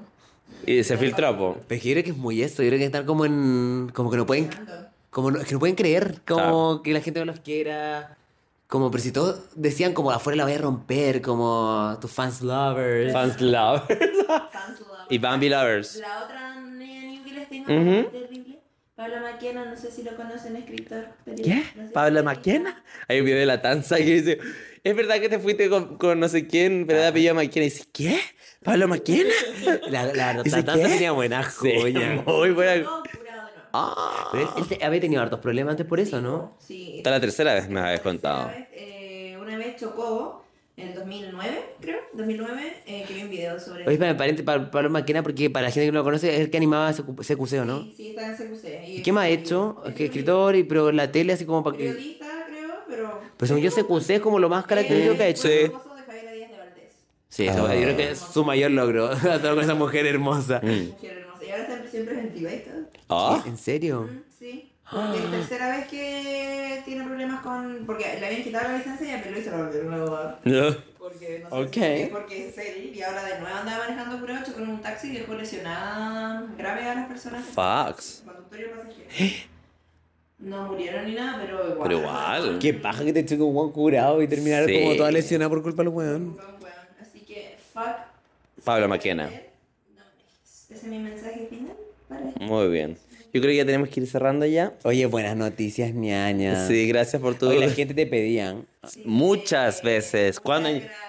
Speaker 1: Y se filtró, po.
Speaker 2: Pero es que yo creo que es muy eso, yo creo que están como en... Como que no pueden... Como no- es que no pueden creer, como
Speaker 1: Claro.
Speaker 2: que la gente no los quiera. Como, pero si todos decían como afuera la voy a romper, como tus fans lovers.
Speaker 1: Fans love.
Speaker 3: Fans love.
Speaker 1: Y Bambi Lovers.
Speaker 3: La otra niña que les tengo
Speaker 1: Ujú.
Speaker 3: terrible. Pablo Maquena, no sé si lo conocen, escritor.
Speaker 1: ¿Qué? ¿Pablo Maquena? Hay un video de la tanza que dice, es verdad que te fuiste con, con no sé quién,
Speaker 2: Ah.
Speaker 1: pero de apellido Maquena. Y dice, ¿qué? ¿Pablo Maquena?
Speaker 2: La, la, la
Speaker 1: Dice,
Speaker 2: Tatanza
Speaker 1: ¿qué?
Speaker 2: tenía buenas
Speaker 1: Sí,
Speaker 2: joyas.
Speaker 1: muy buena.
Speaker 3: No, curado no.
Speaker 1: Ah.
Speaker 2: Pero él, él te- había tenido hartos problemas antes por eso, ¿no?
Speaker 3: Sí.
Speaker 1: Esta es la tercera vez me habías contado.
Speaker 3: Una vez, eh, una vez chocó en el 2009, creo. 2009, eh, que vi un video sobre.
Speaker 2: Oye, para parente para Pablo Maquena, porque para la gente que no lo conoce, es el que animaba ese CQC, ¿no?
Speaker 3: Sí, sí, está en CQC.
Speaker 2: ¿Y qué más ha hecho? Es que escritor, y pero la tele así como para que.
Speaker 3: Periodista, creo, pero. Eh,
Speaker 2: Pues según yo CQC es como lo más característico que ha
Speaker 1: Sí.
Speaker 2: hecho.
Speaker 3: Sí. de Javiera Díaz de Valdés.
Speaker 2: Sí, eso,
Speaker 1: Ah.
Speaker 2: yo creo que es su mayor logro. Todo con esa mujer hermosa.
Speaker 3: Mujer hermosa. Y ahora está siempre ventilator.
Speaker 1: Ah.
Speaker 2: ¿En serio?
Speaker 3: Mm, Sí. Porque es tercera vez que tiene problemas con. Porque le habían quitado la licencia y pero lo hizo la nuevo. Porque no sé
Speaker 2: Ok.
Speaker 3: si es porque es él y ahora de nuevo andaba manejando curado, chocó en un taxi y dejó lesionada grave a las personas.
Speaker 1: Fax.
Speaker 3: Conductor y pasajero. No murieron ni nada, pero igual.
Speaker 1: ¿Eh? Pero igual.
Speaker 2: Qué paja que te choque un weón curado y terminar
Speaker 1: Sí.
Speaker 2: como toda lesionada por culpa del weón.
Speaker 3: Fue un weón. Así que, fuck.
Speaker 1: Pablo Maquena.
Speaker 3: No me dejes. Ese es mi mensaje final para
Speaker 1: Muy bien. Yo creo que ya tenemos que ir cerrando ya.
Speaker 2: Oye, buenas noticias, ñaña.
Speaker 1: Sí, gracias por tu...
Speaker 2: Oye, la gente te pedían.
Speaker 1: Muchas veces. Cuando,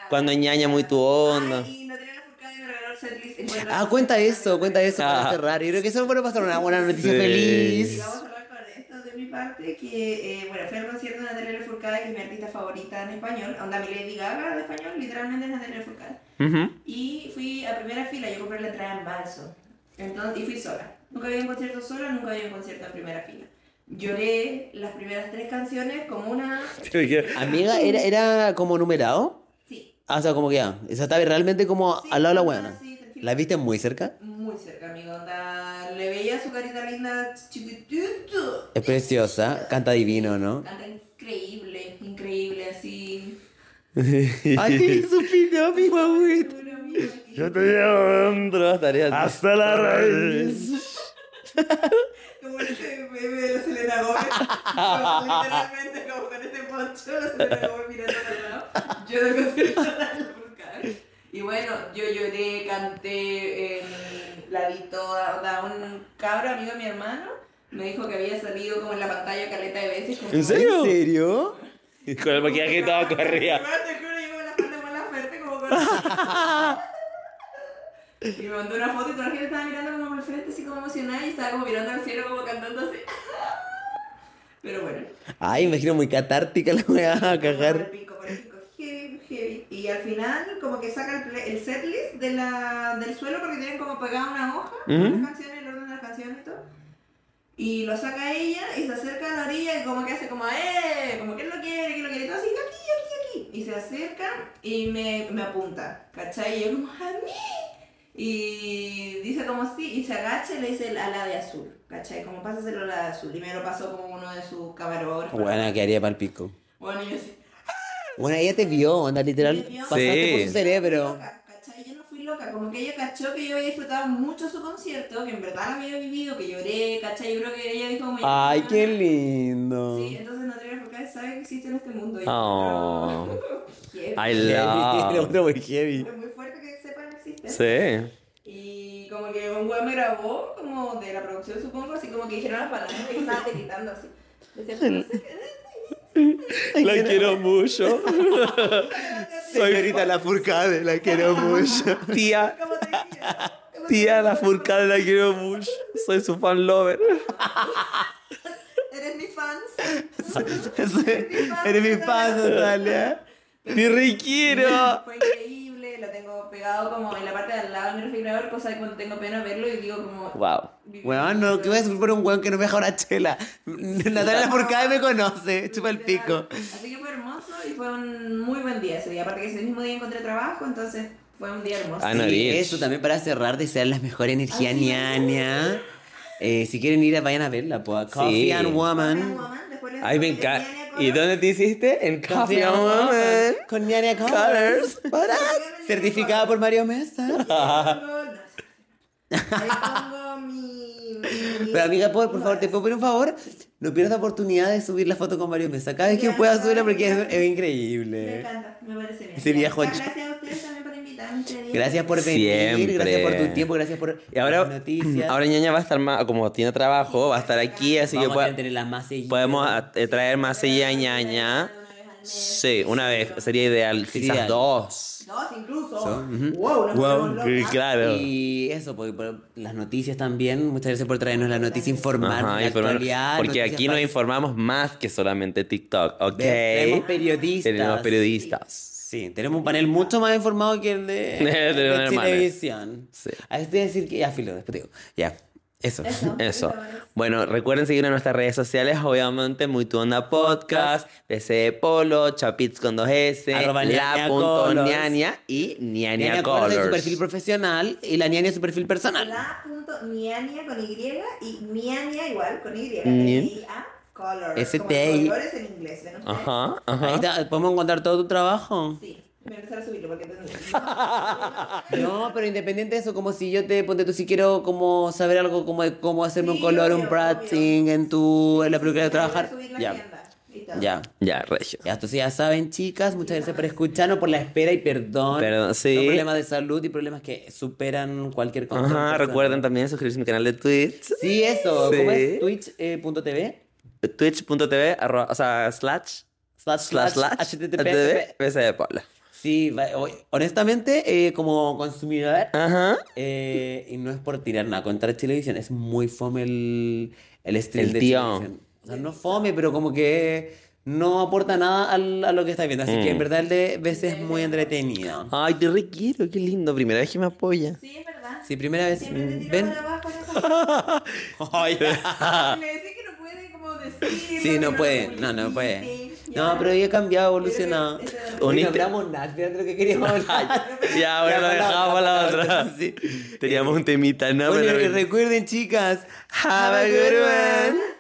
Speaker 1: cuando ñaña muy tu onda.
Speaker 3: Ay, y no tenía la furcada y me regaló el setlist. Encuentro-
Speaker 2: Ah, cuenta eso, cuenta eso para
Speaker 1: Ah.
Speaker 2: cerrar. Yo creo que eso puede pasar una buena noticia
Speaker 1: Sí.
Speaker 3: Y
Speaker 2: feliz.
Speaker 3: vamos a hablar con esto de mi parte, que eh, bueno, fue al concierto de Natalia Lafourcade, que es mi artista favorita en español, onda mi Lady Gaga de español, literalmente es Natalia Lafourcade.
Speaker 1: Ujú.
Speaker 3: Y fui a primera fila, yo compré la entrada en marzo, entonces, y fui sola. Nunca había un concierto sola, nunca había un concierto en primera fila. Lloré las primeras tres canciones como una...
Speaker 2: Amiga, ¿era, era como numerado?
Speaker 3: Sí,
Speaker 2: Ah, o sea, como que ya. Esa estaba realmente como
Speaker 3: Sí,
Speaker 2: al lado de la
Speaker 3: sí,
Speaker 2: buena.
Speaker 3: sí, te fijas.
Speaker 2: ¿La viste muy cerca?
Speaker 3: muy cerca, amigo, onda, le veía su carita linda, chiquitito.
Speaker 2: Es preciosa, canta divino, ¿no?
Speaker 3: Canta increíble, increíble, así.
Speaker 2: Ay, su pica, mi mamita.
Speaker 1: Yo te llevo dentro, tarea.
Speaker 2: Hasta la raíz.
Speaker 3: Como ese bebé de la Selena Gómez. como Literalmente como con ese poncho de Selena Gómez mirando al lado. Yo del concierto de la Burkhardt. Y bueno, yo lloré, canté, eh, la vi toda. o sea, un cabro amigo de mi hermano me dijo que había salido como en la pantalla caleta de veces. como-
Speaker 1: ¿En serio?
Speaker 2: ¿En serio?
Speaker 1: Con el maquillaje todo corría.
Speaker 3: Hermano, Te juro, yo con la parte mala suerte como con- Y me mandó una foto y toda la gente estaba mirando como por el frente, así como emocionada, y estaba como mirando al cielo, como cantando así. Pero bueno.
Speaker 2: Ay, imagino muy catártica la voy a
Speaker 3: Por el
Speaker 2: cagar.
Speaker 3: pico, por el pico, heavy, heavy. Y al final, como que saca el, ple- el setlist de la, del suelo porque tienen como pegada una hoja, con
Speaker 1: Ujú.
Speaker 3: las canciones, el orden de las canciones y todo. Y lo saca ella y se acerca a la orilla y como que hace como, ¡eh! Como que él lo quiere, que lo quiere. Y todo así, aquí, aquí, aquí. Y se acerca y me, me apunta, ¿cachai? Y yo como, ¡a mí! Y dice como sí, y se agacha y le dice el ala de azul, ¿cachai? Como pásaselo al ala de azul. Y me lo pasó como uno de sus camarógrafos.
Speaker 2: Buena, quedaría para el pico.
Speaker 3: Bueno, y yo así,
Speaker 2: Bueno, ella te vio, onda, literal.
Speaker 3: Me vio.
Speaker 2: Pasaste por
Speaker 1: Sí.
Speaker 2: su cerebro.
Speaker 3: loca, ¿cachai? Yo no fui loca, como que ella cachó que yo había disfrutado mucho su concierto, que en verdad lo había vivido, que lloré, ¿cachai? Yo creo que ella dijo como...
Speaker 2: Ay,
Speaker 3: "Ah".
Speaker 2: qué lindo.
Speaker 3: Sí, entonces Natalia Furcade sabe que existe en este mundo. y-
Speaker 1: Oh.
Speaker 3: Qué-
Speaker 1: I
Speaker 2: Era
Speaker 1: love.
Speaker 2: otro muy heavy.
Speaker 3: Es muy fuerte que sepan que existe.
Speaker 1: Sí.
Speaker 3: Y como que un weón me grabó, como de la producción supongo, así como que dijeron las palabras y estaba gritando así. Decía, "No sé qué
Speaker 1: La quiero mucho.
Speaker 3: es".
Speaker 2: Señorita La Furcade, la quiero mucho.
Speaker 1: Tía,
Speaker 3: Como te decía, como
Speaker 1: tía,
Speaker 3: te
Speaker 1: la
Speaker 3: decía,
Speaker 1: furcada la quiero mucho. Soy su fan lover.
Speaker 3: Eres mi fans.
Speaker 2: Eres mi fan, Natalia.
Speaker 1: ¿eh? Te requiero.
Speaker 3: Fue increíble, lo tengo pegado como en la parte de al lado de mi refrigerador, cosa que cuando tengo pena verlo y digo como...
Speaker 1: Wow.
Speaker 3: viví-
Speaker 2: Weón, no, ¿qué voy a sufrir por un weón que no me deja una chela? Natalia La Furcade me conoce, chupa el pico.
Speaker 3: Literal. Así que fue hermoso y fue un muy buen día ese día. Aparte que ese mismo día encontré trabajo, entonces fue un día hermoso.
Speaker 1: Ah, no.
Speaker 2: Y
Speaker 1: Anabel.
Speaker 2: eso también para cerrar, desear la mejor energía,
Speaker 3: Ay, Ah, sí.
Speaker 2: ñaña. Eh, si quieren ir, vayan a verla, pues. Coffee
Speaker 1: Sí.
Speaker 2: and
Speaker 3: Woman,
Speaker 2: Woman.
Speaker 3: Woman, después le-
Speaker 1: Ay, me
Speaker 3: le-
Speaker 1: encanta.
Speaker 3: le- le-
Speaker 1: ¿Y dónde te hiciste? En Coffee and Woman.
Speaker 2: Con ñaña Colors.
Speaker 1: Colors.
Speaker 2: Certificada por Mario Mesa.
Speaker 3: Ahí pongo- no, sí, sí. Ahí pongo mi... mi-
Speaker 2: Pero amiga, ¿puedo- por favor, te puedo pedir un favor. No pierdas la oportunidad de subir la foto con Mario Mesa. Cada vez que
Speaker 3: Ya,
Speaker 2: puedas
Speaker 3: ya,
Speaker 2: subirla porque es,
Speaker 3: ya.
Speaker 2: es
Speaker 3: Me
Speaker 2: increíble.
Speaker 3: encanta, me parece bien.
Speaker 2: Ese
Speaker 3: Ya,
Speaker 2: viejo
Speaker 3: muchas
Speaker 2: ch-
Speaker 3: Gracias a ustedes también por invitarme. este día.
Speaker 2: Gracias por venir,
Speaker 1: Siempre.
Speaker 2: gracias por tu tiempo, gracias por
Speaker 1: Y ahora,
Speaker 2: las noticias.
Speaker 1: ahora ñaña va a estar más, como tiene trabajo, va a estar aquí, así
Speaker 2: Vamos
Speaker 1: que
Speaker 2: a
Speaker 1: pueda-
Speaker 2: tener las más seguidas.
Speaker 1: podemos a- eh, traer más ella ñaña.
Speaker 3: Una vez al mes.
Speaker 1: Sí, una vez, sería ideal,
Speaker 2: Sería
Speaker 1: quizás
Speaker 2: ideal.
Speaker 1: dos.
Speaker 3: Dos incluso.
Speaker 2: Son-
Speaker 3: Wow, nos
Speaker 2: Wow,
Speaker 3: volvemos locas.
Speaker 1: Claro.
Speaker 2: Y eso, por, por las noticias también. Muchas gracias por traernos la noticia, informar
Speaker 1: Ajá,
Speaker 2: la
Speaker 1: informar-
Speaker 2: actualidad.
Speaker 1: porque
Speaker 2: noticias
Speaker 1: aquí nos
Speaker 2: para-
Speaker 1: informamos más que solamente TikTok, ¿ok?
Speaker 2: Tenemos periodistas.
Speaker 1: Tenemos periodistas.
Speaker 2: Sí, tenemos un panel mucho más informado que el de,
Speaker 1: De
Speaker 2: de
Speaker 1: los hermanos.
Speaker 2: televisión.
Speaker 1: Sí.
Speaker 2: A este decir que ya filo, después te digo. Ya, eso.
Speaker 3: Eso.
Speaker 1: Eso. Bueno, recuerden seguir en nuestras redes sociales, obviamente, Muy Tu Onda Podcast, PC Polo, Chapits con dos S,
Speaker 2: Arroba Ñaña
Speaker 1: La punto
Speaker 2: Colors.
Speaker 1: ñaña y ñaña,
Speaker 2: Ñaña Corsa es su perfil
Speaker 1: colors.
Speaker 2: profesional y la ñaña es su perfil personal.
Speaker 3: La punto Miania con Y y Miania igual con Y.
Speaker 1: Ni-
Speaker 3: Y A color.
Speaker 2: Ese
Speaker 3: como
Speaker 2: te-
Speaker 3: colores en inglés. ¿ven ustedes?
Speaker 1: Ajá,
Speaker 2: Ahí
Speaker 1: ajá.
Speaker 2: está, podemos encontrar todo tu trabajo.
Speaker 3: Sí. Voy a empezar a subirlo porque entonces-
Speaker 2: No, pero independiente de eso, como si yo te ponte tú si quiero como saber algo como de cómo hacerme un
Speaker 3: Sí,
Speaker 2: color,
Speaker 3: obvio,
Speaker 2: un prating en tu en la película de trabajar.
Speaker 3: Voy a subir la
Speaker 2: Ya.
Speaker 3: agenda y todo.
Speaker 2: Ya.
Speaker 1: Ya, Regio.
Speaker 2: Ya, entonces ya saben, chicas, muchas gracias por escucharnos, por la espera y perdón.
Speaker 1: Perdón, sí.
Speaker 2: Son problemas de salud y problemas que superan cualquier cosa.
Speaker 1: Ajá, recuerden también suscribirse a mi canal de Twitch,
Speaker 2: Sí, eso.
Speaker 1: Sí.
Speaker 2: ¿Cómo es? eh, Twitch.tv
Speaker 1: twitch.tv, arroba- o sea, slash,
Speaker 2: slash
Speaker 1: slash, slash,
Speaker 2: http.
Speaker 1: http, PC de Polo.
Speaker 2: Sí, va- o- honestamente, eh, como consumidor,
Speaker 1: Ajá.
Speaker 2: eh, y no es por tirar nada contra Chilevisión, es muy fome el, el stream
Speaker 1: El
Speaker 2: de
Speaker 1: tío.
Speaker 2: Chilevisión. O sea, no fome, pero como que no aporta nada al- a lo que estás viendo. Así
Speaker 1: Mm.
Speaker 2: que en verdad el de veces es muy entretenido.
Speaker 1: Ay, te requiero, qué lindo. Primera vez que me apoya.
Speaker 3: Sí, es verdad.
Speaker 2: Sí, primera vez.
Speaker 3: Siempre te tiro
Speaker 2: Ven.
Speaker 3: para abajo en esa-
Speaker 2: Ay.
Speaker 3: Le decís que no puede como decir.
Speaker 2: Sí, no puede. No, no puede. No, pero ella ha cambiado, evolucionado.
Speaker 3: Pero ese- ese-
Speaker 2: Uy,
Speaker 1: Uniste-
Speaker 2: no hablamos nada, fíjate lo que queríamos hablar.
Speaker 1: Ya, ahora
Speaker 2: Ya,
Speaker 1: lo
Speaker 2: para la
Speaker 1: dejamos para
Speaker 2: otra,
Speaker 1: la
Speaker 2: para la
Speaker 1: otra.
Speaker 2: otra, sí.
Speaker 1: Teníamos un temita, ¿no?
Speaker 2: Bueno,
Speaker 1: Pero-
Speaker 2: y recuerden, chicas, have a good one.